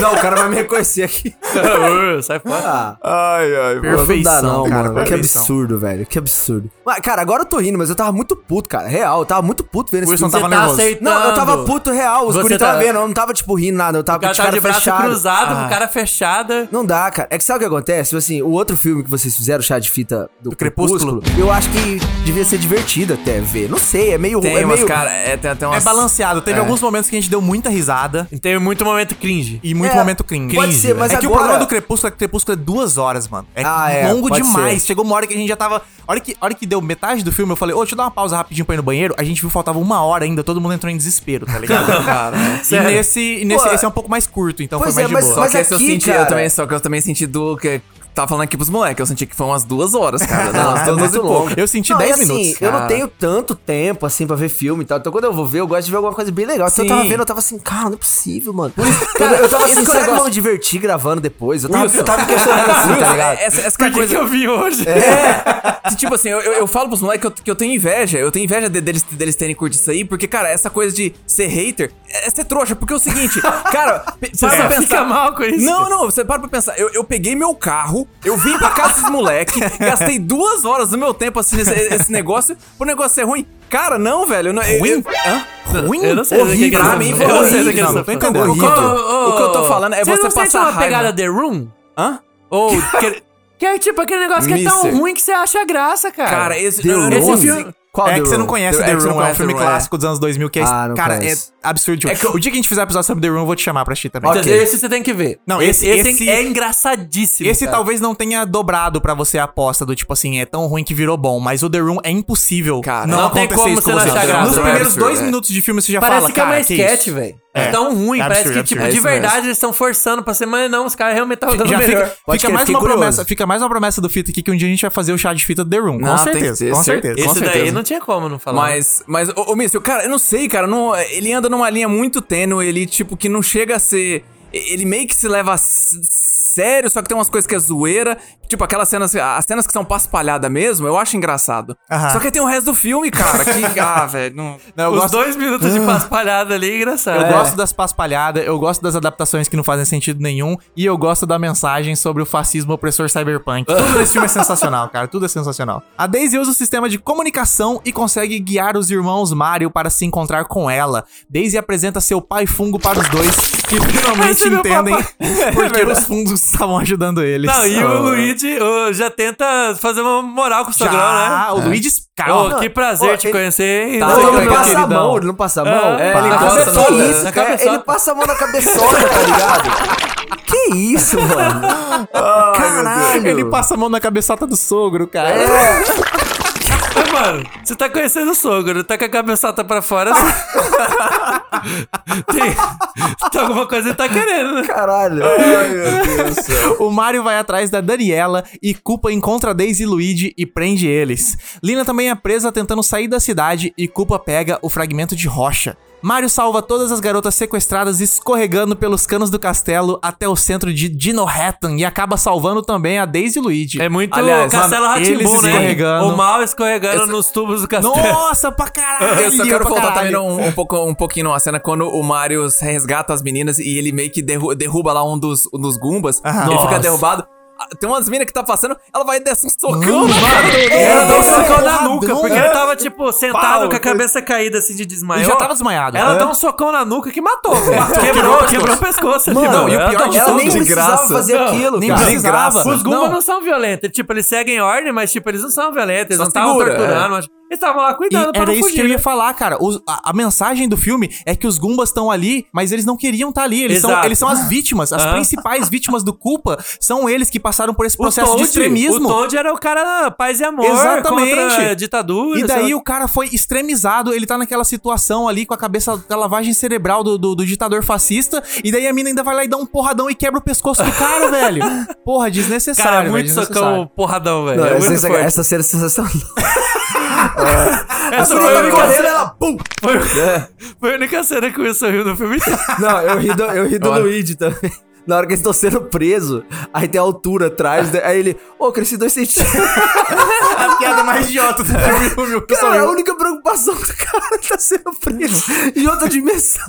Speaker 5: Não, o cara vai me reconhecer aqui.
Speaker 3: Uh, Sai fora.
Speaker 5: Ah,
Speaker 4: Ai, ai, mano.
Speaker 5: não dá não,
Speaker 4: cara,
Speaker 5: mano. Que
Speaker 4: perfeição.
Speaker 5: absurdo, velho. Que absurdo. Mas, cara, agora eu tô rindo, mas eu tava muito puto, cara. Real, eu tava muito puto vendo esse
Speaker 2: Wilson
Speaker 5: filme.
Speaker 2: tava
Speaker 3: tá
Speaker 2: nervoso.
Speaker 3: aceitando.
Speaker 5: Não, eu tava puto real, os
Speaker 3: Você
Speaker 5: guri tava
Speaker 3: tá-
Speaker 5: vendo, eu não tava, tipo, rindo nada, eu tava
Speaker 3: O cara
Speaker 5: com os
Speaker 3: tava de
Speaker 5: caras
Speaker 3: braço
Speaker 5: fechados.
Speaker 3: cruzado, com cara fechada.
Speaker 5: Não dá, cara. É que sabe o que acontece? Tipo Assim, o outro filme que vocês fizeram, Chá de Fita do, Crepúsculo,
Speaker 2: Crepúsculo.
Speaker 5: eu acho que devia ser divertido até ver. Não sei, é meio...
Speaker 4: Tem
Speaker 5: é
Speaker 4: umas,
Speaker 5: meio...
Speaker 4: cara, é, tem até
Speaker 2: É
Speaker 4: umas...
Speaker 2: balanceado. Teve alguns momentos que a gente deu muita risada
Speaker 3: E Teve muito momento cringe.
Speaker 2: e muito
Speaker 5: É,
Speaker 2: momento cringe.
Speaker 5: pode ser, mas
Speaker 2: é que o
Speaker 5: agora-
Speaker 2: problema do Crepúsculo é que o Crepúsculo é duas horas, mano. É
Speaker 5: Ah, é,
Speaker 2: longo
Speaker 5: pode
Speaker 2: demais.
Speaker 5: ser.
Speaker 2: Chegou uma hora que a gente já tava. A hora que, a hora que deu metade do filme, eu falei, ô, deixa eu dar uma pausa rapidinho pra ir no banheiro. A gente viu que faltava uma hora ainda, todo mundo entrou em desespero, tá ligado? e
Speaker 3: sério.
Speaker 2: nesse, e nesse
Speaker 5: Pô,
Speaker 2: esse é um pouco mais curto, então
Speaker 5: pois
Speaker 2: foi mais
Speaker 5: é,
Speaker 2: de
Speaker 5: mas-
Speaker 2: boa.
Speaker 4: Só
Speaker 5: mas
Speaker 4: que esse eu
Speaker 5: aqui,
Speaker 4: senti,
Speaker 5: cara-
Speaker 4: eu também, só que eu também senti do que tava falando aqui pros moleques, eu senti que foi umas duas horas, cara. Não, umas
Speaker 5: É
Speaker 4: duas,
Speaker 5: muito
Speaker 4: horas e
Speaker 5: longo.
Speaker 4: pouco.
Speaker 2: Eu senti
Speaker 5: Não,
Speaker 2: 10
Speaker 5: e assim,
Speaker 2: minutos.
Speaker 5: Eu não tenho tanto tempo, assim, pra ver filme e tal. Então, quando eu vou ver, eu gosto de ver alguma coisa bem legal. Então, eu tava
Speaker 4: Sim.
Speaker 5: vendo, eu tava assim, cara, não é possível, mano. eu, eu tava assim, será que eu vou me divertir gravando depois? Eu tava, eu tava me questionando assim, tá ligado?
Speaker 4: Essa, essa que é a coisa...
Speaker 3: eu vi hoje?
Speaker 4: É, que, tipo assim, eu, eu, eu falo pros moleques que eu, que eu tenho inveja. Eu tenho inveja de- deles, deles terem curtido isso aí, porque, cara, essa coisa de ser hater é é ser trouxa. Porque é o seguinte, cara, pe-
Speaker 3: Você
Speaker 4: para
Speaker 3: só
Speaker 4: pra
Speaker 3: fica
Speaker 4: pensar.
Speaker 3: mal com isso.
Speaker 4: Não, não, você para pra pensar. Eu, eu peguei meu carro, eu vim pra casa dos moleques, gastei duas horas do meu tempo assistindo esse, esse negócio pro negócio ser ruim. Cara, não, velho. eu não- eu-
Speaker 2: Ruim?
Speaker 4: eu- hã?
Speaker 2: Ruim?
Speaker 3: Eu não sei do que que
Speaker 2: horrível.
Speaker 3: ele
Speaker 2: pra
Speaker 3: tá
Speaker 2: mim,
Speaker 3: falando.
Speaker 2: foi
Speaker 3: Eu não sei do que
Speaker 2: horrível.
Speaker 3: ele tá
Speaker 2: Não tô
Speaker 3: falando.
Speaker 2: entendendo.
Speaker 4: Horrível. O que eu tô falando é você
Speaker 3: não sente
Speaker 4: passar
Speaker 3: uma
Speaker 4: raiva.
Speaker 3: pegada The Room?
Speaker 4: Hã?
Speaker 3: Ou... que, que é tipo aquele negócio que é
Speaker 4: Mister.
Speaker 3: tão ruim que você acha graça, cara.
Speaker 4: Cara, esse,
Speaker 5: The
Speaker 4: eu- eu-
Speaker 5: Room?
Speaker 4: esse filme.
Speaker 5: Qual
Speaker 2: é
Speaker 5: The
Speaker 2: que você
Speaker 5: Room?
Speaker 2: não conhece
Speaker 4: The-
Speaker 2: The,
Speaker 4: é que você não
Speaker 2: Room, é um
Speaker 4: conhece
Speaker 2: filme
Speaker 4: The Room,
Speaker 2: clássico dos anos 2000 que é,
Speaker 5: Ah, não
Speaker 2: cara,
Speaker 5: conheço.
Speaker 2: é absurdo. demais.
Speaker 4: que eu-
Speaker 2: O dia que a gente fizer episódio sobre The Room, eu vou te chamar pra assistir também.
Speaker 5: Ok.
Speaker 3: Esse você tem que ver.
Speaker 2: Não, esse- esse-
Speaker 3: é engraçadíssimo.
Speaker 2: Esse
Speaker 3: cara.
Speaker 2: talvez não tenha dobrado pra você a aposta do tipo assim, é tão ruim que virou bom, mas o The Room é impossível.
Speaker 4: Cara,
Speaker 3: não tem
Speaker 2: acontecer
Speaker 3: como
Speaker 2: isso
Speaker 3: você
Speaker 2: com
Speaker 3: não achar graça,
Speaker 2: Nos
Speaker 3: é
Speaker 2: primeiros
Speaker 4: absurdo,
Speaker 2: dois
Speaker 4: é.
Speaker 2: minutos de filme você já
Speaker 3: Parece que
Speaker 2: fala,
Speaker 3: é
Speaker 2: cara,
Speaker 3: uma
Speaker 2: que
Speaker 3: sketch,
Speaker 2: isso?"
Speaker 3: velho.
Speaker 2: É.
Speaker 3: É tão ruim,
Speaker 2: É
Speaker 3: parece
Speaker 2: absurdo,
Speaker 3: que,
Speaker 2: é
Speaker 3: tipo,
Speaker 2: absurdo.
Speaker 3: de
Speaker 2: É
Speaker 4: isso
Speaker 3: verdade, eles estão forçando pra ser, mas não, os caras realmente estavam dando
Speaker 2: Já
Speaker 3: melhor.
Speaker 2: fica,
Speaker 5: Pode
Speaker 2: fica
Speaker 5: crer,
Speaker 2: mais
Speaker 5: fiquei
Speaker 2: uma
Speaker 5: curioso.
Speaker 2: promessa, fica mais uma promessa do Fita aqui que um dia a gente vai fazer o chá de fita do The Room.
Speaker 4: Não,
Speaker 2: com
Speaker 4: tem que
Speaker 2: certeza,
Speaker 4: ter
Speaker 2: com
Speaker 4: cer-
Speaker 2: certeza.
Speaker 4: com
Speaker 3: Esse daí
Speaker 4: certeza.
Speaker 3: não tinha como não falar.
Speaker 4: Mas, mas, ô, ô Mício, cara, eu não sei, cara, não, ele anda numa linha muito tênue, ele, tipo, que não chega a ser... Ele meio que se leva a s- sério, só que tem umas coisas que é zoeira, tipo, aquelas cenas, as cenas que são paspalhada mesmo, eu acho engraçado.
Speaker 2: Aham.
Speaker 4: Só que tem o resto do filme, cara, que, ah, velho, não...
Speaker 2: Não, eu
Speaker 3: Os
Speaker 2: gosto-
Speaker 3: dois minutos de paspalhada ali, engraçado.
Speaker 2: Eu
Speaker 3: É.
Speaker 2: gosto das paspalhadas, eu gosto das adaptações que não fazem sentido nenhum, e eu gosto da mensagem sobre o fascismo opressor cyberpunk. Tudo nesse filme é sensacional, cara. Tudo é sensacional. A Daisy usa o sistema de comunicação e consegue guiar os irmãos Mario para se encontrar com ela. Daisy apresenta seu pai fungo para os dois, que finalmente
Speaker 3: Esse é meu
Speaker 2: entendem
Speaker 3: papai.
Speaker 2: porque
Speaker 3: É verdade.
Speaker 2: os fungos estavam ajudando eles.
Speaker 3: Não, e
Speaker 2: Ah.
Speaker 3: o Luigi ô, já tenta fazer uma moral com o sogrão,
Speaker 2: Já,
Speaker 3: né?
Speaker 2: Ah, o Luigi... Cara,
Speaker 3: Ô,
Speaker 2: não,
Speaker 3: que prazer
Speaker 5: Ô,
Speaker 3: te
Speaker 5: ele-
Speaker 3: conhecer.
Speaker 5: Não,
Speaker 4: Tá,
Speaker 5: ele
Speaker 4: meu
Speaker 5: não passa a
Speaker 4: queridão.
Speaker 5: mão, ele não passa a mão.
Speaker 3: É,
Speaker 5: ele
Speaker 3: ele
Speaker 5: passa,
Speaker 3: encosta
Speaker 5: que
Speaker 3: na-
Speaker 5: isso,
Speaker 3: na
Speaker 5: cara,
Speaker 3: cabeçota.
Speaker 5: Ele passa a mão na cabeçota, tá ligado? Que isso, mano? Caralho.
Speaker 2: Ele passa a mão na cabeçota do sogro, cara.
Speaker 3: Mas, mano, você tá conhecendo o sogro, tá com a cabeçota pra fora. Você... Tem... tem alguma coisa que ele tá querendo, né?
Speaker 5: Caralho.
Speaker 2: O Mario vai atrás da Daniela e Culpa encontra Daisy e Luigi e prende eles. Lina também é presa tentando sair da cidade e Culpa pega o fragmento de rocha. Mario salva todas as garotas sequestradas escorregando pelos canos do castelo até o centro de Dinohattan e acaba salvando também a Daisy e Luigi.
Speaker 3: É muito
Speaker 4: Aliás,
Speaker 3: Castelo
Speaker 2: mano,
Speaker 3: Ratimbu,
Speaker 2: eles
Speaker 3: né?
Speaker 2: escorregando.
Speaker 3: O mal escorregando nos tubos do castelo.
Speaker 2: Nossa, pra caralho!
Speaker 4: Eu só
Speaker 2: pra
Speaker 4: quero voltar
Speaker 2: caralho.
Speaker 4: também um, um pouco, um pouquinho numa cena quando o Mario resgata as meninas e ele meio que derru- derruba lá um dos, um dos Gumbas, ele
Speaker 3: Nossa.
Speaker 4: fica derrubado. Ah, Tem umas meninas que tá passando, ela vai descer um socão na cara
Speaker 3: Ela
Speaker 4: dele.
Speaker 3: deu um socão na nuca,
Speaker 2: Porradão,
Speaker 3: porque
Speaker 2: né?
Speaker 3: ele tava, tipo, sentado
Speaker 4: Pau.
Speaker 3: com a cabeça caída, assim, de desmaio.
Speaker 2: E já tava desmaiado.
Speaker 3: Ela
Speaker 2: É.
Speaker 3: deu um socão na nuca que matou, velho. Quebrou, quebrou o pescoço.
Speaker 5: Mano,
Speaker 3: não,
Speaker 5: e o
Speaker 4: pior é que
Speaker 5: Ela nem
Speaker 4: de
Speaker 5: precisava
Speaker 4: graça.
Speaker 5: fazer
Speaker 3: Não,
Speaker 5: aquilo,
Speaker 2: nem
Speaker 5: cara.
Speaker 2: precisa. precisava.
Speaker 3: Os Gumbas
Speaker 2: Não.
Speaker 3: não. são violentos. Tipo, eles seguem ordem, mas, tipo, eles não são violentos. Eles
Speaker 4: Só
Speaker 3: não estavam
Speaker 4: segura,
Speaker 3: torturando. mas Eles estavam lá
Speaker 2: E
Speaker 3: cuidando pra
Speaker 2: era
Speaker 3: não
Speaker 2: isso que
Speaker 3: fugir.
Speaker 2: eu ia falar, cara. Os- a, a mensagem do filme é que os Gumbas estão ali, mas eles não queriam estar ali. Eles são,
Speaker 3: Exato.
Speaker 2: eles são as vítimas. As
Speaker 3: Aham.
Speaker 2: principais vítimas do culpa são eles que passaram por esse
Speaker 3: O
Speaker 2: processo de
Speaker 3: Toad-
Speaker 2: extremismo.
Speaker 3: O Toad era o cara paz e amor
Speaker 2: Exatamente.
Speaker 3: contra a ditadura.
Speaker 2: E
Speaker 3: sei
Speaker 2: daí
Speaker 3: lá.
Speaker 2: o cara foi extremizado, ele tá naquela situação ali com a cabeça da lavagem cerebral do, do- do ditador fascista, e daí a mina ainda vai lá e dá um porradão e quebra o pescoço do cara, velho. Porra, desnecessário.
Speaker 3: Cara,
Speaker 2: velho,
Speaker 3: muito
Speaker 2: desnecessário.
Speaker 3: socão porradão, velho.
Speaker 5: Não,
Speaker 3: É
Speaker 5: essa,
Speaker 3: muito
Speaker 5: essa,
Speaker 3: forte.
Speaker 5: essa cena é sensacional.
Speaker 3: Essa
Speaker 5: Ela
Speaker 3: foi a
Speaker 5: tá
Speaker 3: única
Speaker 5: correndo,
Speaker 3: cena.
Speaker 5: ela... Pum!
Speaker 3: Foi, foi a única cena que o Wilson riu no filme inteiro.
Speaker 5: Não, eu ri do, eu ri do
Speaker 3: Olha.
Speaker 5: Luigi também. Na hora que eles estão sendo presos, aí tem a altura atrás, né? aí ele, ô, cresci dois centímetros.
Speaker 2: A piada mais idiota do filme. o pessoal
Speaker 5: Cara, é a
Speaker 2: riu.
Speaker 5: única preocupação do cara tá sendo preso em outra dimensão.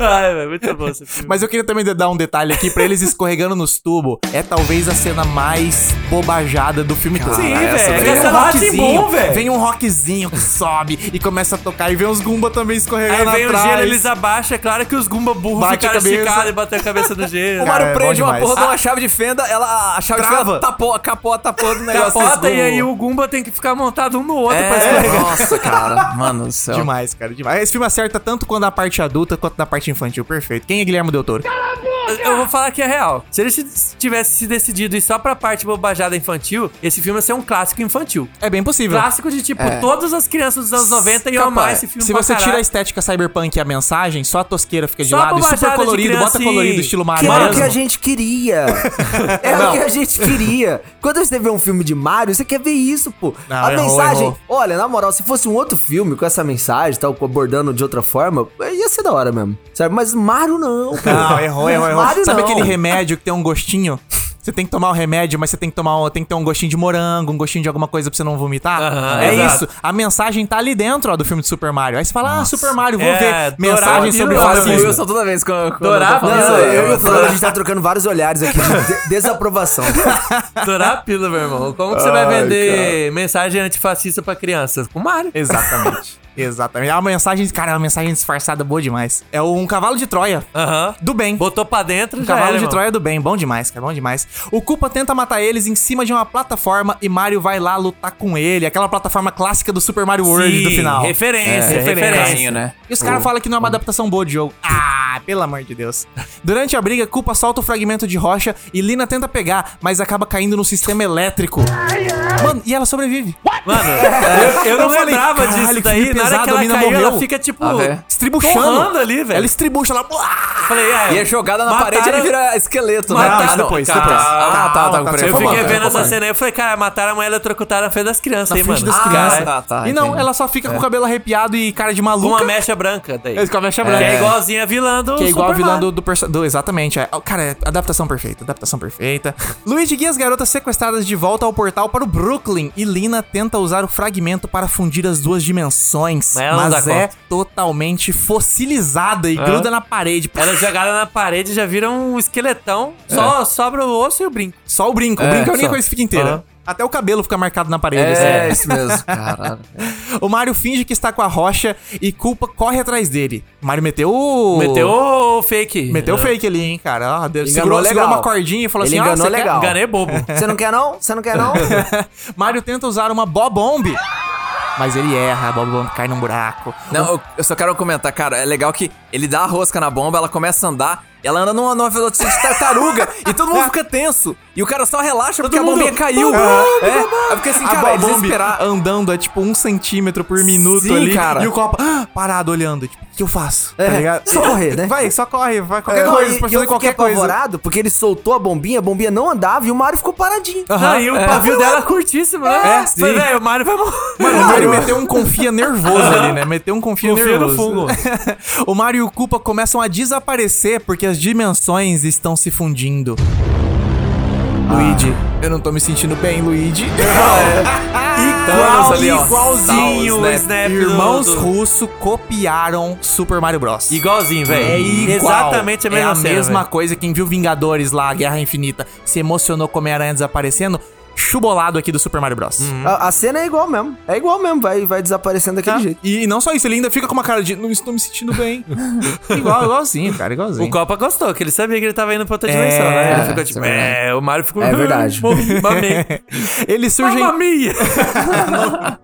Speaker 3: Ai, velho, muito bom esse filme.
Speaker 2: Mas eu queria também dar um detalhe aqui, pra eles escorregando nos tubos, é talvez a cena mais bobajada do filme todo.
Speaker 3: Sim,
Speaker 4: essa
Speaker 3: velho.
Speaker 4: vem
Speaker 3: Essa é
Speaker 4: um
Speaker 3: lá de bom, velho.
Speaker 2: Vem um rockzinho que sobe e começa a tocar. E vem uns Gumba também escorregando
Speaker 3: Aí vem
Speaker 2: atrás.
Speaker 3: o gelo, eles abaixam. É claro que os Gumba burros
Speaker 2: Bate a
Speaker 3: ficaram
Speaker 2: cabeça.
Speaker 3: esticados e bateram a cabeça no gelo.
Speaker 4: O Mario
Speaker 2: Cara, é
Speaker 4: prende
Speaker 2: bom
Speaker 4: uma
Speaker 2: demais.
Speaker 4: porra de uma chave de fenda, ela, a chave de
Speaker 2: Trava.
Speaker 4: fenda tapou, capota a porra do
Speaker 2: É,
Speaker 4: negócio.
Speaker 3: Capota
Speaker 4: desse
Speaker 3: e aí
Speaker 4: burro.
Speaker 3: o Gumba tem que ficar montado um no outro pra
Speaker 4: É,
Speaker 3: escorregar.
Speaker 4: nossa, cara. Mano do céu.
Speaker 2: Demais, cara, demais. Esse filme acerta tanto quando a parte adulta quanto na parte infantil. Perfeito. Quem é Guilherme Del Toro?
Speaker 3: Eu vou falar que é real. Se ele se- tivesse se decidido ir só pra parte bobajada infantil, esse filme ia ser um clássico infantil.
Speaker 2: É bem possível.
Speaker 3: Clássico de, tipo, todas as crianças dos anos 90 iam amar esse filme
Speaker 2: É. Se
Speaker 3: pra
Speaker 2: você tira a
Speaker 3: caralho.
Speaker 2: estética cyberpunk e a mensagem, só a tosqueira fica de
Speaker 3: Só a
Speaker 2: lado. E super
Speaker 3: bobajada de
Speaker 2: colorido, bota
Speaker 3: criancinha. é
Speaker 2: colorido, estilo
Speaker 5: Que
Speaker 2: Mario
Speaker 5: era o que
Speaker 2: mesmo.
Speaker 5: a gente queria. Era o que a gente queria. Quando você vê um filme de Mario, você quer ver isso, pô.
Speaker 2: Não,
Speaker 5: a
Speaker 2: errou,
Speaker 5: mensagem.
Speaker 2: errou.
Speaker 5: Olha, na moral, se fosse um outro filme com essa mensagem, tal, abordando de outra forma, ia ser da hora mesmo. Sabe? Mas Mario não. pô.
Speaker 2: Não, errou, errou, errou.
Speaker 5: Mario
Speaker 2: Sabe
Speaker 5: não.
Speaker 2: aquele remédio que tem um gostinho? Você tem que tomar o remédio, mas você tem que tomar, um- tem que ter um gostinho de morango, um gostinho de alguma coisa pra você não vomitar.
Speaker 3: Aham,
Speaker 2: é
Speaker 3: exato.
Speaker 2: isso. A mensagem tá ali dentro, ó, do filme de Super Mario. Aí você fala, ah, Super Mario, vou
Speaker 3: É, dourado,
Speaker 2: ver mensagem sobre
Speaker 3: eu
Speaker 4: Fala com o
Speaker 2: fascismo.
Speaker 4: Wilson toda vez quando, quando
Speaker 3: Adorava,
Speaker 5: Não,
Speaker 4: eu tô
Speaker 5: não,
Speaker 4: falando isso.
Speaker 5: eu e o Fernando, a gente tá trocando vários olhares aqui de de- desaprovação.
Speaker 3: Estourar a pila, meu irmão. Como que você vai vender mensagem antifascista pra crianças? Com Mario.
Speaker 2: Exatamente. Exatamente. É uma mensagem, cara, é uma mensagem disfarçada boa demais. É um cavalo de Troia.
Speaker 3: Aham.
Speaker 2: Do bem.
Speaker 3: Botou pra dentro,
Speaker 2: O
Speaker 3: já
Speaker 2: cavalo
Speaker 3: era,
Speaker 2: de
Speaker 3: irmão.
Speaker 2: Troia do bem, bom demais, cara, bom demais. O Koopa tenta matar eles em cima de uma plataforma e Mario vai lá lutar com ele. Aquela plataforma clássica do Super Mario World
Speaker 3: Sim,
Speaker 2: do final.
Speaker 3: Referência,
Speaker 2: É,
Speaker 3: referência.
Speaker 4: Caminho, né?
Speaker 2: E os caras falam que não é uma adaptação boa de jogo. Ah, pelo amor de Deus. Durante a briga, Koopa solta o fragmento de rocha e Lina tenta pegar, mas acaba caindo no sistema elétrico. Mano, e ela sobrevive.
Speaker 3: Mano, eu, eu não
Speaker 2: Eu falei,
Speaker 3: lembrava
Speaker 2: "Caralho, que
Speaker 3: disso daí.
Speaker 2: filme
Speaker 3: Na hora
Speaker 2: pesado,
Speaker 3: que
Speaker 2: a
Speaker 3: ela
Speaker 2: mina
Speaker 3: caiu,
Speaker 2: morreu."
Speaker 3: ela fica, tipo,
Speaker 4: Ah, velho.
Speaker 2: Estribuchando.
Speaker 3: torrando ali, velho.
Speaker 2: Ela estribucha, ela... Ah!
Speaker 3: Falei, é,
Speaker 4: E é jogada na
Speaker 3: mataram-
Speaker 4: parede e vira esqueleto, né?
Speaker 3: Mataram-
Speaker 4: Ah, não,
Speaker 2: depois,
Speaker 4: cara.
Speaker 2: depois.
Speaker 4: Ah, tá, tá.
Speaker 2: Calma,
Speaker 4: peraí,
Speaker 2: tá,
Speaker 3: Eu
Speaker 4: foi mal,
Speaker 3: fiquei
Speaker 4: foi
Speaker 3: vendo
Speaker 4: mal,
Speaker 3: essa
Speaker 4: foi mal.
Speaker 3: cena aí e falei, cara, mataram a mulher eletrocutada na frente das crianças,
Speaker 2: Na
Speaker 3: hein,
Speaker 2: frente
Speaker 3: mano.
Speaker 2: das
Speaker 3: Ah,
Speaker 2: crianças.
Speaker 4: tá, tá,
Speaker 2: e não,
Speaker 4: entendi.
Speaker 2: ela só fica com o cabelo arrepiado e cara de maluca.
Speaker 3: Com uma mecha branca daí.
Speaker 2: É, com a mecha
Speaker 3: Que
Speaker 2: branca.
Speaker 3: é igualzinha a vilã do
Speaker 2: Que é igual a
Speaker 3: Super
Speaker 2: vilã
Speaker 3: Mario.
Speaker 2: do, do, perso- do- Exatamente. É. Cara, é adaptação perfeita. Adaptação perfeita. Luigi guia as garotas sequestradas de volta ao portal para o Brooklyn. E Lina tenta usar o fragmento para fundir as duas dimensões.
Speaker 3: Mas ela não
Speaker 2: Mas
Speaker 3: dá
Speaker 2: é
Speaker 3: conta.
Speaker 2: totalmente fossilizada e gruda na parede.
Speaker 3: Ela é jogada na parede, já vira um esqueletão.
Speaker 2: É.
Speaker 3: Só sobra o osso e o brinco.
Speaker 2: Só o brinco. o brinco é a única
Speaker 4: só.
Speaker 2: coisa que fica inteira.
Speaker 3: Aham.
Speaker 2: Até o cabelo fica marcado na parede. assim.
Speaker 4: É, isso mesmo, caralho.
Speaker 2: O Mario finge que está com a rocha e culpa corre atrás dele. O Mario meteu o.
Speaker 3: Meteu o fake.
Speaker 2: Meteu o fake ali, hein, cara. Ó, deu- segurou,
Speaker 5: Enganou
Speaker 2: segurou
Speaker 5: legal.
Speaker 2: uma cordinha e falou
Speaker 5: Ele
Speaker 2: assim: ó,
Speaker 5: enganou
Speaker 2: você quer-
Speaker 5: legal.
Speaker 3: Enganei é bobo.
Speaker 5: Você não quer não? Você não quer não?
Speaker 2: Mario tenta usar uma Bob Bomb, mas ele erra, a Bob Bomb cai num buraco.
Speaker 4: Não, eu, eu só quero comentar, cara, é legal que ele dá a rosca na bomba, ela começa a andar, ela anda numa, numa velocidade de tartaruga e todo mundo fica tenso. E o cara só relaxa porque a
Speaker 2: mundo,
Speaker 4: bombinha caiu.
Speaker 2: "Babá,
Speaker 4: é, é porque assim,
Speaker 2: a
Speaker 4: cara,
Speaker 2: Bob
Speaker 4: eles
Speaker 2: Bomb
Speaker 4: esperar.
Speaker 2: andando é tipo um centímetro por minuto
Speaker 4: Sim,
Speaker 2: ali.
Speaker 4: cara.
Speaker 2: E o copo ah, parado olhando. Tipo, o que eu faço? Tá
Speaker 5: É,
Speaker 2: ligado?
Speaker 5: só correr, né?
Speaker 2: Vai, só corre, vai
Speaker 5: É,
Speaker 2: qualquer
Speaker 5: não,
Speaker 2: coisa,
Speaker 5: e-
Speaker 2: pra fazer
Speaker 5: e eu fiquei
Speaker 2: qualquer coisa.
Speaker 5: apavorado porque ele soltou a bombinha, a bombinha não andava e o Mario ficou paradinho.
Speaker 3: Não, e o pavio dela é curtíssimo, né?
Speaker 2: É, sim.
Speaker 3: Falei, velho, o Mario vai morrer.
Speaker 2: Mano, o Mario meteu um confia nervoso ali, né? Meteu um confia,
Speaker 3: Confia no
Speaker 2: nervoso. o Mario e o Koopa começam a desaparecer porque as dimensões estão se fundindo.
Speaker 4: Ah.
Speaker 2: Luigi, eu não tô me sentindo bem, Luigi.
Speaker 4: Thanos ali, ó.
Speaker 3: igualzinho
Speaker 4: Tá, o
Speaker 3: o
Speaker 4: Snap.
Speaker 3: Snap. do-
Speaker 2: né? Irmãos
Speaker 3: do-
Speaker 2: Russo copiaram Super Mario Bros.
Speaker 3: Igualzinho, velho.
Speaker 2: É igual.
Speaker 3: Exatamente a mesma
Speaker 2: É a
Speaker 3: cena,
Speaker 2: mesma
Speaker 3: velho.
Speaker 2: coisa. Quem viu Vingadores lá, Guerra Infinita, se emocionou com Homem-Aranha desaparecendo, chubolado aqui do Super Mario Bros.
Speaker 5: A, a cena é igual mesmo. É igual mesmo, vai, vai desaparecendo daquele
Speaker 2: Tá?
Speaker 5: jeito.
Speaker 2: E não só isso, ele ainda fica com uma cara de não estou me sentindo bem. igual, igualzinho, cara, igualzinho.
Speaker 3: O Copa gostou, que ele sabia que ele tava indo pra outra
Speaker 2: É,
Speaker 3: dimensão, né? Ele
Speaker 2: é,
Speaker 3: ficou
Speaker 5: isso
Speaker 3: tipo,
Speaker 5: é
Speaker 3: é, o Mario ficou...
Speaker 5: É verdade.
Speaker 3: Mamma mia.
Speaker 2: Eles surgem,
Speaker 3: Mamma mia.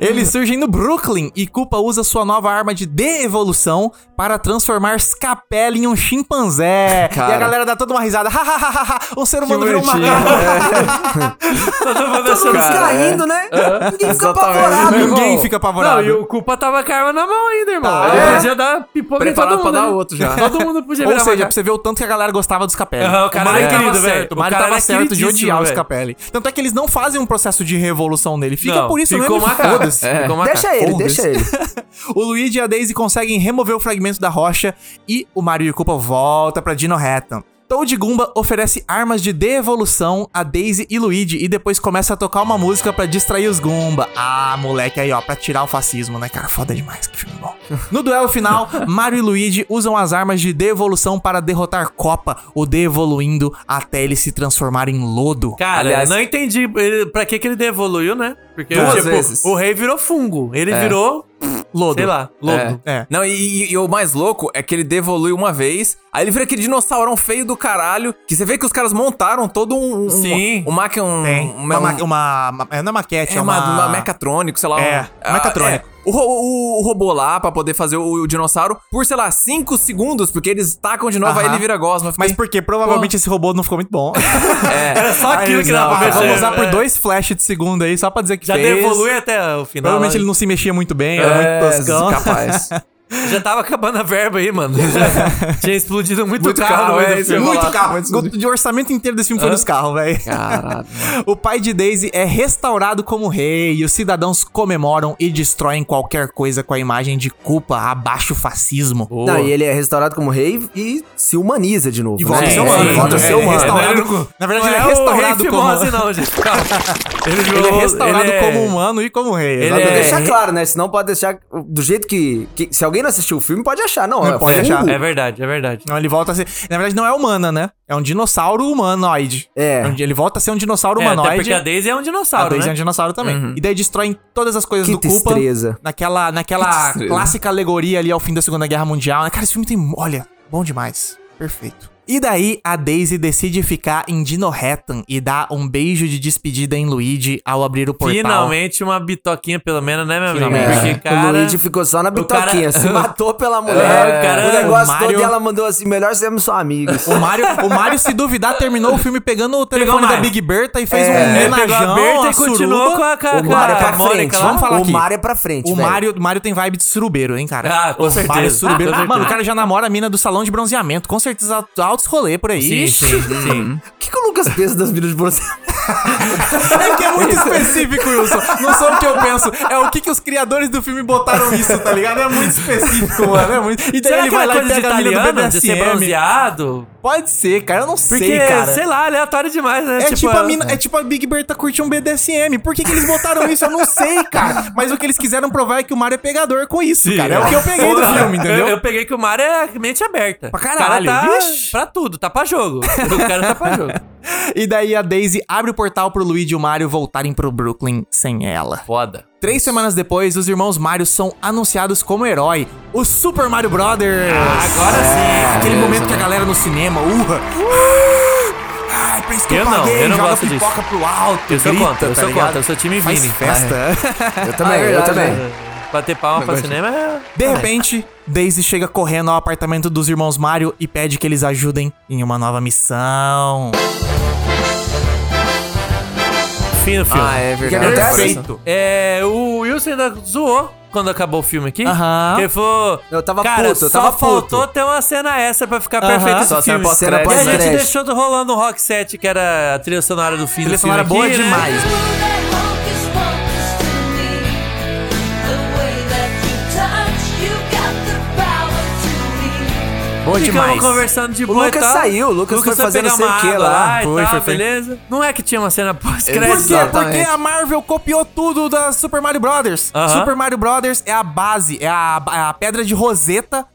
Speaker 2: Eles surgem no Brooklyn e Koopa usa sua nova arma de de-evolução para transformar Scapelli em um chimpanzé. E a galera dá toda uma risada. Hahaha, um ser humano virou um
Speaker 3: bonitinho.
Speaker 2: macaco.
Speaker 3: Todo mundo
Speaker 5: Todo mundo
Speaker 3: achando-
Speaker 5: fica
Speaker 2: é.
Speaker 5: rindo, né?
Speaker 2: Uhum.
Speaker 5: Ninguém fica apavorado.
Speaker 3: Meu
Speaker 2: Ninguém
Speaker 3: irmão.
Speaker 2: fica apavorado.
Speaker 3: Não, e o Culpa tava com a arma na mão ainda, irmão.
Speaker 5: Tá,
Speaker 3: Ele
Speaker 5: é.
Speaker 3: podia dar pipoca em todo
Speaker 4: Preparado
Speaker 3: mundo.
Speaker 4: pra dar
Speaker 3: né?
Speaker 4: outro já.
Speaker 3: Todo mundo podia
Speaker 2: Ou
Speaker 3: virar
Speaker 2: seja,
Speaker 3: macaco.
Speaker 2: pra você ver o tanto que a galera gostava dos Capelli.
Speaker 3: Aham, o cara
Speaker 2: Mario
Speaker 3: era
Speaker 2: tava
Speaker 3: querido,
Speaker 2: certo,
Speaker 3: velho.
Speaker 2: O
Speaker 3: O
Speaker 2: Mario
Speaker 3: cara
Speaker 2: tava
Speaker 3: era
Speaker 2: certo de
Speaker 3: queridíssimo,
Speaker 2: odiar os
Speaker 3: velho.
Speaker 2: Capelli. Tanto é que eles não fazem um processo de revolução nele. Fica
Speaker 3: Não,
Speaker 2: por isso
Speaker 3: ficou
Speaker 2: mesmo.
Speaker 3: macaco.
Speaker 2: Foda-se.
Speaker 3: É. Ficou macaco.
Speaker 5: Deixa ele,
Speaker 2: Foda-se.
Speaker 5: deixa ele.
Speaker 2: O Luigi e a Daisy conseguem remover o fragmento da rocha e o Mario e Koopa volta pra Dino Hatton. Toad Goomba oferece armas de devolução a Daisy e Luigi e depois começa a tocar uma música pra distrair os Goomba. Ah, moleque, aí ó, pra tirar o fascismo, né, cara? Foda demais, que filme bom. No duelo final, Mario e Luigi usam as armas de devolução para derrotar Copa, o devoluindo até ele se transformar em lodo.
Speaker 3: Cara,
Speaker 4: Aliás-
Speaker 3: não entendi ele, pra que, que ele evoluiu, né? Porque
Speaker 4: Duas
Speaker 3: tipo,
Speaker 4: vezes.
Speaker 3: o rei virou fungo. Ele virou,
Speaker 2: Lodo.
Speaker 3: sei lá, lodo.
Speaker 2: É.
Speaker 4: Não, e, e- e o mais louco é que ele devolui uma vez, aí ele vira aquele dinossaurão feio do caralho, que você vê que os caras montaram todo um... um
Speaker 3: Sim.
Speaker 4: Um, maqui- um,
Speaker 2: Tem.
Speaker 4: um-
Speaker 2: Uma, ma- uma, ma- é, não é maquete,
Speaker 4: É uma, uma mecatrônico, sei lá.
Speaker 2: É,
Speaker 4: um,
Speaker 2: mecatrônico.
Speaker 4: é. O, ro- o- o robô lá, pra poder fazer o, o dinossauro, por, sei lá, 5 segundos, porque eles tacam de novo, aí
Speaker 2: Aham.
Speaker 4: ele vira gosma. Eu
Speaker 2: Mas
Speaker 4: fiquei-
Speaker 2: porque provavelmente esse robô não ficou muito bom.
Speaker 4: É,
Speaker 3: Só aquilo que dá
Speaker 2: Ah,
Speaker 3: pra
Speaker 2: vamos
Speaker 3: mexer.
Speaker 2: usar por
Speaker 3: É.
Speaker 2: dois flash de segundo aí, só pra dizer que
Speaker 3: Já
Speaker 2: fez.
Speaker 3: devolui até o final. né?
Speaker 2: Provavelmente ele não se mexia muito bem, era
Speaker 3: É,
Speaker 2: muito toscão.
Speaker 4: capaz.
Speaker 3: Já tava acabando a verba aí, mano. Já tinha explodido muito,
Speaker 4: Muito
Speaker 3: carro.
Speaker 4: carro,
Speaker 3: no
Speaker 2: né,
Speaker 3: meio
Speaker 4: é,
Speaker 3: do
Speaker 4: isso
Speaker 3: filme.
Speaker 4: eu ia
Speaker 2: Muito
Speaker 4: falar.
Speaker 2: carro. O orçamento inteiro desse filme foi nos carros, velho.
Speaker 4: Caralho.
Speaker 2: O pai de Daisy é restaurado como rei e os cidadãos comemoram e destroem qualquer coisa com a imagem de culpa abaixo o fascismo.
Speaker 5: Não, e ele é restaurado como rei e se humaniza de novo.
Speaker 2: E volta
Speaker 5: né?
Speaker 2: a ser
Speaker 5: É,
Speaker 2: humano.
Speaker 5: ele volta a ser
Speaker 2: É, ele
Speaker 5: humano.
Speaker 2: é restaurado
Speaker 3: Não
Speaker 2: como- na verdade,
Speaker 3: não
Speaker 2: ele é
Speaker 3: o rei
Speaker 2: restaurado como-
Speaker 3: Fimose, não, gente. um- Ele,
Speaker 2: Ele é
Speaker 3: virou-
Speaker 2: restaurado
Speaker 3: ele é-
Speaker 2: como humano e como rei.
Speaker 3: Ele
Speaker 5: Pra
Speaker 2: exatamente.
Speaker 3: é-
Speaker 5: deixar claro, né? Senão pode deixar do jeito que, que- Se alguém não assistiu o filme, pode achar. Não,
Speaker 2: Não,
Speaker 5: é
Speaker 2: pode
Speaker 5: fungo.
Speaker 2: achar.
Speaker 3: É verdade, é verdade.
Speaker 2: Não, Então, ele volta a ser. Na verdade, não é humana, né? É um dinossauro humanoide.
Speaker 5: É.
Speaker 2: um- Ele volta a ser um dinossauro
Speaker 3: É, até porque
Speaker 2: humanoide.
Speaker 3: a Daisy é um
Speaker 2: A
Speaker 3: dinossauro,
Speaker 2: Daisy é um
Speaker 3: né?
Speaker 2: dinossauro também. E daí destroem todas as coisas
Speaker 5: Que
Speaker 2: do Koopa.
Speaker 5: tristeza.
Speaker 2: Naquela, naquela clássica alegoria ali ao fim da Segunda Guerra Mundial. né? Cara, esse filme tem. Olha, bom demais. Perfeito. E daí a Daisy decide ficar em Dinohattan e dá um beijo de despedida em Luigi ao abrir o portal.
Speaker 3: Finalmente uma bitoquinha, pelo menos, né, meu amigo?
Speaker 2: Finalmente. Um
Speaker 3: Porque, cara...
Speaker 5: É. o Luigi ficou só na
Speaker 3: cara-
Speaker 5: bitoquinha, se matou pela
Speaker 3: É,
Speaker 5: mulher,
Speaker 3: o cara-
Speaker 5: o negócio
Speaker 2: o Mario-
Speaker 5: todo e ela mandou assim, melhor sermos só amigos.
Speaker 2: O Mário, o Mário, se duvidar, terminou o filme pegando o telefone
Speaker 3: o
Speaker 2: da
Speaker 3: Mário.
Speaker 2: Big Bertha e fez um
Speaker 3: Ele pegou a
Speaker 2: homenajão
Speaker 3: Berta
Speaker 2: à
Speaker 3: e continuou
Speaker 2: suruba.
Speaker 3: com a, com a,
Speaker 5: o
Speaker 3: com
Speaker 5: Mário é
Speaker 3: a
Speaker 5: pra frente,
Speaker 3: Mônica lá.
Speaker 2: vamos falar
Speaker 5: o
Speaker 2: aqui.
Speaker 5: Mário é pra frente,
Speaker 2: O
Speaker 5: velho.
Speaker 2: Mário, o Mário tem vibe de surubeiro, hein, cara?
Speaker 3: Ah, com
Speaker 2: o Mário é
Speaker 3: certeza.
Speaker 2: surubeiro.
Speaker 3: Ah, com
Speaker 2: Mano, o
Speaker 3: certeza.
Speaker 2: cara já namora a mina do salão de bronzeamento. Com certeza, altos rolê por
Speaker 3: Sim,
Speaker 2: aí.
Speaker 3: sim,
Speaker 2: Então
Speaker 3: sim.
Speaker 5: O que, que o Lucas pensa das vidas de você?
Speaker 2: É que é muito específico, Wilson. Não sou o que eu penso. É o que, que os criadores do filme botaram isso, tá ligado? É muito específico, mano. É muito... E daí
Speaker 3: Será
Speaker 2: ele
Speaker 3: que
Speaker 2: vai
Speaker 3: é
Speaker 2: lá e
Speaker 3: coisa de
Speaker 2: pega a mina do
Speaker 3: italiano, de ser
Speaker 2: BDSM.
Speaker 3: bronzeado?
Speaker 2: Pode ser, cara. Eu não
Speaker 3: Porque,
Speaker 2: sei, cara.
Speaker 3: sei lá, aleatório demais, né?
Speaker 2: É tipo, a mina, é tipo a Big Bertha curte um BDSM. Por que, que eles botaram isso? Eu não sei, cara. Mas o que eles quiseram provar é que o Mario é pegador com isso, cara. É o que eu peguei do
Speaker 3: Porra,
Speaker 2: filme, entendeu?
Speaker 3: Eu, eu peguei que o Mario é mente aberta.
Speaker 2: Pra caralho,
Speaker 3: O cara tá
Speaker 2: vixe.
Speaker 3: pra tudo, tá pra jogo. O cara tá pra jogo.
Speaker 2: E daí a Daisy abre o portal pro Luigi e o Mario voltarem pro Brooklyn sem ela.
Speaker 3: Foda.
Speaker 2: Três semanas depois, os irmãos Mario são anunciados como herói, o Super Mario
Speaker 3: Ah,
Speaker 2: Brothers. É,
Speaker 3: Agora sim.
Speaker 2: Aquele momento que a galera no cinema "Uh, urra. Ai, é por isso que eu,
Speaker 3: Eu não,
Speaker 2: paguei,
Speaker 3: eu não
Speaker 2: joga
Speaker 3: gosto
Speaker 2: pipoca pro alto,
Speaker 3: Eu sou
Speaker 2: grita,
Speaker 3: contra, eu
Speaker 2: tá
Speaker 3: sou
Speaker 2: ligado?
Speaker 3: contra, eu sou time
Speaker 2: Faz
Speaker 3: Vini. Ah, é.
Speaker 2: festa.
Speaker 5: Eu também, eu também.
Speaker 3: Bater palma pra cinema é...
Speaker 2: De repente, Daisy chega correndo ao apartamento dos irmãos Mario e pede que eles ajudem em uma nova missão.
Speaker 3: Fim do filme.
Speaker 4: Ah, é
Speaker 5: O que
Speaker 4: verdade.
Speaker 5: acontece?
Speaker 2: Perfeito.
Speaker 3: É, o Wilson ainda zoou quando acabou o filme aqui.
Speaker 2: Aham.
Speaker 3: Ele falou.
Speaker 5: Eu tava
Speaker 3: cara,
Speaker 5: puto, eu
Speaker 3: só
Speaker 5: tava puto."
Speaker 3: faltou ter uma cena extra pra ficar perfeito esse
Speaker 4: Só cena
Speaker 3: filme.
Speaker 4: pós-crédito.
Speaker 5: Cena
Speaker 3: e a gente
Speaker 5: pós-crédito.
Speaker 3: deixou rolando o Rock 7, que era a trilha sonora do fim
Speaker 2: Trilha
Speaker 3: do filme.
Speaker 2: sonora boa
Speaker 3: aqui, né?
Speaker 2: demais. Boa
Speaker 3: Ficamos
Speaker 2: demais.
Speaker 3: conversando de boa e
Speaker 5: Lucas
Speaker 3: tal.
Speaker 5: saiu, o Lucas foi fazer
Speaker 3: Então, pegar
Speaker 5: não sei
Speaker 3: uma
Speaker 5: o que
Speaker 3: água
Speaker 5: lá.
Speaker 3: e
Speaker 5: Foi,
Speaker 3: tal,
Speaker 5: foi, foi.
Speaker 3: beleza? Não é que tinha uma cena
Speaker 2: Por
Speaker 3: pós-crédito.
Speaker 2: quê? Porque
Speaker 4: É.
Speaker 5: Exatamente.
Speaker 2: a Marvel copiou tudo da Super Mario Brothers.
Speaker 3: Aham.
Speaker 2: Super Mario Brothers é a base, é a, a pedra de roseta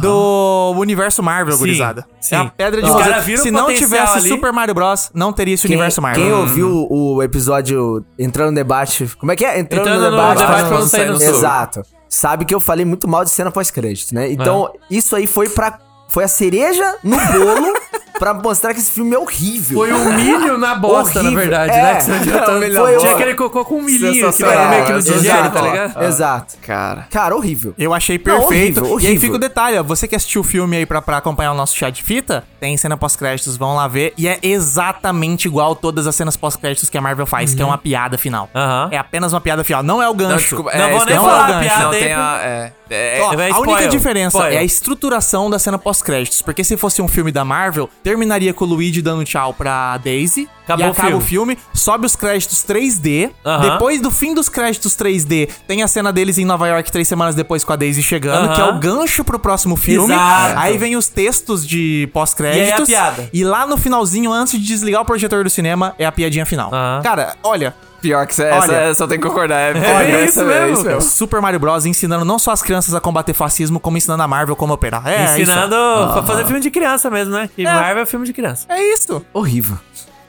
Speaker 2: do universo Marvel,
Speaker 3: Sim,
Speaker 2: gurizada.
Speaker 3: sim.
Speaker 2: É a pedra de
Speaker 3: Os
Speaker 2: roseta.
Speaker 3: caras viram
Speaker 2: Se
Speaker 3: o
Speaker 2: não
Speaker 3: potencial
Speaker 2: tivesse
Speaker 3: ali.
Speaker 2: Super Mario Bros, não teria esse
Speaker 5: Quem,
Speaker 2: universo Marvel.
Speaker 5: quem ouviu o episódio Entrando no Debate... Como é que é? Entrando,
Speaker 3: Entrando
Speaker 5: no,
Speaker 3: no
Speaker 5: Debate.
Speaker 3: debate
Speaker 5: pra não
Speaker 4: sair no soco.
Speaker 5: Exato. Sabe que eu falei muito
Speaker 3: É.
Speaker 5: mal de cena pós-crédito, né? Então, isso aí foi pra... Foi a cereja no bolo pra mostrar que esse filme é horrível.
Speaker 3: Foi o milho na bosta, na
Speaker 5: Horrível.
Speaker 3: verdade,
Speaker 5: É.
Speaker 3: né? Que você adiantando.
Speaker 5: melhor bosta.
Speaker 3: Tinha aquele cocô com um milhinho que
Speaker 4: Sensacional,
Speaker 3: era meio que no
Speaker 4: é
Speaker 3: digere, tá
Speaker 5: Exato,
Speaker 3: ligado?
Speaker 5: Exato.
Speaker 4: Cara.
Speaker 5: Cara, horrível.
Speaker 2: Eu achei
Speaker 5: Não,
Speaker 2: perfeito.
Speaker 5: horrível,
Speaker 2: E aí
Speaker 5: horrível.
Speaker 2: fica o detalhe, ó. Você que assistiu o filme aí pra, pra acompanhar o nosso chat de fita, tem cena pós-créditos, vão lá ver. E é exatamente igual todas as cenas pós-créditos que a Marvel faz, que é uma piada final.
Speaker 3: Aham.
Speaker 2: É apenas uma piada final. Não é o gancho.
Speaker 4: desculpa,
Speaker 3: Não vou
Speaker 4: isso que
Speaker 3: nem
Speaker 4: eu ia
Speaker 3: falar
Speaker 4: o
Speaker 3: a
Speaker 4: gancho,
Speaker 3: piada
Speaker 4: não
Speaker 3: aí
Speaker 4: tem
Speaker 3: pra-
Speaker 4: a- é, é,
Speaker 2: Ó,
Speaker 4: é,
Speaker 3: vai,
Speaker 2: a única
Speaker 3: spoiler,
Speaker 2: diferença
Speaker 3: spoiler.
Speaker 2: é a estruturação da cena pós-créditos. Porque se fosse um filme da Marvel, terminaria com o Luigi dando tchau pra Daisy.
Speaker 3: Acabou
Speaker 2: e
Speaker 3: o
Speaker 2: acaba o filme. sobe os créditos 3D.
Speaker 3: Aham.
Speaker 2: Depois do fim dos créditos 3D, tem a cena deles em Nova York três semanas depois com a Daisy chegando,
Speaker 3: Aham.
Speaker 2: que é o gancho pro próximo filme.
Speaker 3: Exato.
Speaker 2: Aí vem os textos de pós-créditos.
Speaker 3: E aí é a piada.
Speaker 2: E lá no finalzinho, antes de desligar o projetor do cinema, é a piadinha final.
Speaker 3: Aham.
Speaker 2: Cara, olha,
Speaker 4: Pior que isso é, essa,
Speaker 2: Olha.
Speaker 4: é, só tem que concordar. É,
Speaker 3: é isso
Speaker 4: essa-
Speaker 3: mesmo.
Speaker 2: Super Mario Bros. ensinando não só as crianças a combater fascismo, como ensinando a Marvel como operar. É, é
Speaker 3: Ensinando
Speaker 5: Ah.
Speaker 3: pra fazer filme de criança mesmo, né? Que Marvel é filme de criança.
Speaker 2: Isso. É isso.
Speaker 5: Horrível.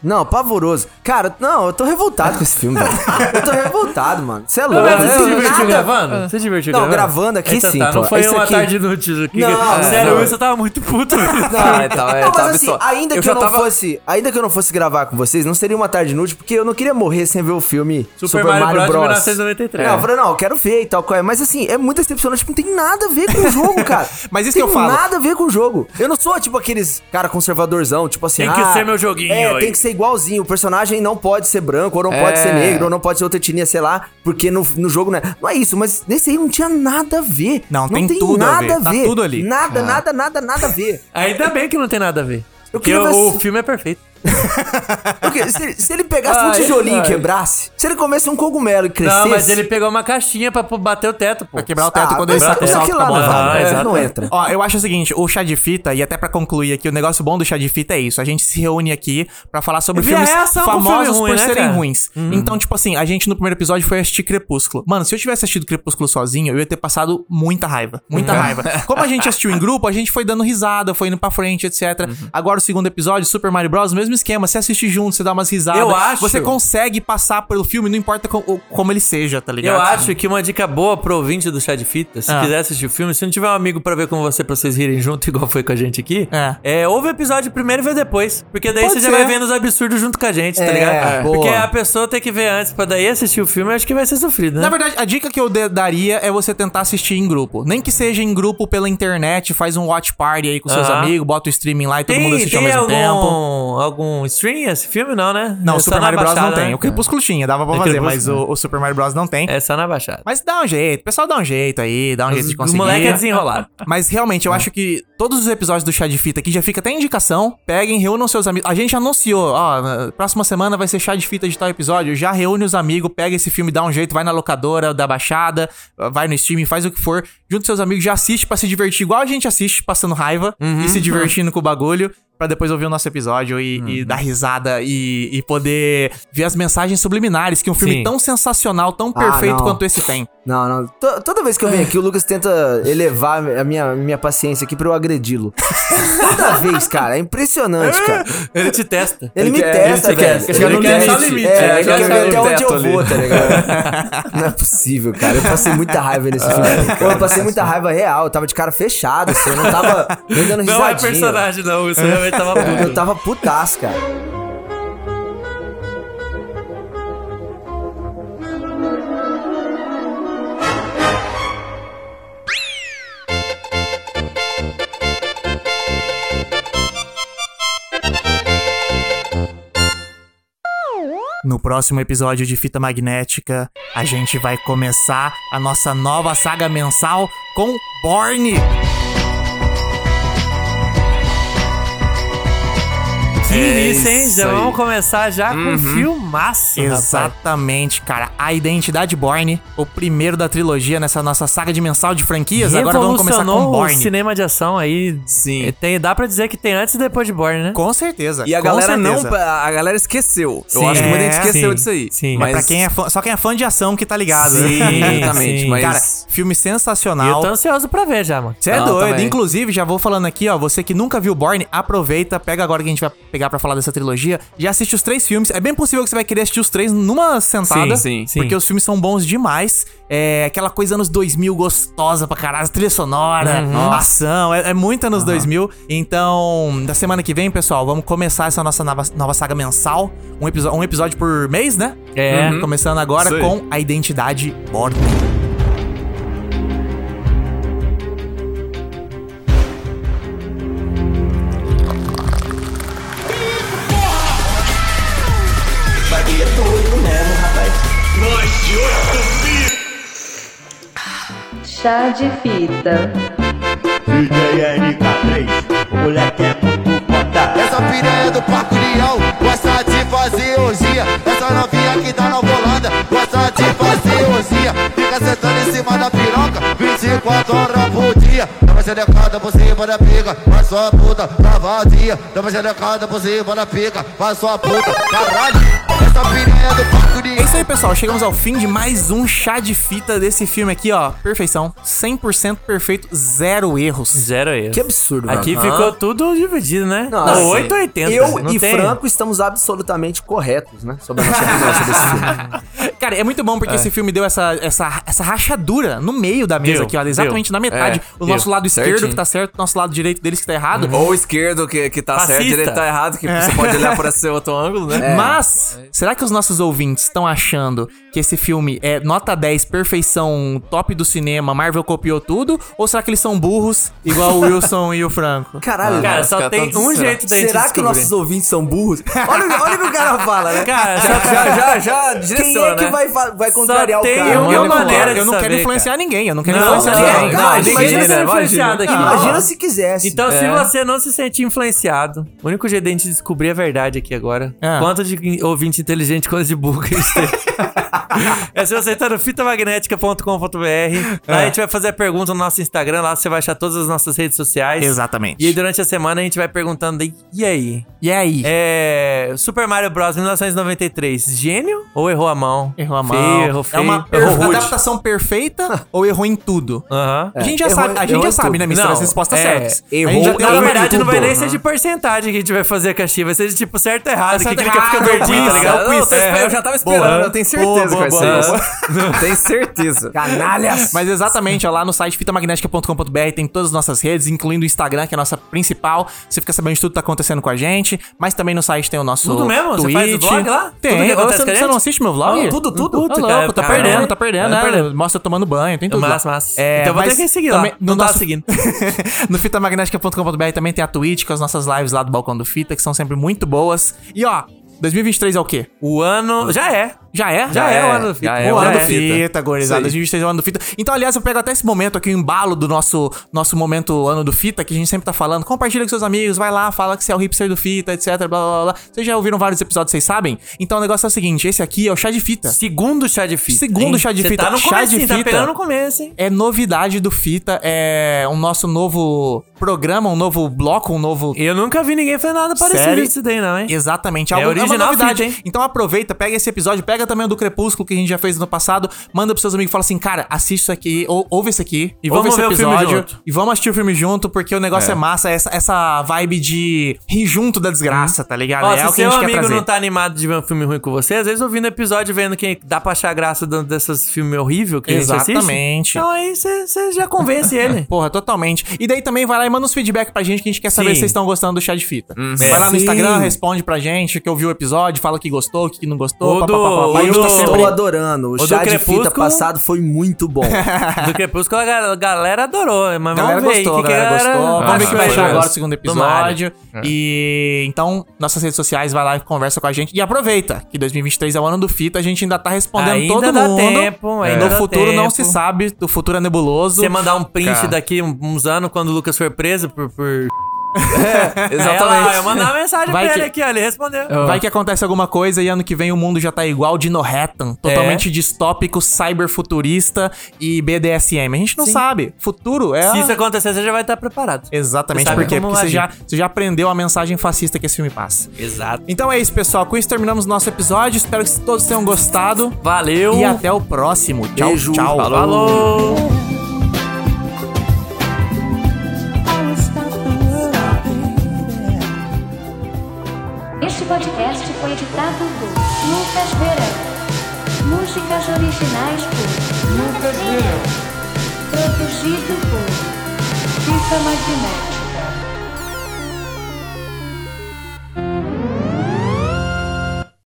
Speaker 5: Não, pavoroso. Cara, não, eu tô revoltado com esse filme, velho. Eu tô revoltado, mano. Você é louco.
Speaker 3: Mas você
Speaker 5: eu-
Speaker 3: se divertiu
Speaker 5: nada- Ah.
Speaker 3: gravando? Você se divertiu
Speaker 5: Não,
Speaker 3: gravando?
Speaker 5: gravando aqui
Speaker 3: então
Speaker 5: sim,
Speaker 3: Tá, não
Speaker 5: pô.
Speaker 3: foi
Speaker 5: Isso
Speaker 3: uma
Speaker 5: aqui-
Speaker 3: tarde inútil aqui.
Speaker 5: Não,
Speaker 3: Sério,
Speaker 5: não.
Speaker 3: isso eu tava muito puto.
Speaker 4: Ah, eu tava-
Speaker 5: Não, mas
Speaker 4: eu tava
Speaker 5: assim,
Speaker 4: só-
Speaker 5: ainda que
Speaker 4: já
Speaker 5: eu não
Speaker 4: tava-
Speaker 5: fosse, ainda que eu não fosse gravar com vocês, não seria uma tarde inútil, porque eu não queria morrer sem ver o filme
Speaker 3: Super Mario Bros. 1993.
Speaker 4: É.
Speaker 5: Não, eu falei, não, eu quero ver e tal, qual é. mas assim, é muito decepcionante, tipo, não tem nada a ver com o jogo, cara.
Speaker 2: Mas isso
Speaker 5: tem
Speaker 2: que eu falo.
Speaker 5: nada a ver com o jogo. Eu não sou, tipo, aqueles cara conservadorzão, tipo assim,
Speaker 3: Tem que
Speaker 5: ah,
Speaker 3: ser meu joguinho
Speaker 5: É,
Speaker 3: aí.
Speaker 5: tem que ser igualzinho, o personagem não pode ser branco, ou não
Speaker 4: É.
Speaker 5: pode ser negro, ou não pode ser outra etnia, sei lá, porque no, no jogo não é. Não é isso, mas nesse aí não tinha nada a ver.
Speaker 2: Não, tem tudo a
Speaker 5: nada
Speaker 2: ver, tá tudo ali.
Speaker 4: É.
Speaker 5: Nada, nada, nada, nada a ver.
Speaker 3: Ainda bem que não tem nada a ver.
Speaker 5: Eu
Speaker 3: Porque
Speaker 5: queria ver-
Speaker 3: o, o filme é perfeito.
Speaker 5: Porque se, se ele pegasse um
Speaker 3: Ai,
Speaker 5: tijolinho
Speaker 3: ai.
Speaker 5: e quebrasse, se ele comesse um cogumelo e crescesse...
Speaker 3: Não, mas ele pegou uma caixinha pra pô, bater o teto, pô.
Speaker 2: Pra quebrar o teto tá
Speaker 5: Ah,
Speaker 2: quando
Speaker 5: mas
Speaker 2: ele saca o
Speaker 5: isso
Speaker 2: salto
Speaker 5: aqui
Speaker 2: com
Speaker 5: lá
Speaker 2: a bola.
Speaker 5: não
Speaker 2: Vai.
Speaker 5: vale,
Speaker 3: Ah,
Speaker 5: né?
Speaker 3: exato.
Speaker 5: Não entra.
Speaker 2: Ó, eu acho o seguinte, o chá de fita, e até pra concluir aqui, o negócio bom do chá de fita é isso. A gente se reúne aqui pra falar sobre
Speaker 3: É
Speaker 2: filmes
Speaker 3: reação com
Speaker 2: famosos
Speaker 3: filme ruim,
Speaker 2: por
Speaker 3: né,
Speaker 2: serem
Speaker 3: cara?
Speaker 2: ruins. Então, tipo assim, a gente no primeiro episódio foi assistir Crepúsculo. Mano, se eu tivesse assistido Crepúsculo sozinho, eu ia ter passado muita raiva. Muita
Speaker 3: Uhum.
Speaker 2: raiva. Como a gente assistiu em grupo, a gente foi dando risada, foi indo pra frente, etc.
Speaker 3: Uhum.
Speaker 2: Agora o segundo episódio, Super Mario Bros, mesmo esquema. Você assiste junto, você dá umas risadas.
Speaker 3: Eu acho-
Speaker 2: Você consegue passar pelo filme, não importa co- como ele seja, tá ligado?
Speaker 3: Eu acho que uma dica boa pro ouvinte do Chá de Fita, se
Speaker 2: Ah.
Speaker 3: quiser assistir o filme, se não tiver um amigo pra ver com você, pra vocês rirem junto, igual foi com a gente aqui,
Speaker 2: É.
Speaker 3: é, ouve o episódio primeiro e vê depois. Porque daí
Speaker 2: Pode
Speaker 3: você
Speaker 2: ser.
Speaker 3: já vai vendo os absurdos junto com a gente, tá
Speaker 5: É,
Speaker 3: ligado?
Speaker 5: boa.
Speaker 3: Porque a pessoa tem que ver antes pra daí assistir o filme, eu acho que vai ser sofrido,
Speaker 2: Na
Speaker 3: né?
Speaker 2: verdade, a dica que eu de- daria é você tentar assistir em grupo. Nem que seja em grupo pela internet, faz um watch party aí com seus
Speaker 3: Aham.
Speaker 2: amigos, bota o streaming lá e todo mundo
Speaker 3: Tem,
Speaker 2: assiste ao
Speaker 3: tem
Speaker 2: mesmo
Speaker 3: algum,
Speaker 2: tempo.
Speaker 3: algum stream esse filme? Não, né?
Speaker 2: Não, o
Speaker 3: só
Speaker 2: Super
Speaker 3: na
Speaker 2: Mario Bros não
Speaker 3: baixada,
Speaker 2: tem.
Speaker 3: né?
Speaker 2: O Crepúsculo tinha, dava pra
Speaker 3: É
Speaker 2: fazer,
Speaker 3: Crepúsculo,
Speaker 2: mas o, o Super Mario Bros não tem.
Speaker 3: É só na baixada.
Speaker 2: Mas dá um jeito, o pessoal dá um jeito aí, dá um jeito de
Speaker 3: o
Speaker 2: conseguir.
Speaker 3: moleque é desenrolado.
Speaker 2: Mas realmente, eu acho que todos os episódios do Chá de Fita aqui já fica até indicação. Peguem, reúnam seus amigos. A gente anunciou, ó, na próxima semana vai ser Chá de Fita de tal episódio. Já reúne os amigos, pega esse filme, dá um jeito, vai na locadora, da baixada, vai no streaming, faz o que for. Junta seus amigos, já assiste pra se divertir, igual a gente assiste, passando raiva
Speaker 5: Uhum.
Speaker 2: e se divertindo com o bagulho. Pra depois ouvir o nosso episódio e,
Speaker 5: Uhum.
Speaker 2: e dar risada e, e poder ver as mensagens subliminares que um filme
Speaker 3: Sim.
Speaker 2: tão sensacional, tão
Speaker 5: Ah,
Speaker 2: perfeito
Speaker 5: não.
Speaker 2: quanto esse tem.
Speaker 5: Não, não. To- Toda vez que eu venho aqui, o Lucas tenta elevar a minha, minha paciência aqui pra eu agredi-lo. Toda vez, cara. É impressionante, cara.
Speaker 3: Ele te testa.
Speaker 5: Ele, me
Speaker 4: quer-
Speaker 5: testa,
Speaker 4: ele quer-
Speaker 5: velho.
Speaker 4: quer chegar
Speaker 3: no limite. Ele quer
Speaker 5: limite.
Speaker 3: achar o
Speaker 5: É,
Speaker 3: limite,
Speaker 5: ele
Speaker 3: né?
Speaker 5: quer
Speaker 3: Ele
Speaker 5: ver
Speaker 3: quer
Speaker 5: até
Speaker 4: achar o
Speaker 5: onde eu
Speaker 4: teto
Speaker 5: vou,
Speaker 4: ali.
Speaker 5: tá ligado? Não é possível, cara. Eu passei muita raiva nesse filme.
Speaker 4: É.
Speaker 5: Pô, Eu passei muita raiva real. Eu tava de cara fechada, assim. Eu não tava nem dando risadinha.
Speaker 3: Não é personagem, não. Isso realmente tava
Speaker 2: É.
Speaker 5: Eu
Speaker 3: puto.
Speaker 5: tava putaço, cara.
Speaker 2: No próximo episódio de Fita Magnética, a gente vai começar a nossa nova saga mensal com Borne.
Speaker 3: Que
Speaker 2: É
Speaker 3: isso, hein?
Speaker 4: isso
Speaker 3: Já
Speaker 4: aí.
Speaker 3: vamos começar já com um filmaço, rapaz.
Speaker 2: Uhum. Exatamente, cara. A identidade Borne, o primeiro da trilogia nessa nossa saga de mensal de franquias. Agora vamos começar com
Speaker 3: Revolucionou o
Speaker 2: Borne.
Speaker 3: cinema de ação aí.
Speaker 4: Sim.
Speaker 3: Tem, dá pra dizer que tem antes e depois de Borne, né?
Speaker 2: Com certeza.
Speaker 4: E a
Speaker 2: com
Speaker 4: galera não.
Speaker 2: certeza.
Speaker 4: A galera esqueceu.
Speaker 2: Sim.
Speaker 4: Eu acho que muita gente
Speaker 2: É,
Speaker 4: esqueceu
Speaker 3: sim,
Speaker 4: disso aí.
Speaker 3: sim.
Speaker 2: É pra quem é fã, só quem é fã de ação que tá ligado. né?
Speaker 4: Sim, exatamente.
Speaker 3: sim.
Speaker 4: Mas.
Speaker 2: Cara, filme
Speaker 3: E eu
Speaker 2: sensacional.
Speaker 3: tô ansioso pra ver já, mano.
Speaker 2: Você é
Speaker 4: Não,
Speaker 2: doido.
Speaker 4: também.
Speaker 2: Inclusive, já vou falando aqui, ó. Você que nunca viu Borne, aproveita, pega agora que a gente vai pegar pra falar dessa trilogia, já assiste os três filmes. É bem possível que você vai querer assistir os três numa sentada.
Speaker 4: Sim, sim, sim.
Speaker 2: Porque os filmes são bons demais. É aquela coisa anos 2000 gostosa pra caralho. Trilha sonora,
Speaker 4: Uhum.
Speaker 2: ação. É, é muito anos 2000. Então, da semana que vem, pessoal, vamos começar essa nossa nova, nova saga mensal. Um, episo- um episódio por mês, né?
Speaker 3: É.
Speaker 2: Uhum. Começando agora
Speaker 4: Isso aí.
Speaker 2: com a identidade morta.
Speaker 10: Chá de fita.
Speaker 9: Essa piranha do Parque Leão gosta de fazer orgia. Essa novinha que tá na Holanda gosta de fazer orgia. Fica sentando em cima da piroca, 24 horas por dia. Dá uma gelecada por cima da pica, faz sua puta, na vadia. Dá uma gelecada por cima da pica, faz sua puta, caralho. Essa piranha do Parque Leão.
Speaker 2: É isso aí, pessoal. Chegamos ao fim de mais um chá de fita desse filme aqui, ó. Perfeição. 100% perfeito, zero erros.
Speaker 3: Zero erro.
Speaker 5: Que absurdo, velho.
Speaker 3: Aqui ficou tudo dividido, né?
Speaker 5: Não,
Speaker 3: Não,
Speaker 5: assim,
Speaker 3: 8 ou 80.
Speaker 5: Eu
Speaker 3: não
Speaker 5: e
Speaker 3: tem.
Speaker 5: Franco estamos absolutamente corretos, né? Sobre a nossa opinião sobre esse filme.
Speaker 3: Uhum.
Speaker 2: Cara, é muito bom porque esse filme deu essa, essa, essa rachadura no meio da mesa
Speaker 3: Deu,
Speaker 2: aqui, olha. Exatamente
Speaker 3: deu.
Speaker 2: na metade.
Speaker 3: É,
Speaker 2: o nosso
Speaker 3: deu. Uhum.
Speaker 2: lado esquerdo
Speaker 4: Certinho.
Speaker 2: que tá certo, o nosso lado direito deles que tá errado.
Speaker 4: Ou esquerdo que, que tá certo,
Speaker 3: Fascista.
Speaker 4: direito tá errado, que
Speaker 3: É.
Speaker 4: você pode olhar por esse outro ângulo, né?
Speaker 2: Mas, será que os nossos ouvintes estão achando que esse filme é nota 10, perfeição, top do cinema, Marvel copiou tudo? Ou será que eles são burros, igual o Wilson e o Franco?
Speaker 5: Caralho,
Speaker 3: Cara,
Speaker 5: cara,
Speaker 4: os
Speaker 3: só
Speaker 4: caras
Speaker 3: tem
Speaker 4: tão
Speaker 3: um
Speaker 4: desesperado.
Speaker 3: jeito da gente
Speaker 5: será que
Speaker 3: descobrir.
Speaker 5: nossos ouvintes são burros? Olha, olha o que o cara fala, né?
Speaker 3: Cara, só,
Speaker 4: Já, já, já
Speaker 5: Quem
Speaker 4: direciona,
Speaker 5: é que
Speaker 4: né?
Speaker 5: vai, fa- vai contrariar o
Speaker 3: tem
Speaker 5: cara?
Speaker 3: eu-
Speaker 5: Olha
Speaker 3: eu
Speaker 5: como-
Speaker 3: maneiro. maneira de
Speaker 2: eu não quero
Speaker 3: saber,
Speaker 2: influenciar ninguém, eu não quero
Speaker 3: Não,
Speaker 2: influenciar
Speaker 3: não, é
Speaker 2: ninguém.
Speaker 5: não,
Speaker 2: Cara,
Speaker 5: ninguém,
Speaker 2: imagina
Speaker 5: né?
Speaker 2: se eu
Speaker 3: Imagina.
Speaker 2: influenciado aqui.
Speaker 3: Não.
Speaker 5: Imagina se quisesse.
Speaker 3: Então, se
Speaker 5: É.
Speaker 3: você não se sente influenciado, o único jeito de a gente descobrir a verdade aqui agora,
Speaker 2: Ah.
Speaker 3: quanto de ouvinte inteligente, quanto de burro que a gente tem, é se você entrar no fitamagnética.com.br. Lá a gente vai fazer a pergunta no nosso Instagram, lá você vai achar todas as nossas redes sociais.
Speaker 2: Exatamente.
Speaker 3: E aí, durante a semana, a gente vai perguntando, aí, e aí?
Speaker 2: E aí?
Speaker 3: É. Super Mario Bros. 1993, gênio ou errou a mão?
Speaker 2: Errou a mão.
Speaker 3: Feio, errou feio.
Speaker 2: é uma per-
Speaker 3: errou rude.
Speaker 2: adaptação É, perfeita ou errou em tudo?
Speaker 3: Aham.
Speaker 2: A gente já
Speaker 5: É, errou-
Speaker 2: sabe, a gente
Speaker 5: errou
Speaker 2: já
Speaker 5: em
Speaker 2: sabe,
Speaker 5: tudo.
Speaker 2: né, Mister?
Speaker 3: Não,
Speaker 2: As respostas
Speaker 3: é,
Speaker 2: certas. a
Speaker 5: errou-
Speaker 2: gente já tem
Speaker 3: Na
Speaker 5: errou
Speaker 2: uma-
Speaker 5: em
Speaker 3: verdade, não vai
Speaker 5: tudo,
Speaker 3: nem ser de porcentagem que a gente vai fazer a caixinha, vai ser de tipo certo ou errado.
Speaker 2: Certo
Speaker 3: que
Speaker 2: ou
Speaker 3: fica, fica
Speaker 2: errado,
Speaker 3: verdinho, tá
Speaker 2: quiz,
Speaker 3: ligado?
Speaker 2: cara.
Speaker 4: Não,
Speaker 3: Não,
Speaker 4: eu tô esper-
Speaker 3: é.
Speaker 4: eu já tava esperando, eu tenho certeza
Speaker 2: boa,
Speaker 4: que vai
Speaker 2: boa.
Speaker 4: ser isso. tenho certeza.
Speaker 5: Canalhas!
Speaker 2: Mas exatamente, ó, lá no site fitamagnética.com.br tem todas as nossas redes, incluindo o Instagram, que é a nossa principal. Você fica sabendo de tudo que tá acontecendo com a gente. Mas também no site tem o nosso
Speaker 3: Tudo mesmo? Você
Speaker 2: Twitch.
Speaker 3: faz o vlog lá?
Speaker 2: Tem.
Speaker 3: Tudo que
Speaker 2: Ô,
Speaker 3: acontece
Speaker 2: você,
Speaker 3: com a
Speaker 2: você
Speaker 3: gente?
Speaker 2: não assiste meu vlog?
Speaker 3: Ah, tudo, tudo.
Speaker 2: Puta,
Speaker 3: Puta,
Speaker 2: louco, tá
Speaker 3: cara,
Speaker 2: perdendo,
Speaker 3: cara.
Speaker 2: tá perdendo.
Speaker 3: Tá
Speaker 2: né?
Speaker 3: perdendo.
Speaker 2: Mostra eu tomando banho, tem tudo.
Speaker 3: Massa,
Speaker 2: lá. É,
Speaker 3: massa. Então vou
Speaker 2: mas
Speaker 3: ter que seguir lá.
Speaker 2: também
Speaker 3: Não tá
Speaker 2: no
Speaker 3: tava
Speaker 2: nosso-
Speaker 3: seguindo.
Speaker 2: no fitamagnética.com.br também tem a Twitch com as nossas lives lá do Balcão do Fita, que são sempre muito boas. E ó, 2023 é o quê?
Speaker 3: O ano. Já é.
Speaker 2: Já é?
Speaker 3: Já é o ano do Fita.
Speaker 2: Já
Speaker 3: Já
Speaker 2: é
Speaker 3: é
Speaker 2: o ano
Speaker 3: já
Speaker 2: do
Speaker 3: é.
Speaker 2: Fita, gorizada.
Speaker 4: Isso aí.
Speaker 2: 2023 é o ano do Fita. Então, aliás, eu pego até esse momento aqui, o embalo do nosso, nosso momento ano do Fita, que a gente sempre tá falando. Compartilha com seus amigos, vai lá, fala que você é o hipster do Fita, etc, blá, blá, blá. Vocês já ouviram vários episódios, vocês sabem? Então, o negócio é o seguinte, esse aqui é o Chá de Fita.
Speaker 3: Segundo chá de fita.
Speaker 2: Segundo chá de
Speaker 3: Você
Speaker 2: fita.
Speaker 3: Tá no
Speaker 2: Chá
Speaker 3: começo,
Speaker 2: de
Speaker 3: tá
Speaker 2: fita.
Speaker 3: pegando no começo, hein?
Speaker 2: É novidade do Fita, é um nosso novo programa, um novo bloco, um novo
Speaker 3: Eu nunca vi ninguém fazer nada parecido
Speaker 2: Série?
Speaker 3: disso daí, não, hein?
Speaker 2: Exatamente.
Speaker 3: É
Speaker 2: Algo- uma
Speaker 3: original
Speaker 2: novidade.
Speaker 3: fita, hein?
Speaker 2: Então aproveita, pega esse episódio, pega também o do Crepúsculo que a gente já fez no passado, manda pros seus amigos e fala assim, cara, assiste isso aqui, ou, ouve esse aqui,
Speaker 3: E vamos
Speaker 2: ouve esse
Speaker 3: ver o filme
Speaker 2: episódio,
Speaker 3: junto.
Speaker 2: e vamos assistir o filme junto, porque o negócio é, massa, essa, essa vibe de rir junto da desgraça, tá ligado?
Speaker 3: Ó,
Speaker 2: é
Speaker 3: se
Speaker 2: o que
Speaker 3: seu
Speaker 2: a gente quer
Speaker 3: amigo
Speaker 2: trazer.
Speaker 3: não tá animado de ver um filme ruim com você, às vezes ouvindo episódio, vendo que dá pra achar graça do- desses filmes horríveis que a gente assiste.
Speaker 2: Exatamente. É,
Speaker 3: Então aí você já convence ele.
Speaker 2: Porra, totalmente. E daí também vai lá e manda uns feedback pra gente que a gente quer saber
Speaker 3: Sim. Uhum.
Speaker 2: se vocês estão gostando do chá de fita. Vai lá no
Speaker 5: Sim.
Speaker 2: Instagram, responde pra gente que ouviu o episódio, fala o que gostou, o que não gostou,
Speaker 3: Ou do-
Speaker 2: papapá.
Speaker 3: ou do-
Speaker 2: Eu tô
Speaker 5: Estou
Speaker 2: sempre
Speaker 5: adorando. O,
Speaker 3: do
Speaker 5: chá de fita
Speaker 3: Crepúsculo-
Speaker 5: passado foi muito bom.
Speaker 3: é, Do Crepúsculo a gal- galera adorou, mas
Speaker 2: galera
Speaker 3: vamos ver
Speaker 2: gostou,
Speaker 3: o que, que a
Speaker 2: galera
Speaker 3: galera
Speaker 2: gostou. Vamos ver o que
Speaker 3: achou.
Speaker 2: vai
Speaker 4: foi
Speaker 2: achar
Speaker 4: isso.
Speaker 2: agora o segundo
Speaker 3: Tomara. É.
Speaker 2: episódio. E então, nossas redes sociais, vai lá e conversa com a gente. E aproveita que 2023 é o ano do Fita, a gente ainda tá respondendo
Speaker 3: Ainda
Speaker 2: todo
Speaker 3: dá
Speaker 2: mundo.
Speaker 3: tempo, ainda
Speaker 2: no
Speaker 3: dá
Speaker 2: futuro não
Speaker 3: tempo.
Speaker 2: se sabe, o futuro é nebuloso.
Speaker 3: Você mandar um print
Speaker 4: Cara.
Speaker 3: daqui um- uns anos, quando o Lucas for preso por... por... Aí
Speaker 4: Exatamente.
Speaker 3: ela- eu mandar uma mensagem
Speaker 2: É, Vai
Speaker 3: pra
Speaker 2: que-
Speaker 3: ele aqui, ó, ele respondeu.
Speaker 2: Vai que acontece alguma coisa e ano que vem o mundo já tá igual de Nohattan, totalmente distópico, cyberfuturista e BDSM. A gente não sabe. Futuro é.
Speaker 3: Se isso acontecer, você já vai estar preparado.
Speaker 2: Exatamente,
Speaker 3: Você
Speaker 2: por
Speaker 3: sabe
Speaker 2: quê?
Speaker 3: como
Speaker 2: Porque você
Speaker 3: agir.
Speaker 2: já, você já aprendeu a mensagem fascista que esse filme passa.
Speaker 3: Exato.
Speaker 2: Então é isso, pessoal. Com isso terminamos nosso episódio. Espero que todos tenham gostado.
Speaker 3: Valeu.
Speaker 2: E até o próximo. Tchau,
Speaker 5: Beijo.
Speaker 2: tchau.
Speaker 5: Falou.
Speaker 3: Falou.
Speaker 10: Músicas originais por Lucas Verão. Produzido por Fita Magnética.